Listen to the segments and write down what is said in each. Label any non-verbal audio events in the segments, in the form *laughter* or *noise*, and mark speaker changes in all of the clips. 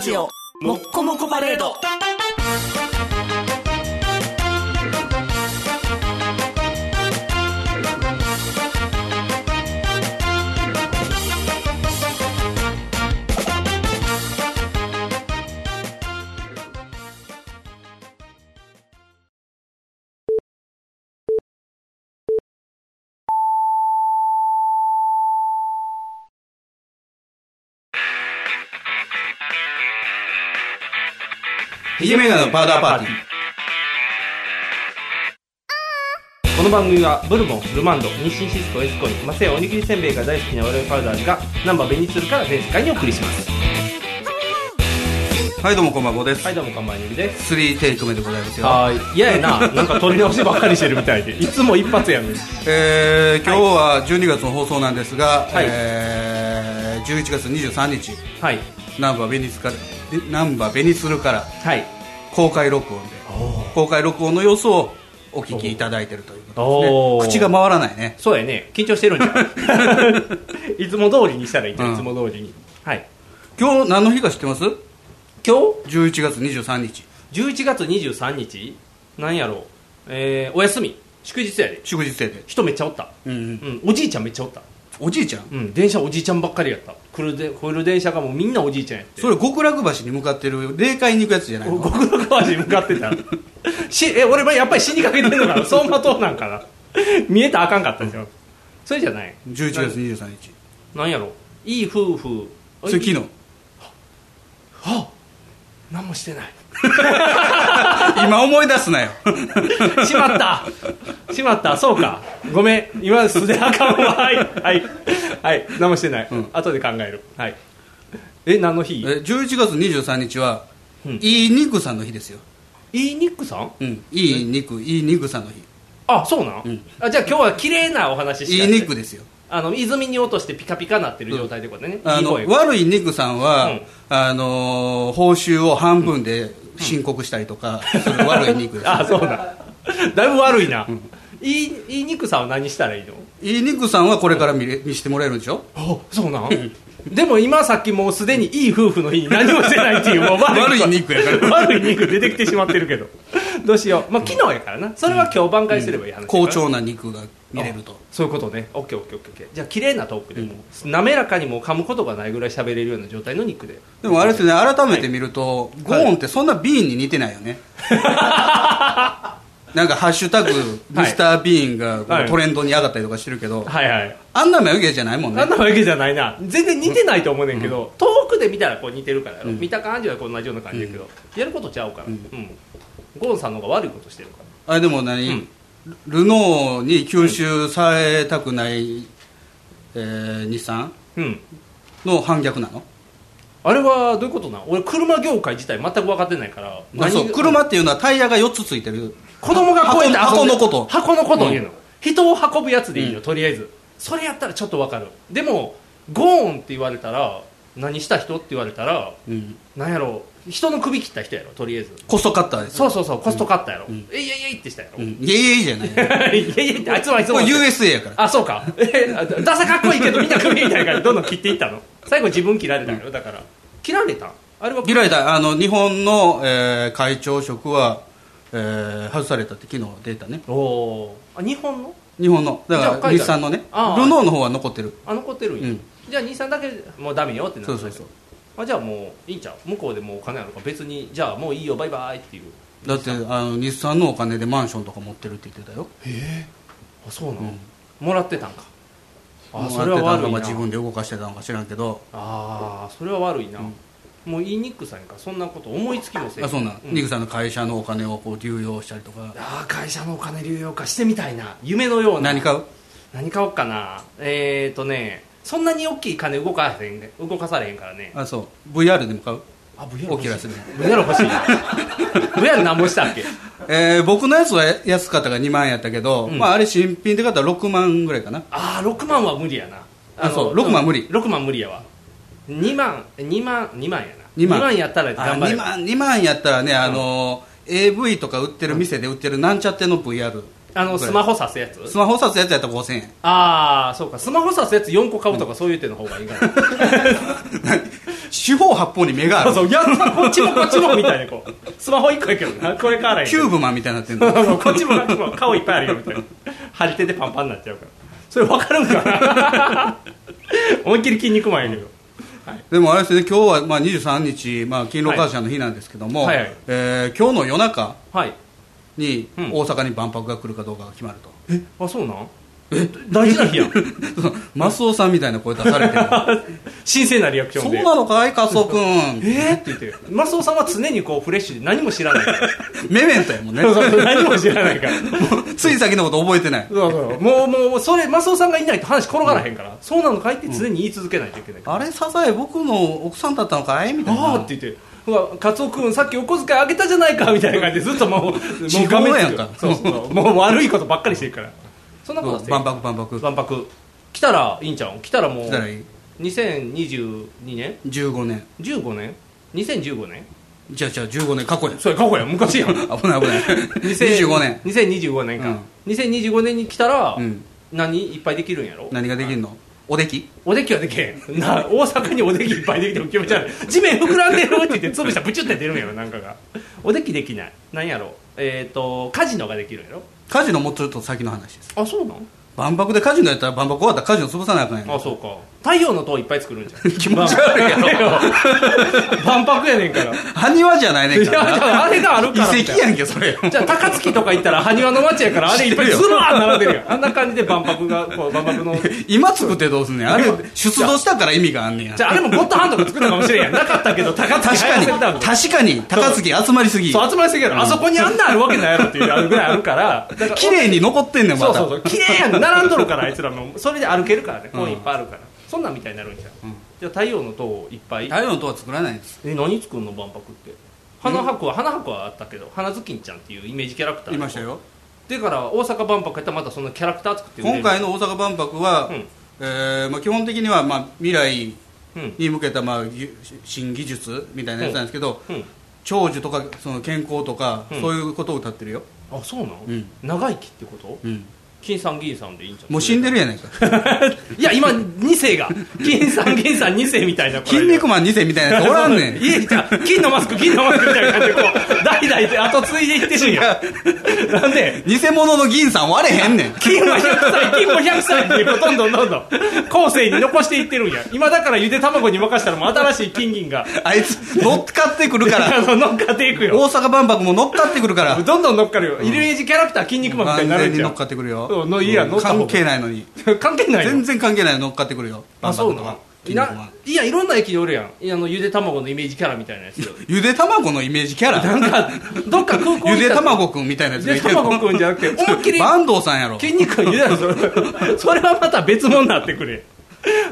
Speaker 1: ジオもっこもこパレード
Speaker 2: ひじめがのパウダーパーティー。この番組はブルボン、ルマンド、日清シスコ、エスコイン、マセオ、おにぎりせんべいが大好きな我々パウダーが、ナンバーベニツルから全世界にお送りします。
Speaker 3: はい、どうもこんばんは、です。
Speaker 2: はい、どうも、こんばんは、ゆりです。
Speaker 3: スリーテイク目でございますよ。
Speaker 2: あー、嫌やな。なんか取り直しばっかりしてるみたい *laughs* で。いつも一発やねん。
Speaker 3: えー、今日は12月の放送なんですが、
Speaker 2: はい
Speaker 3: えー、11月23日、
Speaker 2: はい。
Speaker 3: ナンバーベニスから、えナンバーベニスルから
Speaker 2: はい。
Speaker 3: 公開録音で、公開録音の様子をお聞きいただいてるというこ
Speaker 2: おー
Speaker 3: とですね。口が回らないね。
Speaker 2: そうやね。緊張してるんじゃん。 *laughs* いつも通りにしたらいいじゃん
Speaker 3: うん
Speaker 2: いつも通りに。はい。
Speaker 3: 今日何の日か知ってます
Speaker 2: 今日
Speaker 3: ?11 月23日、
Speaker 2: 11月23日なんやろうえー、お休み祝日やで
Speaker 3: 祝日制で。
Speaker 2: 人めっちゃおった、
Speaker 3: うんう、
Speaker 2: うんん、おじいちゃんめっちゃおった、
Speaker 3: おじいちゃん、
Speaker 2: うん、電車おじいちゃんばっかりやった来るで来る電車がもうみんなおじいちゃんやって
Speaker 3: それ極楽橋に向かってる霊界に行くやつじゃない
Speaker 2: お
Speaker 3: の
Speaker 2: 極楽橋に向かってた *laughs* しえ俺もやっぱり死にかけてるの
Speaker 3: *laughs*
Speaker 2: かな走馬灯なんかな見えたらあかんかったじゃんそれじゃない
Speaker 3: ?11 月23日。
Speaker 2: なんやろいい夫婦
Speaker 3: それ昨日。
Speaker 2: はあ何もしてない
Speaker 3: 今思い出すなよ。
Speaker 2: し
Speaker 3: *laughs*
Speaker 2: まったしまったそうかごめん今素であかんわはいはい、はい、何もしてない、
Speaker 3: うん
Speaker 2: 後で考えるはいえ何の日
Speaker 3: え11月23日は、
Speaker 2: うん
Speaker 3: いい肉さんの日ですよ、
Speaker 2: いいニックさん
Speaker 3: うん、いい肉いい肉さんの日
Speaker 2: あそうなん、
Speaker 3: うん
Speaker 2: あじゃあ今日は綺麗なお話し
Speaker 3: い
Speaker 2: た
Speaker 3: い肉ですよ
Speaker 2: あの泉に落としてピカピカなってる状態ってことね、
Speaker 3: あ
Speaker 2: いい
Speaker 3: の
Speaker 2: 声
Speaker 3: 悪い肉さんは、
Speaker 2: うん
Speaker 3: あのー報酬を半分で申告したりとかする悪い肉です、
Speaker 2: あそう
Speaker 3: *laughs*
Speaker 2: だだいぶ悪いな、いいいい肉さんは何したらいいの
Speaker 3: いい肉さんはこれから見れ見してもらえるんでしょ
Speaker 2: あそうなんでも今さっきもうすでにいい夫婦の日に何もしてないっていうもう悪い
Speaker 3: 悪い肉やから
Speaker 2: 悪い肉出てきてしまってるけどどうしようまあ昨日やからなそれは今日挽回すればいい話やから
Speaker 3: 好調な肉が見れると
Speaker 2: そういうことねオッケーオッケーオッケーオッケーじゃあ綺麗なトークでもう滑らかにもう噛むことがないぐらい喋れるような状態の肉で
Speaker 3: でもあれですね改めて見ると、ゴーンってそんなビーンに似てないよねなんか「ハッシュタグミスタービーンがこ
Speaker 2: は
Speaker 3: う
Speaker 2: い
Speaker 3: トレンドに上がったりとかしてるけど、
Speaker 2: はいはい
Speaker 3: あんな眉毛じゃないもんね
Speaker 2: あんなわけじゃないな全然似てないと思うねんけど、遠くで見たらこう似てるからやろ、見た感じはこんな同じような感じやけど、やることちゃうから、うんゴンさんの方が悪いことしてるから
Speaker 3: あれでも何、ルノーに吸収されたくない、えー日産
Speaker 2: うん
Speaker 3: の反逆なの
Speaker 2: あれはどういうことなん俺車業界自体全く分かってないから
Speaker 3: あそう
Speaker 2: が
Speaker 3: 車っていうのはタイヤが4つついてる
Speaker 2: 子供がこうやって
Speaker 3: 箱
Speaker 2: 遊んで
Speaker 3: 箱のこと
Speaker 2: 箱のことを言うの、人を運ぶやつでいいよとりあえずそれやったらちょっと分かるでもゴーンって言われたら何した人って言われたら
Speaker 3: うん
Speaker 2: なんやろ人の首切った人やろとりあえず
Speaker 3: コストカッターです
Speaker 2: そうそうそうコストカッターやろ、えいえいえいってしたやろ、
Speaker 3: うんいやいやいやじゃ
Speaker 2: *laughs*
Speaker 3: ない
Speaker 2: いやいやってあいつもあいつ
Speaker 3: こ
Speaker 2: も
Speaker 3: れ USA やから
Speaker 2: あそうかえあダサかっこいいけどみんな首みたいからどんどん切っていっ
Speaker 3: *laughs*
Speaker 2: たの最後自分切られたのよだから切られたあれは
Speaker 3: ギライダあの日本の、えー会長職は、えー外されたって昨日出たね
Speaker 2: おおーあ日本の
Speaker 3: 日本のだ
Speaker 2: じゃあ海
Speaker 3: か
Speaker 2: 外
Speaker 3: ら日産のねル
Speaker 2: ああ
Speaker 3: ノーの方は残ってる
Speaker 2: あ残ってるんや、
Speaker 3: うん
Speaker 2: じゃあ日産だけもうダメよってなった
Speaker 3: そ
Speaker 2: ん
Speaker 3: うそ
Speaker 2: だけ
Speaker 3: う
Speaker 2: ど
Speaker 3: そう
Speaker 2: あじゃあもういいんちゃう向こうでもうお金あるから別にじゃあもういいよバイバイっていう
Speaker 3: だってあの日産のお金でマンションとか持ってるって言ってたよ
Speaker 2: あそうな
Speaker 3: うんん、
Speaker 2: もらってたんかあ
Speaker 3: も
Speaker 2: そうれ
Speaker 3: やっ
Speaker 2: は
Speaker 3: てたんかま
Speaker 2: 悪いな
Speaker 3: あ自分で動かしてたのか知らんけど
Speaker 2: ああそれは悪いな、もう言いにくさんやからそんなこと思いつきもせえへ
Speaker 3: あそんなん、
Speaker 2: う
Speaker 3: ニグさんの会社のお金をこう流用したりとか
Speaker 2: あー会社のお金流用化してみたいな夢のような
Speaker 3: 何買う
Speaker 2: 何買おうかなえーとねそんなに大きい金動かへんね動かされへんからね
Speaker 3: あそう VR でも買う、
Speaker 2: あ VR
Speaker 3: 大きいやつね
Speaker 2: VR 欲し
Speaker 3: *laughs*
Speaker 2: いな VR 何もしたっけ
Speaker 3: えー僕のやつは安かったが2万円やったけど、
Speaker 2: うん
Speaker 3: まあ、あれ新品で買ったら6万ぐらいかな
Speaker 2: ああ6万は無理やな
Speaker 3: あ
Speaker 2: の
Speaker 3: そう6万無理
Speaker 2: 6万無理やわ2万2万2万やな
Speaker 3: 2万
Speaker 2: やったら
Speaker 3: あ
Speaker 2: 頑張れ
Speaker 3: 2
Speaker 2: ば
Speaker 3: 万2万やったらねあの、AV とか売ってる店で売ってるなんちゃっての VR
Speaker 2: あのスマホさすやつ
Speaker 3: スマホ札やつやったら5000円 *laughs*
Speaker 2: ああそうかスマホさすやつ4個買うとかそういう手の方がいいかな、
Speaker 3: 四方八方に目があ
Speaker 2: *laughs* そう
Speaker 3: る
Speaker 2: そうやったこっちもこっちもみたいなこうスマホ一個やけどなこれ変わらへんけ
Speaker 3: キ
Speaker 2: ど
Speaker 3: ューブマンみたいになってんの
Speaker 2: *laughs* そうそうこっちもこっちも顔いっぱいあるよみたいな張り手でパンパンになっちゃうからそれ分かるんかな *laughs* 思いっきり筋肉マンやけど、
Speaker 3: でもあれですね今日はまあ23日、まあ、勤労感謝の日なんですけども、
Speaker 2: はいはい
Speaker 3: えー今日の夜中
Speaker 2: はい
Speaker 3: に
Speaker 2: うん
Speaker 3: 大阪に万博が来るかどうかが決まると、 *laughs*
Speaker 2: あそうなん大事な日やん
Speaker 3: そうマスオさんみたいな声出され
Speaker 2: *laughs*
Speaker 3: てる
Speaker 2: 神聖なリアクショ
Speaker 3: そ
Speaker 2: ン
Speaker 3: う
Speaker 2: で
Speaker 3: なのかいカツオ
Speaker 2: *laughs*
Speaker 3: 君
Speaker 2: えー、って言ってマスオさんは常にこうフレッシュで何も知らないから
Speaker 3: メメントや
Speaker 2: *laughs*
Speaker 3: もんね
Speaker 2: そうそうそう何も知らないから
Speaker 3: つい先のこと覚えてない
Speaker 2: そうそうもうもうそれマスオさんがいないと話転がらへんから、そうなのかいって常に言い続けないといけないから、
Speaker 3: あれサザエ僕の奥さんだったのかいみたいな
Speaker 2: ああって言って「うわカツオ君さっきお小遣いあげたじゃないか」みたいな感じでずっともうもう画面
Speaker 3: 地方やんか
Speaker 2: そうそうそうもう悪いことばっかりしてるからそんなことは
Speaker 3: そう
Speaker 2: せん
Speaker 3: 万博万博
Speaker 2: 万博来たらいいんちゃうん来たらもう
Speaker 3: 来たらいい
Speaker 2: 2022年
Speaker 3: 15年
Speaker 2: 15年2015年
Speaker 3: じゃあじゃあ15年過去や
Speaker 2: *laughs* それ過去やん昔やん
Speaker 3: 危ない危ない *laughs*
Speaker 2: 2000
Speaker 3: 25年
Speaker 2: 2025年か、
Speaker 3: うん
Speaker 2: 2025年に来たら、
Speaker 3: うん
Speaker 2: 何いっぱいできるんやろ
Speaker 3: 何ができるのおでき
Speaker 2: おできはできへんな大阪におできいっぱいできても気持ち悪い地面膨らんでるって言って潰したらブチュって出るんやろなんかがおできできないなんやろえっ、とカジノができるんやろ
Speaker 3: カジノもうちょっと先の話です
Speaker 2: あそうなん
Speaker 3: 万博でカジノやったら万博終わったらカジノ潰さなあかんやん
Speaker 2: あそうか太陽の塔いっぱい作るんじゃん
Speaker 3: *laughs* 気持ち悪いやろ
Speaker 2: *laughs* 万博やねんから
Speaker 3: 埴輪じゃないね
Speaker 2: い
Speaker 3: ん
Speaker 2: や
Speaker 3: か
Speaker 2: だ
Speaker 3: ら
Speaker 2: からあれがあるから
Speaker 3: 遺跡やんけそれ
Speaker 2: じゃあ高槻とか行ったら埴輪の町やからあれいっぱいずらー並んでるやんあんな感じで万博がこう万博の
Speaker 3: 今作ってどうすんねんあれ
Speaker 2: 今
Speaker 3: 出土したから意味があんねや
Speaker 2: じゃああれもゴッドハンドが作るのかもしれんやんなかったけど高
Speaker 3: 確
Speaker 2: 槻流行
Speaker 3: からに
Speaker 2: せたんだ
Speaker 3: 確かに高槻集まりすぎ
Speaker 2: そう集まりすぎやろ、あそこにあんなあるわけないやろっていうあるぐらいあるからだから
Speaker 3: 綺麗に残ってんねんま
Speaker 2: そう
Speaker 3: た
Speaker 2: そうそう綺麗やん並んどるからあいつらもそれで歩けるからね本いっぱいあるから、そんなんみたいになるんじゃん、じゃあ太陽の塔をいっぱい
Speaker 3: 太陽の塔は作らないです
Speaker 2: え何作るの万博って花博は花博はあったけど花ずきんちゃんっていうイメージキャラクター
Speaker 3: いましたよ
Speaker 2: だから大阪万博やったらまたそんなキャラクター作って
Speaker 3: 今回
Speaker 2: の
Speaker 3: の大阪万博は、
Speaker 2: うん
Speaker 3: えーまあ、基本的には、まあ、未来
Speaker 2: うん
Speaker 3: に向けた、まあ、ぎ新技術みたいなやつなんですけど、
Speaker 2: うん
Speaker 3: 長寿とかその健康とか、
Speaker 2: うん
Speaker 3: そういうことを歌ってるよ、
Speaker 2: あそうなの、
Speaker 3: うん
Speaker 2: 長生きってこと
Speaker 3: うん
Speaker 2: 金さん銀さんでいいんじゃん
Speaker 3: もう死んでるやない
Speaker 2: *laughs*
Speaker 3: か
Speaker 2: いや今2世が金さん銀さん2世みたいな
Speaker 3: 筋肉マン2世みたいなやつおらんね
Speaker 2: *laughs*
Speaker 3: ん
Speaker 2: 家にじゃあ金のマスク金のマスクみたいな感じでこ *laughs* う代々で後継いでいってるんや *laughs* なんで
Speaker 3: 偽物の銀さん割れへんねん
Speaker 2: 金は100歳金も100歳ってこうどんどんどんどん後世に残していってるんや今だからゆで卵に任したらもう新しい金銀が
Speaker 3: あいつ乗っかってくるか
Speaker 2: あ
Speaker 3: ら
Speaker 2: の乗っか *laughs* っていくよ
Speaker 3: 大阪万博も乗っかってくるから
Speaker 2: どんどん乗っかるよイメージキャラクター筋肉マンみたい
Speaker 3: 完
Speaker 2: になる
Speaker 3: 全
Speaker 2: ん
Speaker 3: に
Speaker 2: ちゃ
Speaker 3: 乗
Speaker 2: う
Speaker 3: っかってくる
Speaker 2: そ
Speaker 3: よ
Speaker 2: うのいいや
Speaker 3: うん
Speaker 2: 乗った方が
Speaker 3: 関係ないのに
Speaker 2: 関係ない
Speaker 3: 全
Speaker 2: の
Speaker 3: 然関係ないのに乗っかってくるよ
Speaker 2: あそう
Speaker 3: 万博
Speaker 2: なの
Speaker 3: と
Speaker 2: い
Speaker 3: か
Speaker 2: な
Speaker 3: 筋肉マン
Speaker 2: いやいろんな駅におるやんあのゆで卵のイメージキャラみたいなやつ
Speaker 3: ゆで卵のイメージキャラ
Speaker 2: なんか *laughs* どっか空港
Speaker 3: ゆ
Speaker 2: 行った
Speaker 3: で
Speaker 2: ら
Speaker 3: 卵くんみたいなやつ
Speaker 2: ゆで卵くんじゃなく *laughs* て思いっきり
Speaker 3: 坂東さんやろ
Speaker 2: 筋肉を茹でないそれ *laughs* それはまた別物になってくれ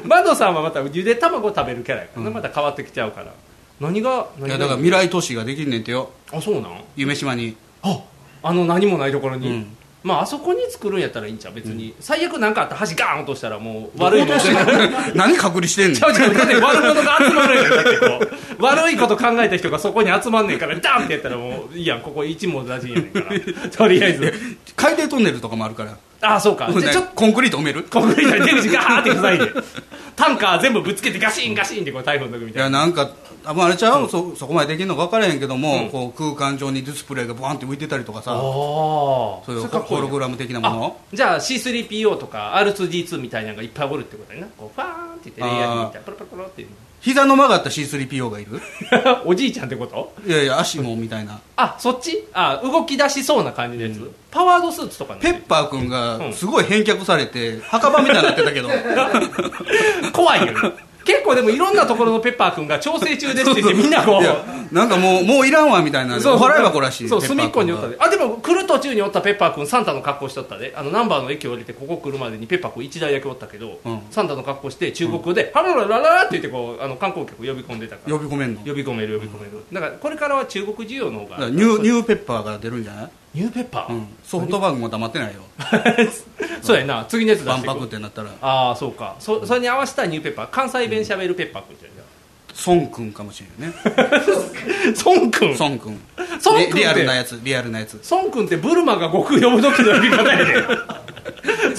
Speaker 2: バドさんはまたゆで卵を食べるキャラやからね、また変わってきちゃうから何が何が
Speaker 3: いやだから未来都市ができんねんてよ
Speaker 2: あそうなん
Speaker 3: 夢島
Speaker 2: *laughs*
Speaker 3: に
Speaker 2: ああの何もないところに、
Speaker 3: うん
Speaker 2: まああそこに作るんやったらいいんちゃう別に、最悪何かあったら箸ガーン落としたらもう悪いもんちゃう
Speaker 3: *laughs* 何隔離してんねん
Speaker 2: 違うだって悪者が集まるんやんだってこう悪いこと考えた人がそこに集まんねんからダンってやったらもういいやんここ一網打尽やねんから
Speaker 3: *laughs*
Speaker 2: とりあえず
Speaker 3: 海底トンネルとかもあるから
Speaker 2: あそうかじゃあちょっと
Speaker 3: コンクリート埋める
Speaker 2: コンクリートに手口ガーって塞いでタンカー全部ぶつけてガシンガシンってこう台風の時み
Speaker 3: い
Speaker 2: たい
Speaker 3: やなんかあまああれちゃう、そそこまでできんのか分からへんけども、
Speaker 2: うん
Speaker 3: こう空間上にディスプレイがバーンって浮いてたりとか
Speaker 2: な
Speaker 3: さ
Speaker 2: あ
Speaker 3: そういうホログラム的なもの
Speaker 2: じゃあ C3PO とか R2D2 みたいなのがいっぱいおるってことやなこうファーンって言ってレイヤーにみたいなパラパラパラっていう
Speaker 3: 膝の曲がった C3PO がいる
Speaker 2: おじいちゃんってこと
Speaker 3: いやいや足もみたいな
Speaker 2: あそっちあ動き出しそうな感じのやつ、パワードスーツとかの
Speaker 3: ペッパー君がすごい返却されて、墓場みたいになってたけど
Speaker 2: 怖いよね結構でもいろんなところのペッパーくんが調整中ですって言ってみんなこ
Speaker 3: いうやなんかもうもういらんわみたいなお払い箱らしい
Speaker 2: そう
Speaker 3: ペッパ
Speaker 2: 隅
Speaker 3: ー君が
Speaker 2: っこにおったであでも来る途中におったペッパーくんサンタの格好しとったであのナンバーの駅を降りてここ来るまでにペッパーくん1台だけおったけど、
Speaker 3: うん
Speaker 2: サンタの格好して中国語で「ハロララララ」って言ってこうあの観光客を呼び込んでたから
Speaker 3: 呼び込めんの
Speaker 2: 呼び込める呼び込めるだからこれからは中国需要の方
Speaker 3: だから
Speaker 2: が
Speaker 3: ニューニューペッパーが出るんじゃない、
Speaker 2: ニューペッパー、
Speaker 3: うん、ソフトバンクも黙ってないよ
Speaker 2: *laughs* そうやな次のやつ出
Speaker 3: 万
Speaker 2: してい
Speaker 3: 博っ
Speaker 2: く
Speaker 3: てなったら
Speaker 2: ああそうかそそれに合わせたニューペッパー関西弁しゃべるペッパーくんじゃんじゃ
Speaker 3: 孫くんかもしれんよ
Speaker 2: *laughs*
Speaker 3: ね
Speaker 2: あ孫くん
Speaker 3: 孫くん
Speaker 2: 孫くんっ
Speaker 3: リ
Speaker 2: て
Speaker 3: リアルなやつリアルなやつ
Speaker 2: 孫くんってブルマが悟空呼ぶ時の呼び方やで
Speaker 3: *laughs*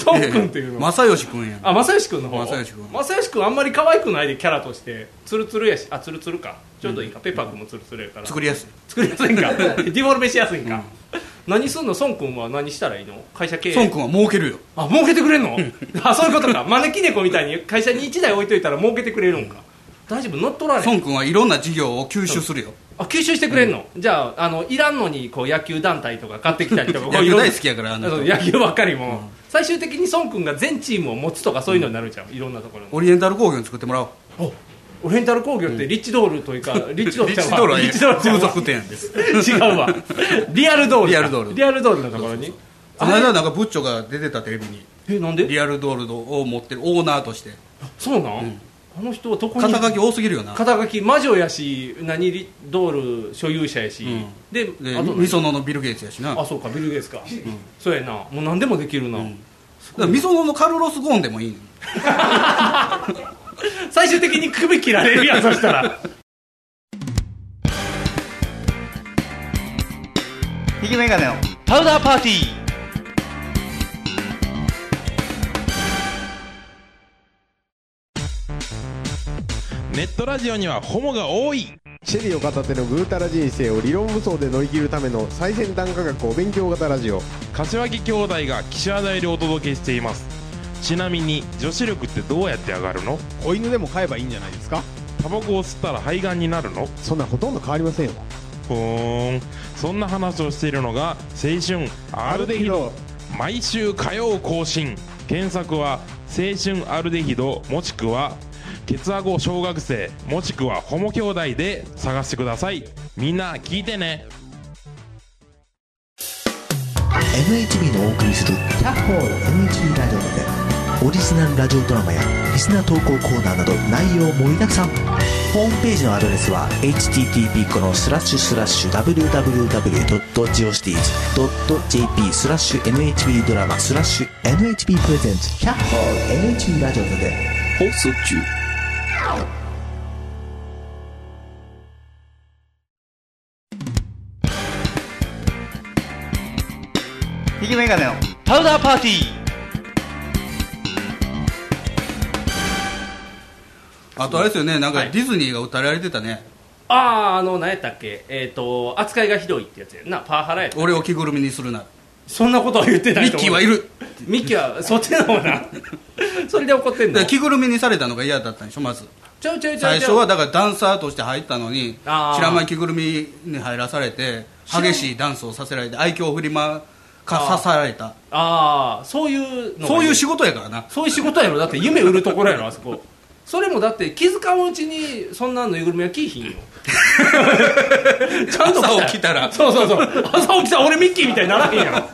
Speaker 2: 孫君っていうのは
Speaker 3: 正義君やん
Speaker 2: あ正義君の方
Speaker 3: 正義君
Speaker 2: 正義君あんまり可愛くないでキャラとしてツルツルやしあツルツルかちょうどいいか、ペッパー君もツルツルやから
Speaker 3: 作りやすい
Speaker 2: 作りやすいんか *laughs* ディフォルメしやすいんか、何すんの孫君は何したらいいの会社経営
Speaker 3: 孫君は儲けるよ
Speaker 2: あ儲けてくれるのあそういうことか招き猫みたいに会社に1台置いといたら儲けてくれるんか、大丈夫乗っ取られへん
Speaker 3: 孫君はいろんな事業を吸収するよ
Speaker 2: あ吸収してくれんの、じゃああのいらんのにこう野球団体とか買ってきたりとかこう
Speaker 3: 野
Speaker 2: い
Speaker 3: 球
Speaker 2: ろんな
Speaker 3: 大好きやからあの人
Speaker 2: *laughs* そう野球ばっかりも、最終的に孫君が全チームを持つとかそういうのになるじゃん、いろんなところに
Speaker 3: オリエンタル工業に作ってもらおう
Speaker 2: オリエンタル工業ってリッチドールとい
Speaker 3: *laughs*
Speaker 2: うか、リッチドール
Speaker 3: リ
Speaker 2: ちゃ
Speaker 3: ッ
Speaker 2: う
Speaker 3: チ
Speaker 2: わ
Speaker 3: ドールはね
Speaker 2: リッチドールちゃう
Speaker 3: 風
Speaker 2: わ
Speaker 3: 俗店です
Speaker 2: 違うわリアルドール
Speaker 3: リアルドール
Speaker 2: リアルドールのところに
Speaker 3: この間なんかブッチョが出てたテレビに
Speaker 2: えなんで
Speaker 3: リアルドールを持ってるオーナーとして
Speaker 2: そうなん、あの人はどこに
Speaker 3: 肩書き多すぎるよな
Speaker 2: 肩書き魔女やし何リドール所有者やし、
Speaker 3: ん
Speaker 2: で
Speaker 3: で
Speaker 2: あと
Speaker 3: みそののビル・ゲイツやしな
Speaker 2: あそうかビル・ゲイツか、そうやなもう何でもできるな、
Speaker 3: だからみそののカルロス・ゴーンでもいいの
Speaker 2: 最終的に首切られるやんそした
Speaker 3: *laughs*
Speaker 2: ら
Speaker 4: ひきメガネの
Speaker 1: パウダーパーティー
Speaker 5: ネットラジオにはホモが多い
Speaker 6: シェリーを片手のぐうたら人生を理論武装で乗り切るための最先端科学お勉強型ラジオ
Speaker 5: 柏木兄弟が岸和田よりお届けしていますちなみに女子力ってどうやって上がるの
Speaker 6: 子犬でも飼えばいいんじゃないですか
Speaker 5: タバコを吸ったら肺がんになるの
Speaker 6: そんなほとんど変わりませんよ
Speaker 5: ふーんそんな話をしているのが青春アルデヒド毎週火曜更新検索は青春アルデヒドもしくはケツアゴ小学生もしくはホモ兄弟で探してくださいみんな聞いてね
Speaker 7: NHB のお送りする「キャッホール NHB ラジオ」でオリジナルラジオドラマやリスナー投稿コーナーなど内容盛りだくさんホームページのアドレスは http このスラッシュスラッシュ www.geocities.jp スラッシュ NHB ドラマスラッシュ NHB プレゼンツキャッホール NHB ラジオで
Speaker 8: 放送中
Speaker 4: ひきメガネの
Speaker 1: パウダーパーティー
Speaker 3: あとあれですよねなん
Speaker 2: は
Speaker 3: か
Speaker 2: い
Speaker 3: ディズニーが歌られてたね
Speaker 2: あああの何やったっけえっ、と扱いがひどいってやつやんなパワハラやった
Speaker 3: 俺を着ぐるみにするな
Speaker 2: そんなことは言ってな
Speaker 3: ミ
Speaker 2: いと
Speaker 3: ッキー
Speaker 2: 思う
Speaker 3: はいる
Speaker 2: ミッキーはそっちの方なそれで怒ってん
Speaker 3: だか
Speaker 2: の
Speaker 3: ら着ぐるみにされたのが嫌だったんでしょまず
Speaker 2: ちょいちょいちょ
Speaker 3: 最
Speaker 2: いち
Speaker 3: 初
Speaker 2: ょ
Speaker 3: はいだからダンサーとして入ったのに知
Speaker 2: あー
Speaker 3: らない着ぐるみに入らされて激しいダンスをさせられて愛嬌を振りまか
Speaker 2: あー
Speaker 3: ささられた
Speaker 2: ああそういうのが
Speaker 3: そういう仕事やからな
Speaker 2: そういう仕事やろだって夢売るところや *laughs* ろあそこそれもだって気づかんうちにそんなぬいぐるみは着いひ *laughs* んよちゃんと来たよ
Speaker 3: 朝起きたら
Speaker 2: そうそうそう朝起きたら俺ミッキーみたいにならへんやろ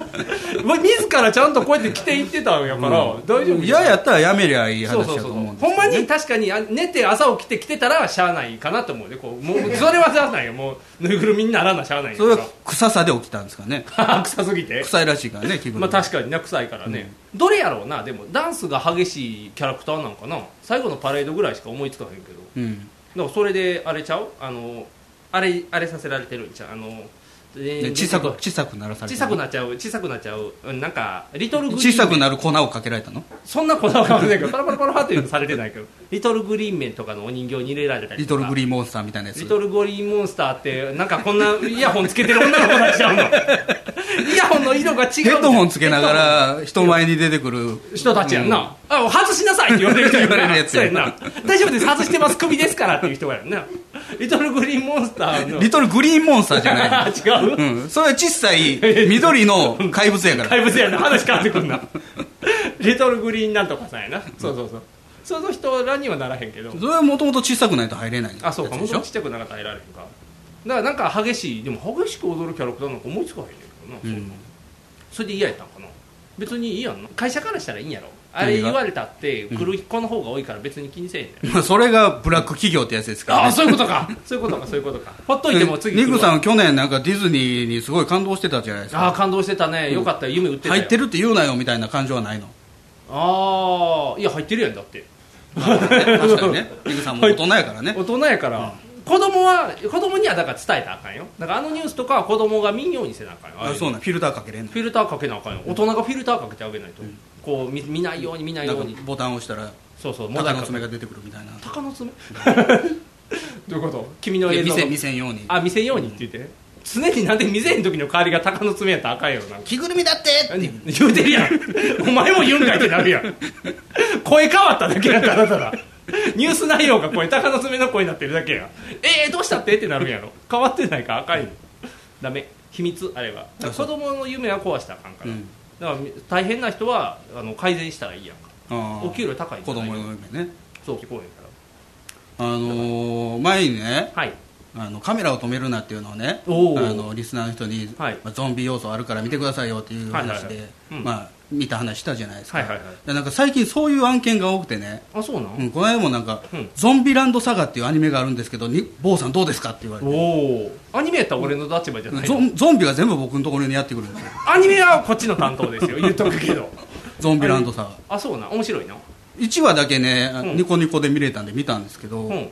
Speaker 2: 俺自らちゃんとこうやって着ていってたんやから、大丈夫
Speaker 3: 嫌やったらやめりゃいい
Speaker 2: そう
Speaker 3: 話
Speaker 2: そう
Speaker 3: や
Speaker 2: そ
Speaker 3: と
Speaker 2: う
Speaker 3: 思うんです
Speaker 2: ほんまに確かにあ寝て朝起きて来てたらしゃあないかなと思うでこうもうそれはしゃあないよもうぬいぐるみにならなしゃあない
Speaker 3: それは臭さで起きたんですかね
Speaker 2: は *laughs* 臭すぎて
Speaker 3: 臭いらしい *laughs* からね気分
Speaker 2: まあ確かにな臭いからね、どれやろうなでもダンスが激しいキャラクターなんかな最後のパレードぐらいしか思いつかへんけど
Speaker 3: うん
Speaker 2: だからそれであれちゃうあのあれあれさせられてるんちゃうあの、え
Speaker 3: ね
Speaker 2: ー
Speaker 3: 小さく小さくならされ
Speaker 2: 小
Speaker 3: た
Speaker 2: さくなっちゃう小さくなっちゃううんなんかリトルグリーン
Speaker 3: 小さくなる粉をかけられたの
Speaker 2: そんなこだわりはないけどパラパラパラパラっていうのされてないけどリトルグリーンメンとかのお人形に入れられたり
Speaker 3: リ
Speaker 2: と
Speaker 3: ト
Speaker 2: か
Speaker 3: ルグリーンモンスターみたいなやつ
Speaker 2: リトルグリーンモンスターってなんかこんなイヤホンつけてる女の子たち
Speaker 3: *laughs*
Speaker 2: ちゃうのイヤホンの色が違う
Speaker 3: ヘッドホンつけながら人前に出てくる
Speaker 2: 人たちやんな、あ外しなさいって言われる人やん
Speaker 3: *laughs*
Speaker 2: な
Speaker 3: 言われるやつ
Speaker 2: そう
Speaker 3: や
Speaker 2: やんな大丈夫です外してます首ですからっていう人やんなリトルグリーンモンスターの
Speaker 3: リトルグリーンモンスターじゃない *laughs*
Speaker 2: *laughs* 違う、
Speaker 3: うん、それは小さ *laughs* い緑の怪物やから
Speaker 2: 怪物やな話変わってく
Speaker 3: *laughs*
Speaker 2: んなリトルグリーンなんとかさんやなそうそうそうその人らにはならへんけど
Speaker 3: それはもともと小さくないと入れない
Speaker 2: あそうか
Speaker 3: や
Speaker 2: も
Speaker 3: つ
Speaker 2: う
Speaker 3: でし
Speaker 2: ち
Speaker 3: ょ
Speaker 2: ょちっちゃくなかったら入られへんかだからなんか激しいでも激しく踊るキャラクターなんか思いつかへんねんけどな、そんなそれで嫌やったんかな別にいいやんな会社からしたらいいんやろあれ
Speaker 3: 何が
Speaker 2: 言われたって来る子の方が多いから別に気にせえへんねん
Speaker 3: まあそれがブラック企業ってやつですから、ね、
Speaker 2: ああそういうことか *laughs* そういうことかそういうことかほっといても次来
Speaker 3: ニ
Speaker 2: るわ
Speaker 3: クさんは去年なんかディズニーにすごい感動してたじゃないです
Speaker 2: あ
Speaker 3: か
Speaker 2: あ感動してたねよかったよ夢売ってたよ
Speaker 3: 入ってるって言うなよみたいな感情はない *laughs* の
Speaker 2: ああいや入ってるやんだって
Speaker 3: 確かにねニクさんも大人やからね
Speaker 2: 大人やから、子供は子供にはだから伝えたらあかんよだからあのニュースとかは子供が見んようにせなあかんよああい
Speaker 3: あ
Speaker 2: の
Speaker 3: そうなんフィルターかけれんの
Speaker 2: フィルターかけなあかんよ大人がフィルターかけてあげないと、こう見見ないように見ない
Speaker 3: な
Speaker 2: よ
Speaker 3: ん
Speaker 2: う
Speaker 3: か
Speaker 2: に
Speaker 3: ボタンを押したら
Speaker 2: そうそう
Speaker 3: 鷹の爪
Speaker 2: が
Speaker 3: が出てくるみたいな
Speaker 2: 鷹の爪 *laughs* どういうこと君の
Speaker 3: いや
Speaker 2: 映
Speaker 3: 見
Speaker 2: 像の
Speaker 3: せ見せんように
Speaker 2: あ見せんようにって言ってね常になんで見せん時の代わりが鷹の爪やったらあかんよなんか
Speaker 3: 着ぐるみだって
Speaker 2: 何言うてるやんお前も言うんかいってなるやん声変わっただけやんかあなたらニュース内容が声鷹の爪の声になってるだけやんえー、どうしたってってなるんやろ変わってないか赤いのダメ秘密あれば
Speaker 3: あそ
Speaker 2: 子
Speaker 3: う
Speaker 2: 供の夢は壊したらあかんから、
Speaker 3: うん
Speaker 2: だから大変な人はあの改善したらいいやんか
Speaker 3: あー
Speaker 2: お給料高いんじ
Speaker 3: 子
Speaker 2: ゃない
Speaker 3: 供の夢ね
Speaker 2: そう聞こえんか
Speaker 3: あのー前にね
Speaker 2: らはい
Speaker 3: あのカメラを止めるなっていうのをねあ
Speaker 2: おー
Speaker 3: のリスナーの人に、
Speaker 2: はい
Speaker 3: まあ、ゾンビ要素あるから見てくださいよっていう話
Speaker 2: はいはい
Speaker 3: で
Speaker 2: はいうん
Speaker 3: まあ見た話したじゃないですか、
Speaker 2: はいはいはい
Speaker 3: でなんか最近そういう案件が多くてね、
Speaker 2: あそうなん、
Speaker 3: うん、この間もなんか、
Speaker 2: うん
Speaker 3: ゾンビランドサガ」っていうアニメがあるんですけどに坊さんどうですか?」って言われて
Speaker 2: おおアニメやったら俺の立場じゃない
Speaker 3: ゾ
Speaker 2: の
Speaker 3: ンゾンビが全部僕のところにやってくるんですよ
Speaker 2: アニメはこっちの担当ですよ *laughs* 言っとくけど
Speaker 3: ゾンビランドサガ
Speaker 2: あそうなん面白いな
Speaker 3: 1話だけね、
Speaker 2: ん
Speaker 3: ニコニコで見れたんで見たんですけど、
Speaker 2: うん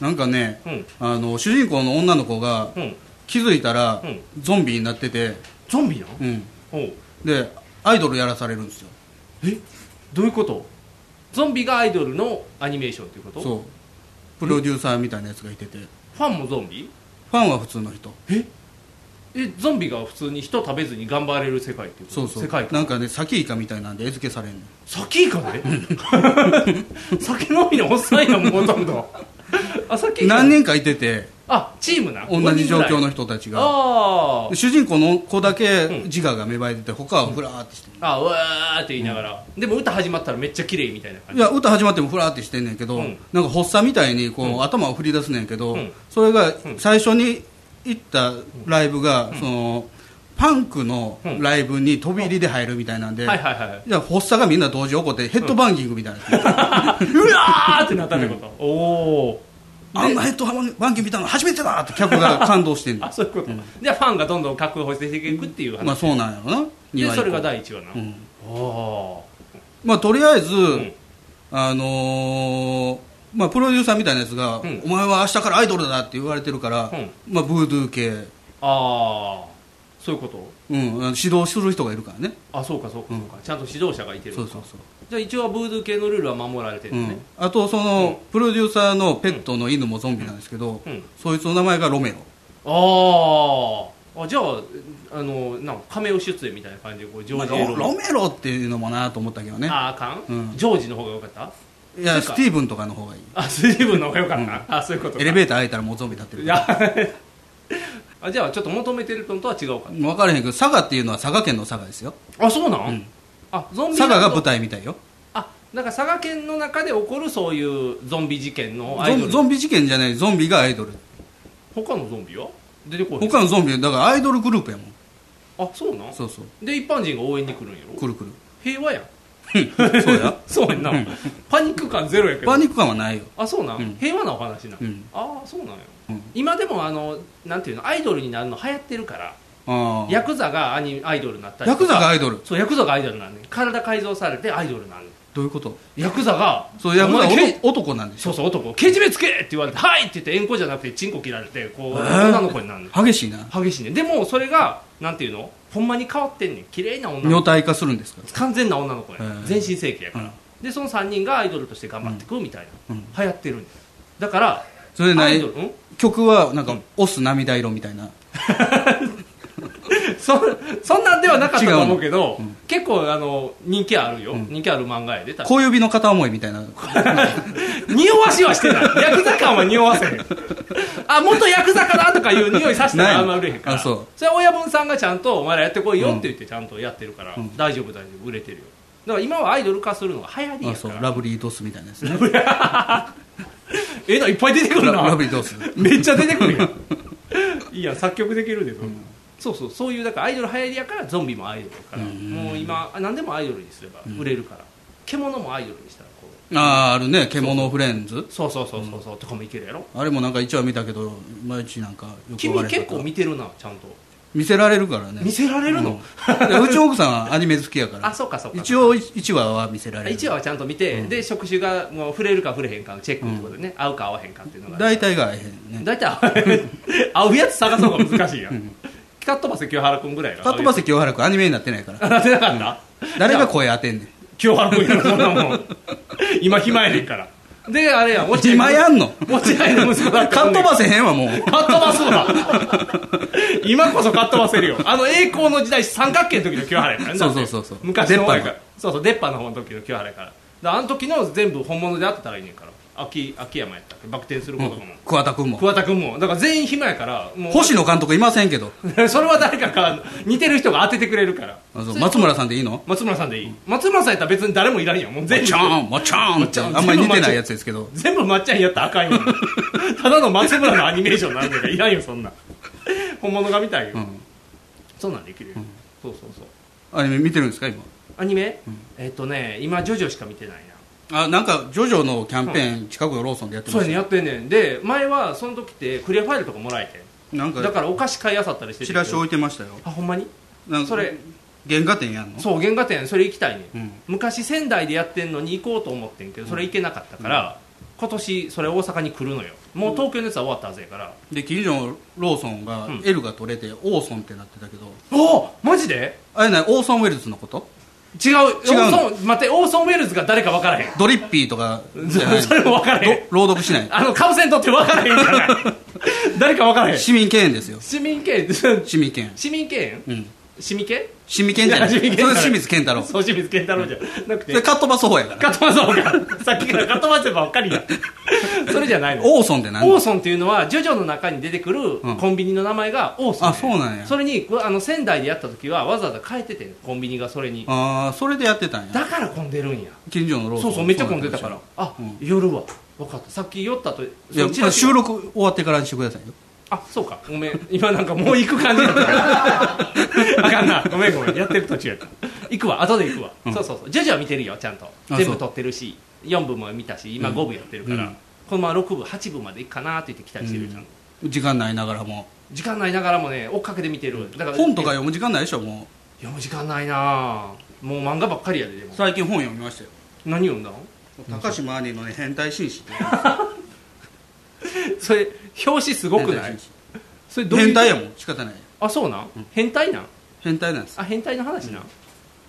Speaker 3: なんかね、
Speaker 2: うん
Speaker 3: あの主人公の女の子が
Speaker 2: うん
Speaker 3: 気づいたら、
Speaker 2: うん
Speaker 3: ゾンビになってて、
Speaker 2: ゾンビなん
Speaker 3: うん、
Speaker 2: おう
Speaker 3: でアイドルやらされるんですよ
Speaker 2: どういうことゾンビがアイドルのアニメーションっていうこと
Speaker 3: そうプロデューサーみたいなやつがいててフ
Speaker 2: ファンもゾンビ
Speaker 3: ァンは普通の人
Speaker 2: えゾンビが普通に人食べずに頑張れる世界っていうこと
Speaker 3: そうそう
Speaker 2: 世界観
Speaker 3: なんかねサキイカみたいなんで餌付けされんの
Speaker 2: 酒イカね *laughs* 酒飲みのおっさんやもんほとんどあ酒イカ
Speaker 3: 何人かいてて
Speaker 2: あチームな
Speaker 3: 同じ状況の
Speaker 2: 人
Speaker 3: 人たちが
Speaker 2: あー
Speaker 3: 主人公の子だけ
Speaker 2: うん
Speaker 3: 自我が芽生えてて他はフラーってしてる、
Speaker 2: あうわーって言いながら、でも歌始まったらめっちゃ綺麗みたいな感
Speaker 3: い
Speaker 2: じ
Speaker 3: や歌始まってもフラーってしてんねんけど、
Speaker 2: うん
Speaker 3: なんか発作みたいにこう、
Speaker 2: うん
Speaker 3: 頭を振り出すねんけど、
Speaker 2: うん
Speaker 3: それが
Speaker 2: ん
Speaker 3: 最初に行ったライブが、そのパンクのライブに飛び入りで入るみたいなんで、
Speaker 2: はいはいはいはいう
Speaker 3: じゃあ発作がみんな同時起こってヘッドバンギングみたいな、
Speaker 2: *laughs* わーってなったってこと、おお
Speaker 3: あんなヘッドバンギング見たの初めてだって客が感動してんの
Speaker 2: あそういうこと、じゃあファンがどんどん確保していくっていう話、
Speaker 3: まあそうなんやろな二
Speaker 2: で
Speaker 3: 話以降
Speaker 2: それが第1話な、
Speaker 3: うん
Speaker 2: お
Speaker 3: まあとりあえず、
Speaker 2: ん
Speaker 3: あのーまあ、プロデューサーみたいなやつが、
Speaker 2: うん
Speaker 3: お前は明日からアイドルだって言われてるから、
Speaker 2: うん
Speaker 3: まあ、ブードゥー系、
Speaker 2: ああそういうこと
Speaker 3: うん、あの指導する人がいるからね
Speaker 2: あそうかそうかそうか、ちゃんと指導者がいてる
Speaker 3: そうそうそう
Speaker 2: じゃあ一応はブードゥー系のルールは守られてる
Speaker 3: う
Speaker 2: の
Speaker 3: ん
Speaker 2: ね、、
Speaker 3: あとその、プロデューサーのペットの犬もゾンビなんですけど、
Speaker 2: うん
Speaker 3: そいつの名前がロメロ
Speaker 2: ああじゃああのなんか亀を出演みたいな感じでこうジョ
Speaker 3: まあ
Speaker 2: ージ
Speaker 3: ロ
Speaker 2: エロ
Speaker 3: ロメロっていうのもなと思ったけどね
Speaker 2: ああかん、
Speaker 3: うん
Speaker 2: ジョージの方が良かった
Speaker 3: い
Speaker 2: そ
Speaker 3: や
Speaker 2: うか
Speaker 3: スティーブンとかの方がいい
Speaker 2: あスリーブの方が良かった、あそういうことか
Speaker 3: エレベーター開いたらもうゾンビ立ってる
Speaker 2: い
Speaker 3: から
Speaker 2: や *laughs* あじゃあちょっと求めてるのとは違うか
Speaker 3: 分からへんけど佐賀っていうのは佐賀県の佐賀ですよ
Speaker 2: あそうな
Speaker 3: う
Speaker 2: ん、
Speaker 3: ん
Speaker 2: あゾンビ
Speaker 3: 佐賀が舞
Speaker 2: 台
Speaker 3: 台みたいよ
Speaker 2: あなんか佐賀県の中で起こるそういうゾンビ事件のア
Speaker 3: ゾ
Speaker 2: イド
Speaker 3: ン
Speaker 2: ル
Speaker 3: ゾンビ事件じゃないゾンビがアイドル
Speaker 2: 他のゾンビは出てこない
Speaker 3: 他のゾンビだからアイドルグループやもん
Speaker 2: あそうなん
Speaker 3: そうそう
Speaker 2: で一般人が応援に来るんや
Speaker 3: く
Speaker 2: ろ
Speaker 3: るくる
Speaker 2: 平和やん
Speaker 3: そうや
Speaker 2: *laughs* そうやんなパニック感ゼロやけど
Speaker 3: パニック感はないよ
Speaker 2: あそうなん、
Speaker 3: うん
Speaker 2: 平和なお話な、
Speaker 3: うん
Speaker 2: ああそうなんや、
Speaker 3: うん
Speaker 2: 今でもあのなんていうのアイドルになるの流行ってるから
Speaker 3: ああ
Speaker 2: ヤクザがアニアイドルになったり
Speaker 3: ヤ
Speaker 2: とか
Speaker 3: クザがアイドル
Speaker 2: そうヤクザがアイドルなんねん体改造されてアイドルなんね
Speaker 3: どういうこと
Speaker 2: んヤクザが
Speaker 3: そうヤクザ
Speaker 2: お
Speaker 3: は
Speaker 2: 前け
Speaker 3: 男男なんでし
Speaker 2: そ
Speaker 3: ょ
Speaker 2: うそう男けじめつけって言われて「はい!」って言って円弧じゃなくてチンコ切られてこう女の子になるの
Speaker 3: 激しいな
Speaker 2: 激しいねでもそれがなんていうのほんまに変わってんねん綺麗な女の
Speaker 3: 女
Speaker 2: 子
Speaker 3: 体化するんですか
Speaker 2: 完全な女の子やね
Speaker 3: へ
Speaker 2: ん
Speaker 3: え
Speaker 2: 全身整形やから、
Speaker 3: うん
Speaker 2: でその3人がアイドルとして頑張ってくみたいな、
Speaker 3: うん
Speaker 2: 流行ってるんですだから
Speaker 3: それでな
Speaker 2: アイ
Speaker 3: い
Speaker 2: ドル、うん、 *laughs*
Speaker 3: 曲はなんかオス涙色みたいな
Speaker 2: そそんなんではなかったと思うけ
Speaker 3: 違うの
Speaker 2: ど
Speaker 3: うん
Speaker 2: 結構あの人気あるよ、
Speaker 3: ん
Speaker 2: 人気ある漫画やで確か
Speaker 3: 小指の片思いみたいな
Speaker 2: 匂わしはしてないヤクザ感は匂わせへんあ元ヤクザかなとかいう匂いさせた
Speaker 3: ない
Speaker 2: らあんま売れへんから
Speaker 3: あそう
Speaker 2: れは親分さんがちゃんとお前らやってこいよって言ってちゃんとやってるから、大丈夫大丈夫売れてるよだから今はアイドル化するのが流行り
Speaker 3: あ
Speaker 2: や
Speaker 3: そ
Speaker 2: か
Speaker 3: う
Speaker 2: ら
Speaker 3: ラブリードスみたいなやつね
Speaker 2: ええないっぱい出てくる
Speaker 3: ラ
Speaker 2: な
Speaker 3: ラブリードス
Speaker 2: めっちゃ出てく
Speaker 3: *laughs*
Speaker 2: るやんいいやん作曲できるでそ,、ん、そうそうそういうだからアイドル流行りやからゾンビもアイドルやから、もう今何でもアイドルにすれば売れるから、獣もアイドルにしたらこう
Speaker 3: あああるね獣フレンズ
Speaker 2: そうそうそうそうそうとかもいけるやろ
Speaker 3: あれもなんか1話見たけど毎日なんかよく
Speaker 2: 君
Speaker 3: われ
Speaker 2: 結構見てるなちゃんと
Speaker 3: 見せられるからね
Speaker 2: 見せられるの、
Speaker 3: うんうちの奥さんはアニメ好きやから
Speaker 2: あそうかそうか
Speaker 3: 一応1話は見せられる
Speaker 2: 一話はちゃんと見て、で触手がもう触れるか触れへんかのチェックってことでね、合うか合わへんかっていうのが
Speaker 3: 大体が合えへんね
Speaker 2: 大体
Speaker 3: *laughs*
Speaker 2: 合う合うやつ探すのが難しいやん、かっ飛ばせ清原君ぐらいが
Speaker 3: カットバス清原君アニメになってないから
Speaker 2: 合うやつなってなかった、
Speaker 3: 誰が声当てんねん
Speaker 2: 今日あるんやろそんなも
Speaker 3: *laughs*
Speaker 2: ん今暇やねんからであれや落合
Speaker 3: 今やんの
Speaker 2: 落合の息子だって
Speaker 3: かっ飛ばせへんわもう
Speaker 2: かっ飛ばすわ今こそかっ飛ばせるよあの栄光の時代三角形の時の清原やからね
Speaker 3: そうそうそうそう
Speaker 2: だって昔の方やか
Speaker 3: 出っ
Speaker 2: らそうそう出っ歯の方の時の清原やからだからあの時の全部本物であってたらいいねんから秋秋山やったっけバク転することかも、
Speaker 3: 桑田君も
Speaker 2: 桑田君もだから全員暇やからもう
Speaker 3: 星野監督いませんけど
Speaker 2: *laughs* それは誰かから似てる人が当ててくれるから
Speaker 3: あそう松村さんでいいの
Speaker 2: 松村さんでいい松村さんやったら別に誰もいらんやんもう
Speaker 3: も
Speaker 2: 全員
Speaker 3: ちゃーんもちゃーんってあんまり似てないやつですけど
Speaker 2: 全部まっちゃんやったら
Speaker 3: *laughs*
Speaker 2: あかんよただの松村のアニメーションなんだからいらんよそんな本物が見たいよ、
Speaker 3: うん
Speaker 2: そんなんできるよ、そうそうそう
Speaker 3: アニメ見てるんですか今
Speaker 2: アニメ、えっとね今ジョジョしか見てないな
Speaker 3: あなんかジョジョのキャンペーン近くのローソンでやって
Speaker 2: そ
Speaker 3: ま
Speaker 2: うや
Speaker 3: し
Speaker 2: ね
Speaker 3: た
Speaker 2: や
Speaker 3: よ
Speaker 2: ってんねんで前はその時ってクリアファイルとかもらえて
Speaker 3: なん
Speaker 2: んだか
Speaker 3: から
Speaker 2: お菓子買いあさったりしてて
Speaker 3: チラシ置いてましたよ
Speaker 2: あほんまに
Speaker 3: なんか
Speaker 2: それ
Speaker 3: 原画展やんの
Speaker 2: そう原画展それ行きたいね、
Speaker 3: うんん
Speaker 2: 昔仙台でやってんのに行こうと思ってんけどそれ行けなかったから、今年それ大阪に来るのよもう東京のやつは終わったはずやから、
Speaker 3: で近所のローソンが
Speaker 2: ん
Speaker 3: L が取れてオーソンってなってたけど
Speaker 2: おおマジで
Speaker 3: あれねオーソンウェルズのこと
Speaker 2: 違うオー
Speaker 3: 違うの
Speaker 2: ソン待ってオーソン・ウェルズが誰か分からへん
Speaker 3: ドリッピーとかじゃない
Speaker 2: *laughs* そそれも分からへん
Speaker 3: 朗読しない
Speaker 2: あのかぶせんとって分からへ
Speaker 3: *laughs*
Speaker 2: んから誰か分からへん
Speaker 3: 市民権ですよ
Speaker 2: 市民権
Speaker 3: 市民権
Speaker 2: *laughs* 市民権
Speaker 3: うん
Speaker 2: 市民権
Speaker 3: 市民権じゃない
Speaker 2: いや市民権じゃない
Speaker 3: それ清水健太郎そ
Speaker 2: そう清水健太郎じゃなくて
Speaker 3: れカットバス方やから
Speaker 2: かとまそうかさっきからかとませばっかりやそれじゃないの
Speaker 3: オーソンって何
Speaker 2: オーソンっていうのはジョジョの中に出てくる
Speaker 3: うん
Speaker 2: コンビニの名前がオーソン、
Speaker 3: あそうなんや
Speaker 2: それにあの仙台でやった時はわざわざ変えててんコンビニがそれに
Speaker 3: ああそれでやってたんや
Speaker 2: だから混んでるんや
Speaker 3: 近所のローソ
Speaker 2: そ
Speaker 3: ン
Speaker 2: うそうめっちゃ混んでたから
Speaker 3: い
Speaker 2: あ、
Speaker 3: うん
Speaker 2: 夜は分かったさっき酔ったと
Speaker 3: や
Speaker 2: そっち
Speaker 3: ま
Speaker 2: の
Speaker 3: あ収録終わってからにしてくださいよ
Speaker 2: あそうかごめん今なんかもう行く感じだったあかんなごめんごめんやってる途中やった行くわ後で行くわ、
Speaker 3: ん
Speaker 2: そうそうそうジョジョは見てるよちゃんと
Speaker 3: そう
Speaker 2: 全部撮ってるし4部も見たし今
Speaker 3: うん
Speaker 2: 5部やってるから、
Speaker 3: うん
Speaker 2: このまま6部8部までいくかなって言って期待してるじゃん、
Speaker 3: 時間ないながらも
Speaker 2: 時間ないながらもね追っかけて見てるだから
Speaker 3: 本とか読む時間ないでしょも
Speaker 2: 読む時間ないなもう漫画ばっかりやでで
Speaker 3: う
Speaker 2: も
Speaker 3: 最近本読みましたよ
Speaker 2: 何読んだの
Speaker 3: 高島兄のね変態紳士って
Speaker 2: それ表紙すごく
Speaker 3: 変
Speaker 2: な
Speaker 3: 態
Speaker 2: い
Speaker 3: 紳士
Speaker 2: それどういう
Speaker 3: 変態やもん仕方ない
Speaker 2: あそうなん、変態なん
Speaker 3: 変態なんです
Speaker 2: あ変態の話なん、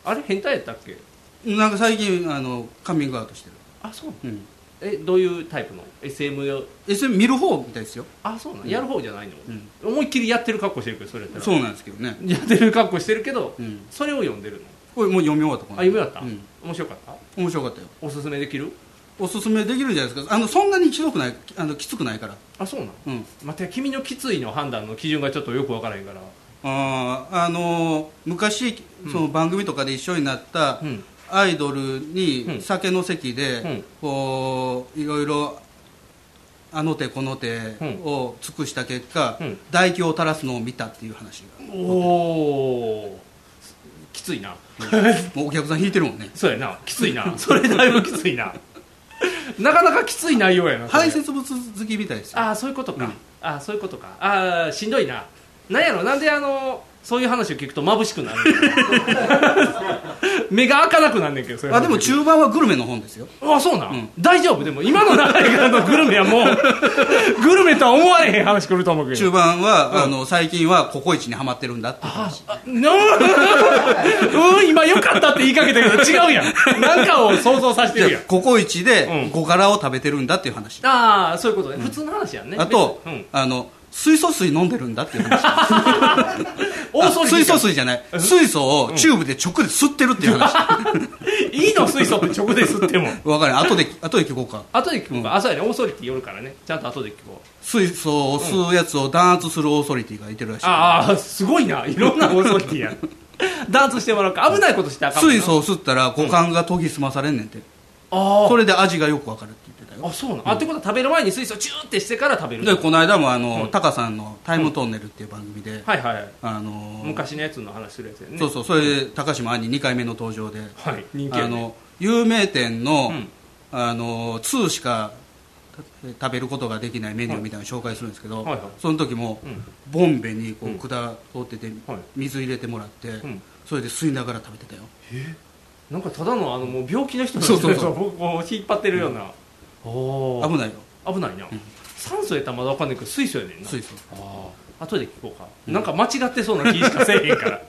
Speaker 2: あれ変態やったっけ
Speaker 3: なんか最近あのカミングアウトしてる
Speaker 2: あそう
Speaker 3: うん
Speaker 2: えどういうタイプの SM よ
Speaker 3: SM 見る方みたいですよ
Speaker 2: あそうなんやる方じゃないの、
Speaker 3: うん
Speaker 2: 思いっきりやってる格好してるけどそれやったら
Speaker 3: そうなんですけどね
Speaker 2: やってる格好してるけど、
Speaker 3: うん
Speaker 2: それを読んでるの
Speaker 3: これもう読み終わったこ
Speaker 2: あ
Speaker 3: の
Speaker 2: 夢だった、
Speaker 3: うん
Speaker 2: 面白かった
Speaker 3: 面白かったよ
Speaker 2: おすすめできる
Speaker 3: おすすめできるじゃないですかあのそんなにひどくないあのきつくないから
Speaker 2: あそうなん
Speaker 3: うん
Speaker 2: 待って君のきついの判断の基準がちょっとよくわからへんから
Speaker 3: あーあのー昔その番組とかで一緒になった、
Speaker 2: うん
Speaker 3: アイドル
Speaker 2: う
Speaker 3: に
Speaker 2: ん
Speaker 3: 酒の席で、
Speaker 2: うん
Speaker 3: こういろいろあの手この手を尽くした結果、
Speaker 2: うん
Speaker 3: 唾液を垂らすのを見たっていう話が
Speaker 2: おおきついな
Speaker 3: もうお客さん引いてるもんね
Speaker 2: *laughs* そうやなきついなそれだいぶきついななかなかきつい内容や
Speaker 3: *laughs*
Speaker 2: なそれ
Speaker 3: 排泄物好きみたいですよ
Speaker 2: ああそういうことか、
Speaker 3: うん
Speaker 2: ああそういうことかああしんどいななんやろなんであのそういう話を聞くと眩しくなるんや *laughs* 目が開かなくなんねんけどそれ
Speaker 3: あでも中盤はグルメの本ですよ
Speaker 2: あそうなん、
Speaker 3: うん
Speaker 2: 大丈夫でも今の流れからのグルメはもう *laughs* グルメとは思われへん話くると思うけど
Speaker 3: 中盤は、あの最近はココイチにはまってるんだっていう話
Speaker 2: *laughs* うん、うん、今よかったって言いかけたけど違うやんなんかを想像させてる
Speaker 3: じ
Speaker 2: や
Speaker 3: ゃあ
Speaker 2: ん
Speaker 3: ココイチ
Speaker 2: う
Speaker 3: で
Speaker 2: ん
Speaker 3: 5殻を食べてるんだっていう話、
Speaker 2: ああそういうことね、普通の話やんね
Speaker 3: あと、
Speaker 2: 別にうん、
Speaker 3: あの水素水飲んでるんだっていう話
Speaker 2: 大掃除
Speaker 3: 水素水じゃない水素をチューブで直で吸ってるっていう話
Speaker 2: *laughs* いいの水素って直で吸っても
Speaker 3: わかる後で後で聞こうか
Speaker 2: 後で聞こう
Speaker 3: う
Speaker 2: か、
Speaker 3: ん
Speaker 2: あそうやねオーソリティ寄るからねちゃんと後で聞こう
Speaker 3: 水素を吸うやつを弾圧するオーソリティがいてるらしい
Speaker 2: ああすごいないろんなオーソリティや *laughs* ダンスしてもらうか危ないことしてあかんもんな
Speaker 3: 水素を吸ったら股間が研ぎ澄まされんねんて
Speaker 2: あ
Speaker 3: それで味がよくわかるって言ってた
Speaker 2: ああ
Speaker 3: よ
Speaker 2: そうなの、あってことは食べる前に水素チューってしてから食べる
Speaker 3: でこの間もあの、
Speaker 2: うん
Speaker 3: タカさんの「タイムトンネル」っていう番組で、
Speaker 2: はいはい
Speaker 3: あのー
Speaker 2: 昔のやつの話するやつやね
Speaker 3: そうそうそれで高島兄2回目の登場で、
Speaker 2: はい人気
Speaker 3: あ
Speaker 2: やね
Speaker 3: の有名店の、
Speaker 2: うん
Speaker 3: あの2しかた食べることができないメニューみたいなのを紹介するんですけど、
Speaker 2: はいはい
Speaker 3: その時も、
Speaker 2: うん
Speaker 3: ボンベにこ
Speaker 2: うん
Speaker 3: う管取ってて、
Speaker 2: はい
Speaker 3: 水入れてもらって、
Speaker 2: ん
Speaker 3: それで吸いながら食べてたよ
Speaker 2: なんかただのあのもう病気の人
Speaker 3: そうそうそう
Speaker 2: 僕を引っ張ってるような、お
Speaker 3: 危ないよ
Speaker 2: お危ないな、酸素やったらまだわかんないけど水素やねんな
Speaker 3: 水素
Speaker 2: ああ *laughs* 後で聞こうか、なんか間違ってそうな気しかせえへんから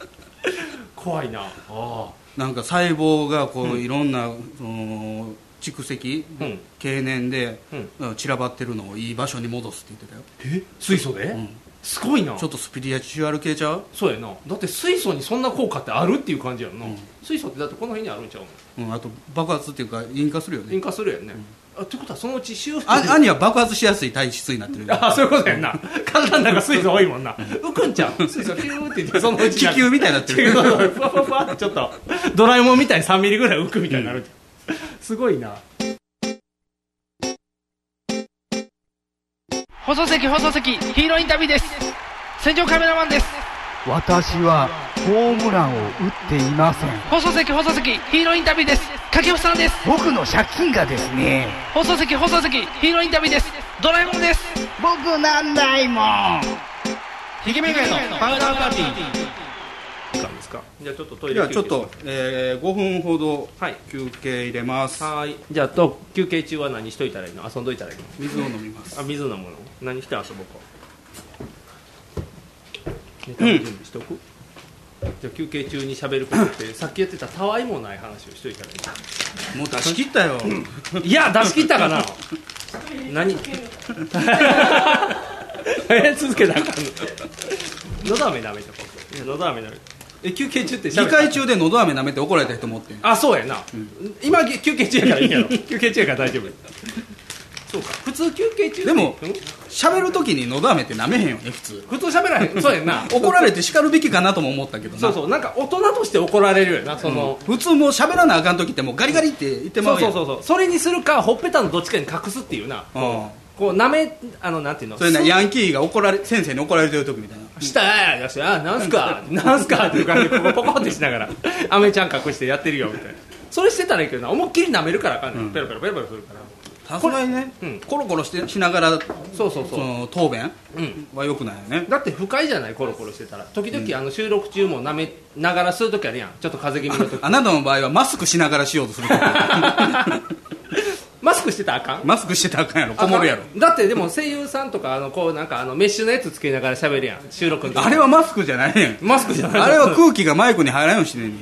Speaker 2: 怖いなああ
Speaker 3: なんか細胞がこう、いろんなその蓄積、
Speaker 2: うん
Speaker 3: 経年で、うん散らばってるのをいい場所に戻すって言ってたよ
Speaker 2: え水素で、
Speaker 3: ん
Speaker 2: すごいな
Speaker 3: ちょっとスピリチュアル系ちゃう、
Speaker 2: そうやなだって水素にそんな効果ってあるっていう感じやんな、
Speaker 3: うん
Speaker 2: 水素ってだってこの辺にあるんちゃうの
Speaker 3: うん、あと爆発っていうか引火するよ
Speaker 2: 引
Speaker 3: ね
Speaker 2: 火するやんね、あってことはそのうち修復
Speaker 3: あ兄は爆発しやすい体質になってるよ
Speaker 2: *laughs* あそういうことやんな体の中水素多いもんな浮くんちゃう水素ピューって言ってそのうち
Speaker 3: 気球みたいになってる
Speaker 2: るふわふわふわってちょっとドラえもんみたいに3ミリぐらい浮くみたいになるじゃんすごいな
Speaker 8: 放送席放送席ヒーローインタビューです戦場カメラマンです
Speaker 9: 私はホームランを打っていません
Speaker 8: 放送席放送席ヒーローインタビューです掛布さんです
Speaker 9: 僕の借金がですね
Speaker 8: 放送席放送席ヒーローインタビューですドラえもんです
Speaker 9: 僕なんないもん
Speaker 8: ひげめがのパウダーパーティー
Speaker 2: なんですかじゃあちょっとトイ
Speaker 3: じ
Speaker 2: レ
Speaker 3: ゃ
Speaker 2: 休
Speaker 3: あ
Speaker 2: 憩
Speaker 3: ちょっと、え5分ほど
Speaker 2: はい
Speaker 3: 休憩入れます、
Speaker 2: はーいじゃあと休憩中は何しといたらいいの遊んどいたらいいの
Speaker 3: 水を飲みます
Speaker 2: あ水飲むの何して遊ぼうかネタの準備しとく、じゃあ休憩中に喋ること *laughs* ってさっき言ってたたわいもない話をしといたらいい
Speaker 3: もう出し切ったよ
Speaker 2: いや出し切ったかな何え続けなあかんの喉飴舐めとこういや喉飴舐めえ休憩中って喋
Speaker 3: 議
Speaker 2: った
Speaker 3: 会中でのど飴舐めて怒られた人もおってん
Speaker 2: あそうやな、今ぎ休憩中やからいいやろ *laughs* 休憩中やから大丈夫そうか普通休憩中って
Speaker 3: でも
Speaker 2: うん
Speaker 3: 喋る時にのど飴って舐めへんよね普通
Speaker 2: 普通喋らへんそうやん *laughs* な
Speaker 3: 怒られて叱るべきかなとも思ったけどな
Speaker 2: そうそうなんか大人として怒られるよなその、
Speaker 3: 普通もう喋らなあかん時ってもうガリガリって言ってま
Speaker 2: そう
Speaker 3: うや
Speaker 2: そうんそうそうそれにするかほっぺたのどっちかに隠すっていうな、
Speaker 3: うん
Speaker 2: こうなめあのなんていうの
Speaker 3: それなヤンキーが怒られ先生に怒られてる時みたいな
Speaker 2: したやよしあなんすかなんすかっていう感じでここポコってしながらアメちゃん隠してやってるよみたいなそれしてたらいいけどな思いっきり舐めるからあかんね、んペロペロペロペロするか
Speaker 3: さ
Speaker 2: ら
Speaker 3: すがにね、
Speaker 2: うん
Speaker 3: コロコロしてしながら
Speaker 2: そうそう
Speaker 3: そ
Speaker 2: そ
Speaker 3: うの答弁
Speaker 2: うん
Speaker 3: はよくないよね
Speaker 2: だって不快じゃないコロコロしてたら時々あの収録中も舐めながらする時あるやんちょっと風邪気味の *laughs* 時
Speaker 3: あなたの場合はマスクしながらしようと
Speaker 2: *laughs*
Speaker 3: する
Speaker 2: マスクしてたらあかん
Speaker 3: マスクしてたらあかんやろこもるやろ
Speaker 2: あかんだってでも声優さんとかあのこうなんかあのメッシュのやつつけながら喋るやん収録の時
Speaker 3: あれはマスクじゃないやん
Speaker 2: マスクじゃない
Speaker 3: あれは空気がマイクに入らんようにしてんねん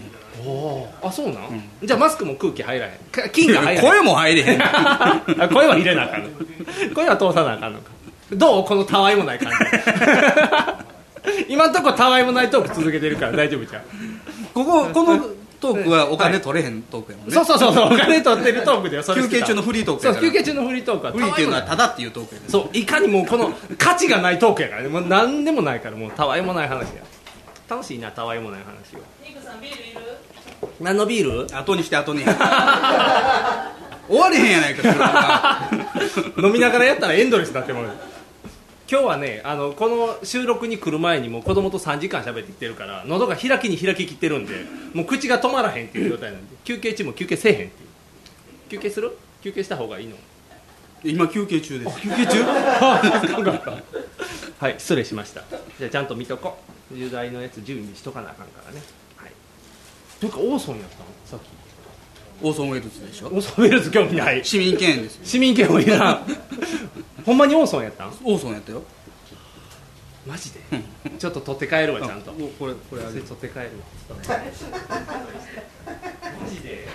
Speaker 2: あそうなん、じゃあマスクも空気入らへんか菌が入らへん
Speaker 3: 声も入れへん
Speaker 2: *laughs* あ声は入れなあかんの声は通さなあかんのかどうこのたわいもない感じ *laughs* 今んとこたわいもないトーク続けてるから大丈夫じゃん
Speaker 3: こここのトークはお金取れへんトークやもんね、
Speaker 2: そうそうそうそうお金取ってるトークだよそれ
Speaker 3: 休憩中のフリートーク
Speaker 2: そ
Speaker 3: や
Speaker 2: う
Speaker 3: から
Speaker 2: 休憩中のフリートークは
Speaker 3: フリーっていうのは
Speaker 2: た
Speaker 3: ただっていうトークやね
Speaker 2: わいもないそういかにもこの価値がないトークやからねもう何でもないからもうたわいもない話や楽しいなたわいもない話を何のビール
Speaker 3: 後にして後 *laughs* に終われへんやないかそれは
Speaker 2: 飲みながらやったらエンドレスだってもう今日はねあのこの収録に来る前にもう子供と3時間喋ってきてるから喉が開きに開ききってるんでもう口が止まらへんっていう状態なんで休憩中も休憩せえへんっていう休憩する休憩した方がいいの
Speaker 3: 今休憩中です
Speaker 2: 休憩中 *laughs* はい失礼しましたじゃあちゃんと見とこ重大のやつ準備しとかなあかんからねはいというかオーソンやったのさっき
Speaker 3: オーソンウェルズでしょ
Speaker 2: オーソンウェルズ興味ない
Speaker 3: 市民権ですよ
Speaker 2: 市民権もいらん *laughs* ほんまにオーソンやったん
Speaker 3: オーソンやったよ
Speaker 2: マジでちょっと取って帰るわちゃんと
Speaker 3: おこれこれあ
Speaker 2: そ
Speaker 3: げ
Speaker 2: れ
Speaker 3: る
Speaker 2: 取って帰るマジで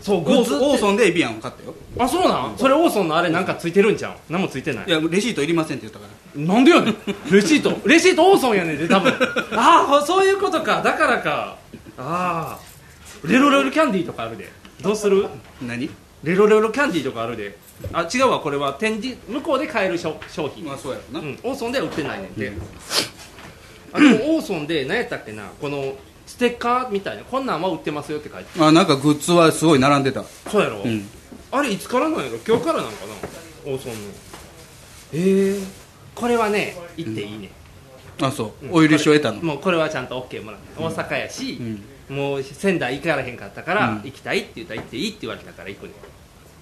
Speaker 2: そう
Speaker 3: オ
Speaker 2: グッ
Speaker 3: ー
Speaker 2: ズ
Speaker 3: ソ
Speaker 2: っ
Speaker 3: ン
Speaker 2: て
Speaker 3: オーソンでエビアンを買ったよ
Speaker 2: あそうなんそれオーソンのあれなんかついてるんじゃん何もついてない
Speaker 3: いやレシートいりませんって言ったから
Speaker 2: なんでやねんレシートレシートオーソンやねんで多分ああそういうことかだからかああレロレロキャンディーとかあるでどうする
Speaker 3: 何
Speaker 2: レロレロキャンディーとかあるであ違うわこれは展示向こうで買える商商品
Speaker 3: まあそうやろな、
Speaker 2: うん、オーソンでは売ってないねんで、あでもオーソンで何やったっけなこのステッカーみたいなこんなんは売ってますよって書いて
Speaker 3: あなんかグッズはすごい並んでた
Speaker 2: あるそうやろ、
Speaker 3: うん
Speaker 2: あれいつからなんやろ今日からなんかなオーソンのええこれはね行っていいね、
Speaker 3: あそう、
Speaker 2: うん
Speaker 3: お許しを得たの
Speaker 2: もうこれはちゃんと OK もらって、大阪やし、もう仙台行からへんかったから、
Speaker 3: うん
Speaker 2: 行きたいって言ったら行っていいって言われたから行くねん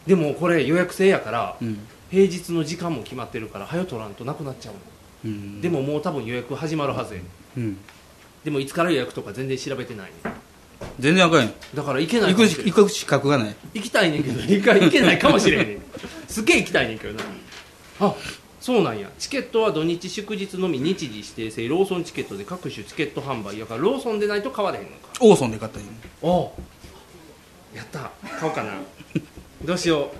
Speaker 2: でもこれ予約制やから、
Speaker 3: うん、
Speaker 2: 平日の時間も決まってるから早取らんとなくなっちゃうの、
Speaker 3: うん、
Speaker 2: でももう多分予約始まるはずやねん
Speaker 3: うん、
Speaker 2: でもいつから予約とか全然調べてない、ね、
Speaker 3: 全然あかんよ
Speaker 2: だから行けない
Speaker 3: 行
Speaker 2: かも
Speaker 3: く
Speaker 2: し
Speaker 3: し
Speaker 2: れん
Speaker 3: 行く資格がない
Speaker 2: 行きたいねんけど行か行けないかもしれんねんすっげえ行きたいねんけどなあそうなんやチケットは土日祝日のみ日時指定制ローソンチケットで各種チケット販売やからローソンでないと買われへんのか
Speaker 3: オーソンで買ったらいい
Speaker 2: おやった買おうかなどうしよ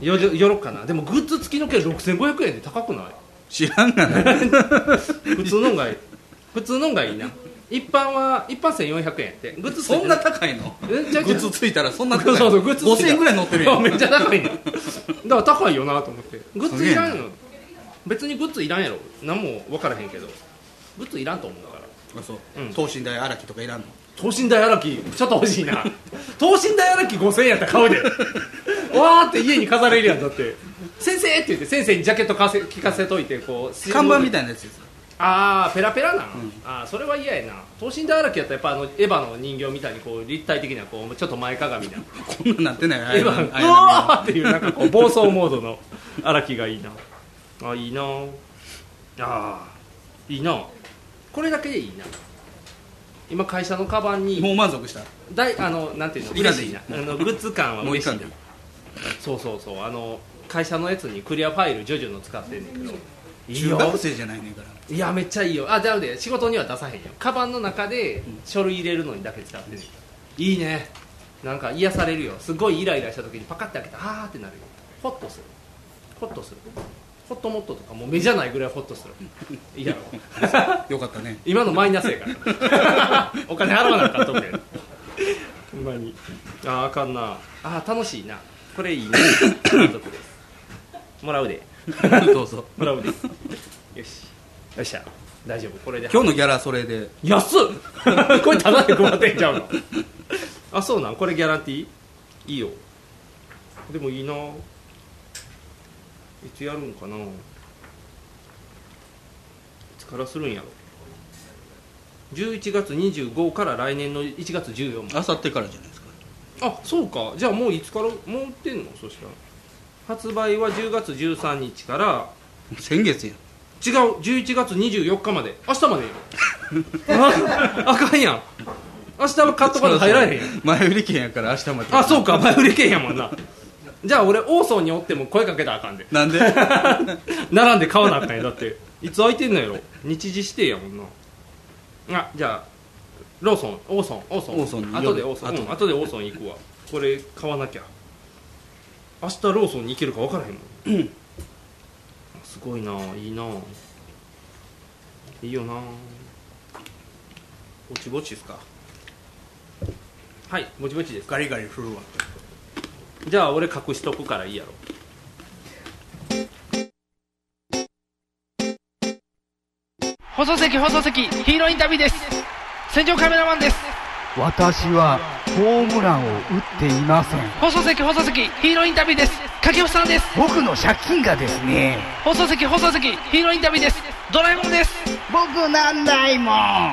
Speaker 2: うよろよろっかなでもグッズ付きの券6500円で高くない
Speaker 3: 知らんがな
Speaker 2: 普通のんがいい普通のんがいいな一般は一般1400円やってグッズ付
Speaker 3: *laughs*
Speaker 2: い
Speaker 3: そ
Speaker 2: て
Speaker 3: んな高いの
Speaker 2: えじゃあ
Speaker 3: グッズついたらそんな高
Speaker 2: そ
Speaker 3: いうの
Speaker 2: そうグッズ付
Speaker 3: 5000
Speaker 2: き
Speaker 3: 円ぐらい乗ってるやん
Speaker 2: *laughs* めっちゃ高いねだから高いよなと思ってグッズいらんの別にグッズいらんやろ何も分からへんけどグッズいらんと思うから
Speaker 3: あそう
Speaker 2: うん
Speaker 3: 等身大荒木とかいらんの
Speaker 2: 等身大荒木ちょっと欲し
Speaker 3: *laughs*
Speaker 2: いな等身大荒木5000円やったら買うでわーって家に飾れるやんだって先生って言って先生にジャケットかせ聞かせといてこう
Speaker 3: 看板み
Speaker 2: い
Speaker 3: たいなやつです
Speaker 2: ああペラペラな、ああそれは嫌やな等身大荒木やったらやっぱあのエヴァの人形みたいにこう立体的なこうちょっと前かがみな
Speaker 3: こんなんなって
Speaker 2: *laughs*
Speaker 3: ないああい
Speaker 2: エ
Speaker 3: う
Speaker 2: ヴ
Speaker 3: の
Speaker 2: ァ
Speaker 3: ああい
Speaker 2: う
Speaker 3: うの
Speaker 2: わーっていうなんかこう暴走モードの荒木がいいなあいいなあーいいなこれだけでいいな今会社のカバンに
Speaker 3: もう満足した
Speaker 2: だいあのなんていうの
Speaker 3: いら
Speaker 2: 嬉
Speaker 3: んでい
Speaker 2: しい
Speaker 3: い
Speaker 2: なあのグッズ感は
Speaker 3: もうい
Speaker 2: 嬉し
Speaker 3: か
Speaker 2: い
Speaker 3: ん
Speaker 2: な
Speaker 3: で
Speaker 2: そうそうそうあの会社のやつにクリアファイルジョジョの使ってんねんけどいい
Speaker 3: 中
Speaker 2: よ
Speaker 3: 学生じゃないねんから
Speaker 2: いやめっちゃいいよあじゃあで仕事には出さへんよカバンの中で書類入れるのにだけ使ってんねんいいねなんか癒されるよすごいイライラした時にパカッて開けたあーってなるよホッとするホッとするホットモットとかもう目じゃないぐらいホッとするいいやろ
Speaker 3: よか
Speaker 2: *laughs*
Speaker 3: ったね
Speaker 2: 今のマイナスやから *laughs* お金払わなあかんと思うけどほんまにあああかんなああ楽しいなこれいい *coughs* ね満足ですもらうで
Speaker 3: どうぞ
Speaker 2: もらうでよしよっしゃ大丈夫これで
Speaker 3: 今日のギャラそれで
Speaker 2: 安っ *laughs* これただで500円ちゃうの *laughs* あそうなんこれギャランティーいいよでもいいないつやるんかないつからするんやろ11月25から来年の1月14まで
Speaker 3: あさってからじゃないですか
Speaker 2: あそうかじゃあもういつからもう売ってんのそしたら発売は10月13日から
Speaker 3: 先月や
Speaker 2: 違う11月24日まで明日までよああかんやん明日はカットバンド入られへんやん
Speaker 3: 前売り券やから明日まで
Speaker 2: あそうか前売り券やもんなじゃあ俺オーソンにおっても声かけたらあかんで
Speaker 3: なんで *laughs*
Speaker 2: 並んで買わなあかんやだっていつ空いてんのやろ日時指定やもんなあじゃあローソンオーソンオーソン
Speaker 3: オーソンに
Speaker 2: 後でオーソン
Speaker 3: 後で
Speaker 2: うん後でオーソン行くわこれ買わなきゃ明日ローソンに行けるか分からへんもんすごいないいないいよなぼちぼちですかはいぼちぼちです
Speaker 3: ガリガリ振るわ
Speaker 2: じゃあ俺隠しとくからいいやろ
Speaker 8: 放送席、放送席、ヒーローインタビューです。戦場カメラマンです。
Speaker 9: 私はホームランを打っていません
Speaker 8: 放送席、放送席、ヒーローインタビューです。掛布さんです。
Speaker 9: 僕の借金がですね
Speaker 8: 放送席、放送席、ヒーローインタビューです。ドラえもんです。
Speaker 9: 僕なんないもん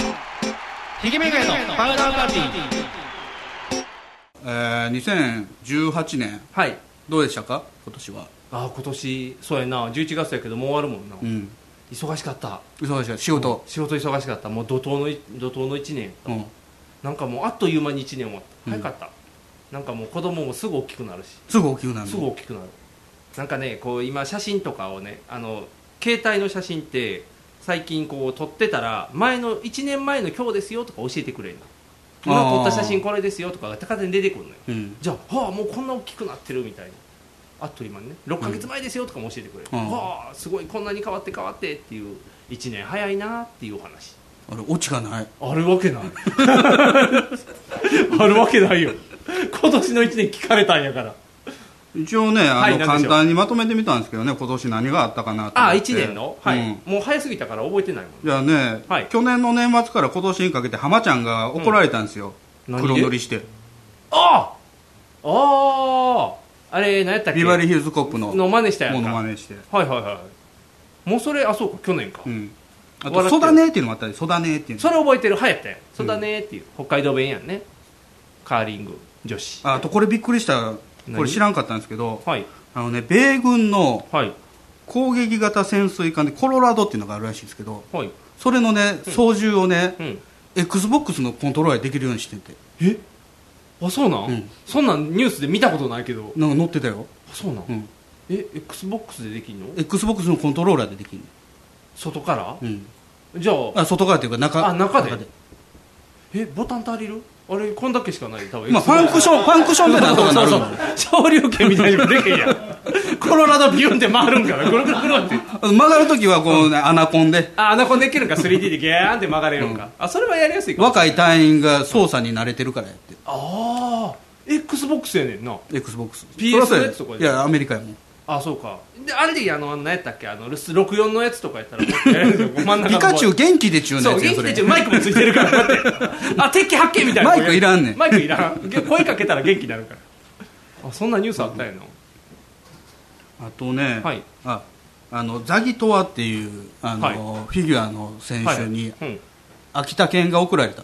Speaker 8: ひげめがのパウダーパーティー。
Speaker 3: えー、2018年
Speaker 2: はい
Speaker 3: どうでしたか今年は
Speaker 2: ああ今年そうやな11月やけどもう終わるもんな、
Speaker 3: うん
Speaker 2: 忙しかった
Speaker 3: 忙しい仕事
Speaker 2: 仕事忙しかったもう怒涛のい怒涛の1年
Speaker 3: うん
Speaker 2: なんかもうあっという間に1年終わった
Speaker 3: う
Speaker 2: 早
Speaker 3: ん
Speaker 2: かった、なんかもう子供もすぐ大きくなるし
Speaker 3: すぐ大きくなる
Speaker 2: すぐ大きくなるなんかねこう今写真とかをねあの携帯の写真って最近こう撮ってたら前の1年前の今日ですよとか教えてくれるの今
Speaker 3: あー
Speaker 2: 撮った写真これですよとかが高手に出てくるのよ
Speaker 3: うん
Speaker 2: じゃあ、はあ、もうこんな大きくなってるみたいなあっという間にね6か月前ですよとかも教えてくれる、
Speaker 3: うん
Speaker 2: はあすごいこんなに変わって変わってっていう1年早いなっていうお話
Speaker 3: あれオチがない
Speaker 2: あるわけ *laughs* ないあるわけないよ今年の1年聞かれたんやから
Speaker 3: 一応ねあの、
Speaker 2: はいなんでしょ
Speaker 3: 簡
Speaker 2: う
Speaker 3: 単にまとめてみたんですけどね今年何があったかなと思
Speaker 2: あ
Speaker 3: っ
Speaker 2: あ
Speaker 3: て
Speaker 2: 1年のはい、
Speaker 3: うん
Speaker 2: もう早すぎたから覚えてないもん
Speaker 3: じゃあね、
Speaker 2: はい
Speaker 3: 去年の年末から今年にかけて浜ちゃんが怒られたんですよ、
Speaker 2: 何で
Speaker 3: 黒塗りして
Speaker 2: あああああれ何やったっけ
Speaker 3: ビバリーヒルズコップの
Speaker 2: の真似したや
Speaker 3: も
Speaker 2: ん
Speaker 3: のま
Speaker 2: か
Speaker 3: ねして、
Speaker 2: はいはいはいもうそれあそうか去年か、
Speaker 3: うん、あ
Speaker 2: 笑
Speaker 3: と「そ
Speaker 2: って
Speaker 3: だね」っていうのもあったり「そだね」っていうの
Speaker 2: それ覚えてる流行ったやんそうだねっていう、北海道弁やんねカーリング女子
Speaker 3: ああとこれびっくりしたこれ
Speaker 2: 何
Speaker 3: 知らんかったんですけど
Speaker 2: はい
Speaker 3: あのね米軍の
Speaker 2: はい
Speaker 3: 攻撃型潜水艦でコロラドっていうのがあるらしいんですけど
Speaker 2: はい
Speaker 3: それのね操縦をね、
Speaker 2: うん
Speaker 3: XBOX のコントローラーでできるようにしてて
Speaker 2: えあそうなん、
Speaker 3: うん
Speaker 2: そんなんニュースで見たことないけど
Speaker 3: なんか乗ってたよ、
Speaker 2: あそうなん、
Speaker 3: うん
Speaker 2: え XBOX でできんの
Speaker 3: XBOX のコントローラーでできる、
Speaker 2: 外から
Speaker 3: うん、
Speaker 2: じゃあ
Speaker 3: あ外からというか中
Speaker 2: あ中でえボタン足りるあれこんだけしかない多分
Speaker 3: まあ、ファンクションファンクションでなんとかなる
Speaker 2: そ
Speaker 3: の
Speaker 2: うそうそう昇竜拳みたいにもでけえ
Speaker 3: *laughs*
Speaker 2: やんコロラドビュンって回るんかなぐるぐるぐるって
Speaker 3: 曲がるときはこの、ね、アナコンで
Speaker 2: あ穴こんできるんか 3D でギャーンって曲がれるんか、あそれはやりやすいかも
Speaker 3: 若い隊員が操作に慣れてるからやって
Speaker 2: ああ XBOX やねんな
Speaker 3: XBOX
Speaker 2: PS
Speaker 3: そらそうや
Speaker 2: のやつとかや
Speaker 3: いやアメリカやもん
Speaker 2: あそうかであれであの何やったっけあの留守64のやつとかやったらもっとやれるん
Speaker 3: *laughs*
Speaker 2: ですよ真ん中
Speaker 3: ピ
Speaker 2: の
Speaker 3: カチュウ元気で中の
Speaker 2: そ
Speaker 3: や
Speaker 2: う
Speaker 3: つや
Speaker 2: 元
Speaker 3: そ
Speaker 2: 気
Speaker 3: れ
Speaker 2: でちゅうマイクもついてるからだってあ敵発見みたいな
Speaker 3: マイクいらんねん
Speaker 2: マイクいらんげ声かけたら元気になるからあそんなニュースあったんやな、
Speaker 3: あとね、
Speaker 2: はい
Speaker 3: ああのザギトワっていうあの、
Speaker 2: はい
Speaker 3: フィギュアの選
Speaker 2: はい
Speaker 3: 手に
Speaker 2: うん
Speaker 3: 秋田犬が送られた、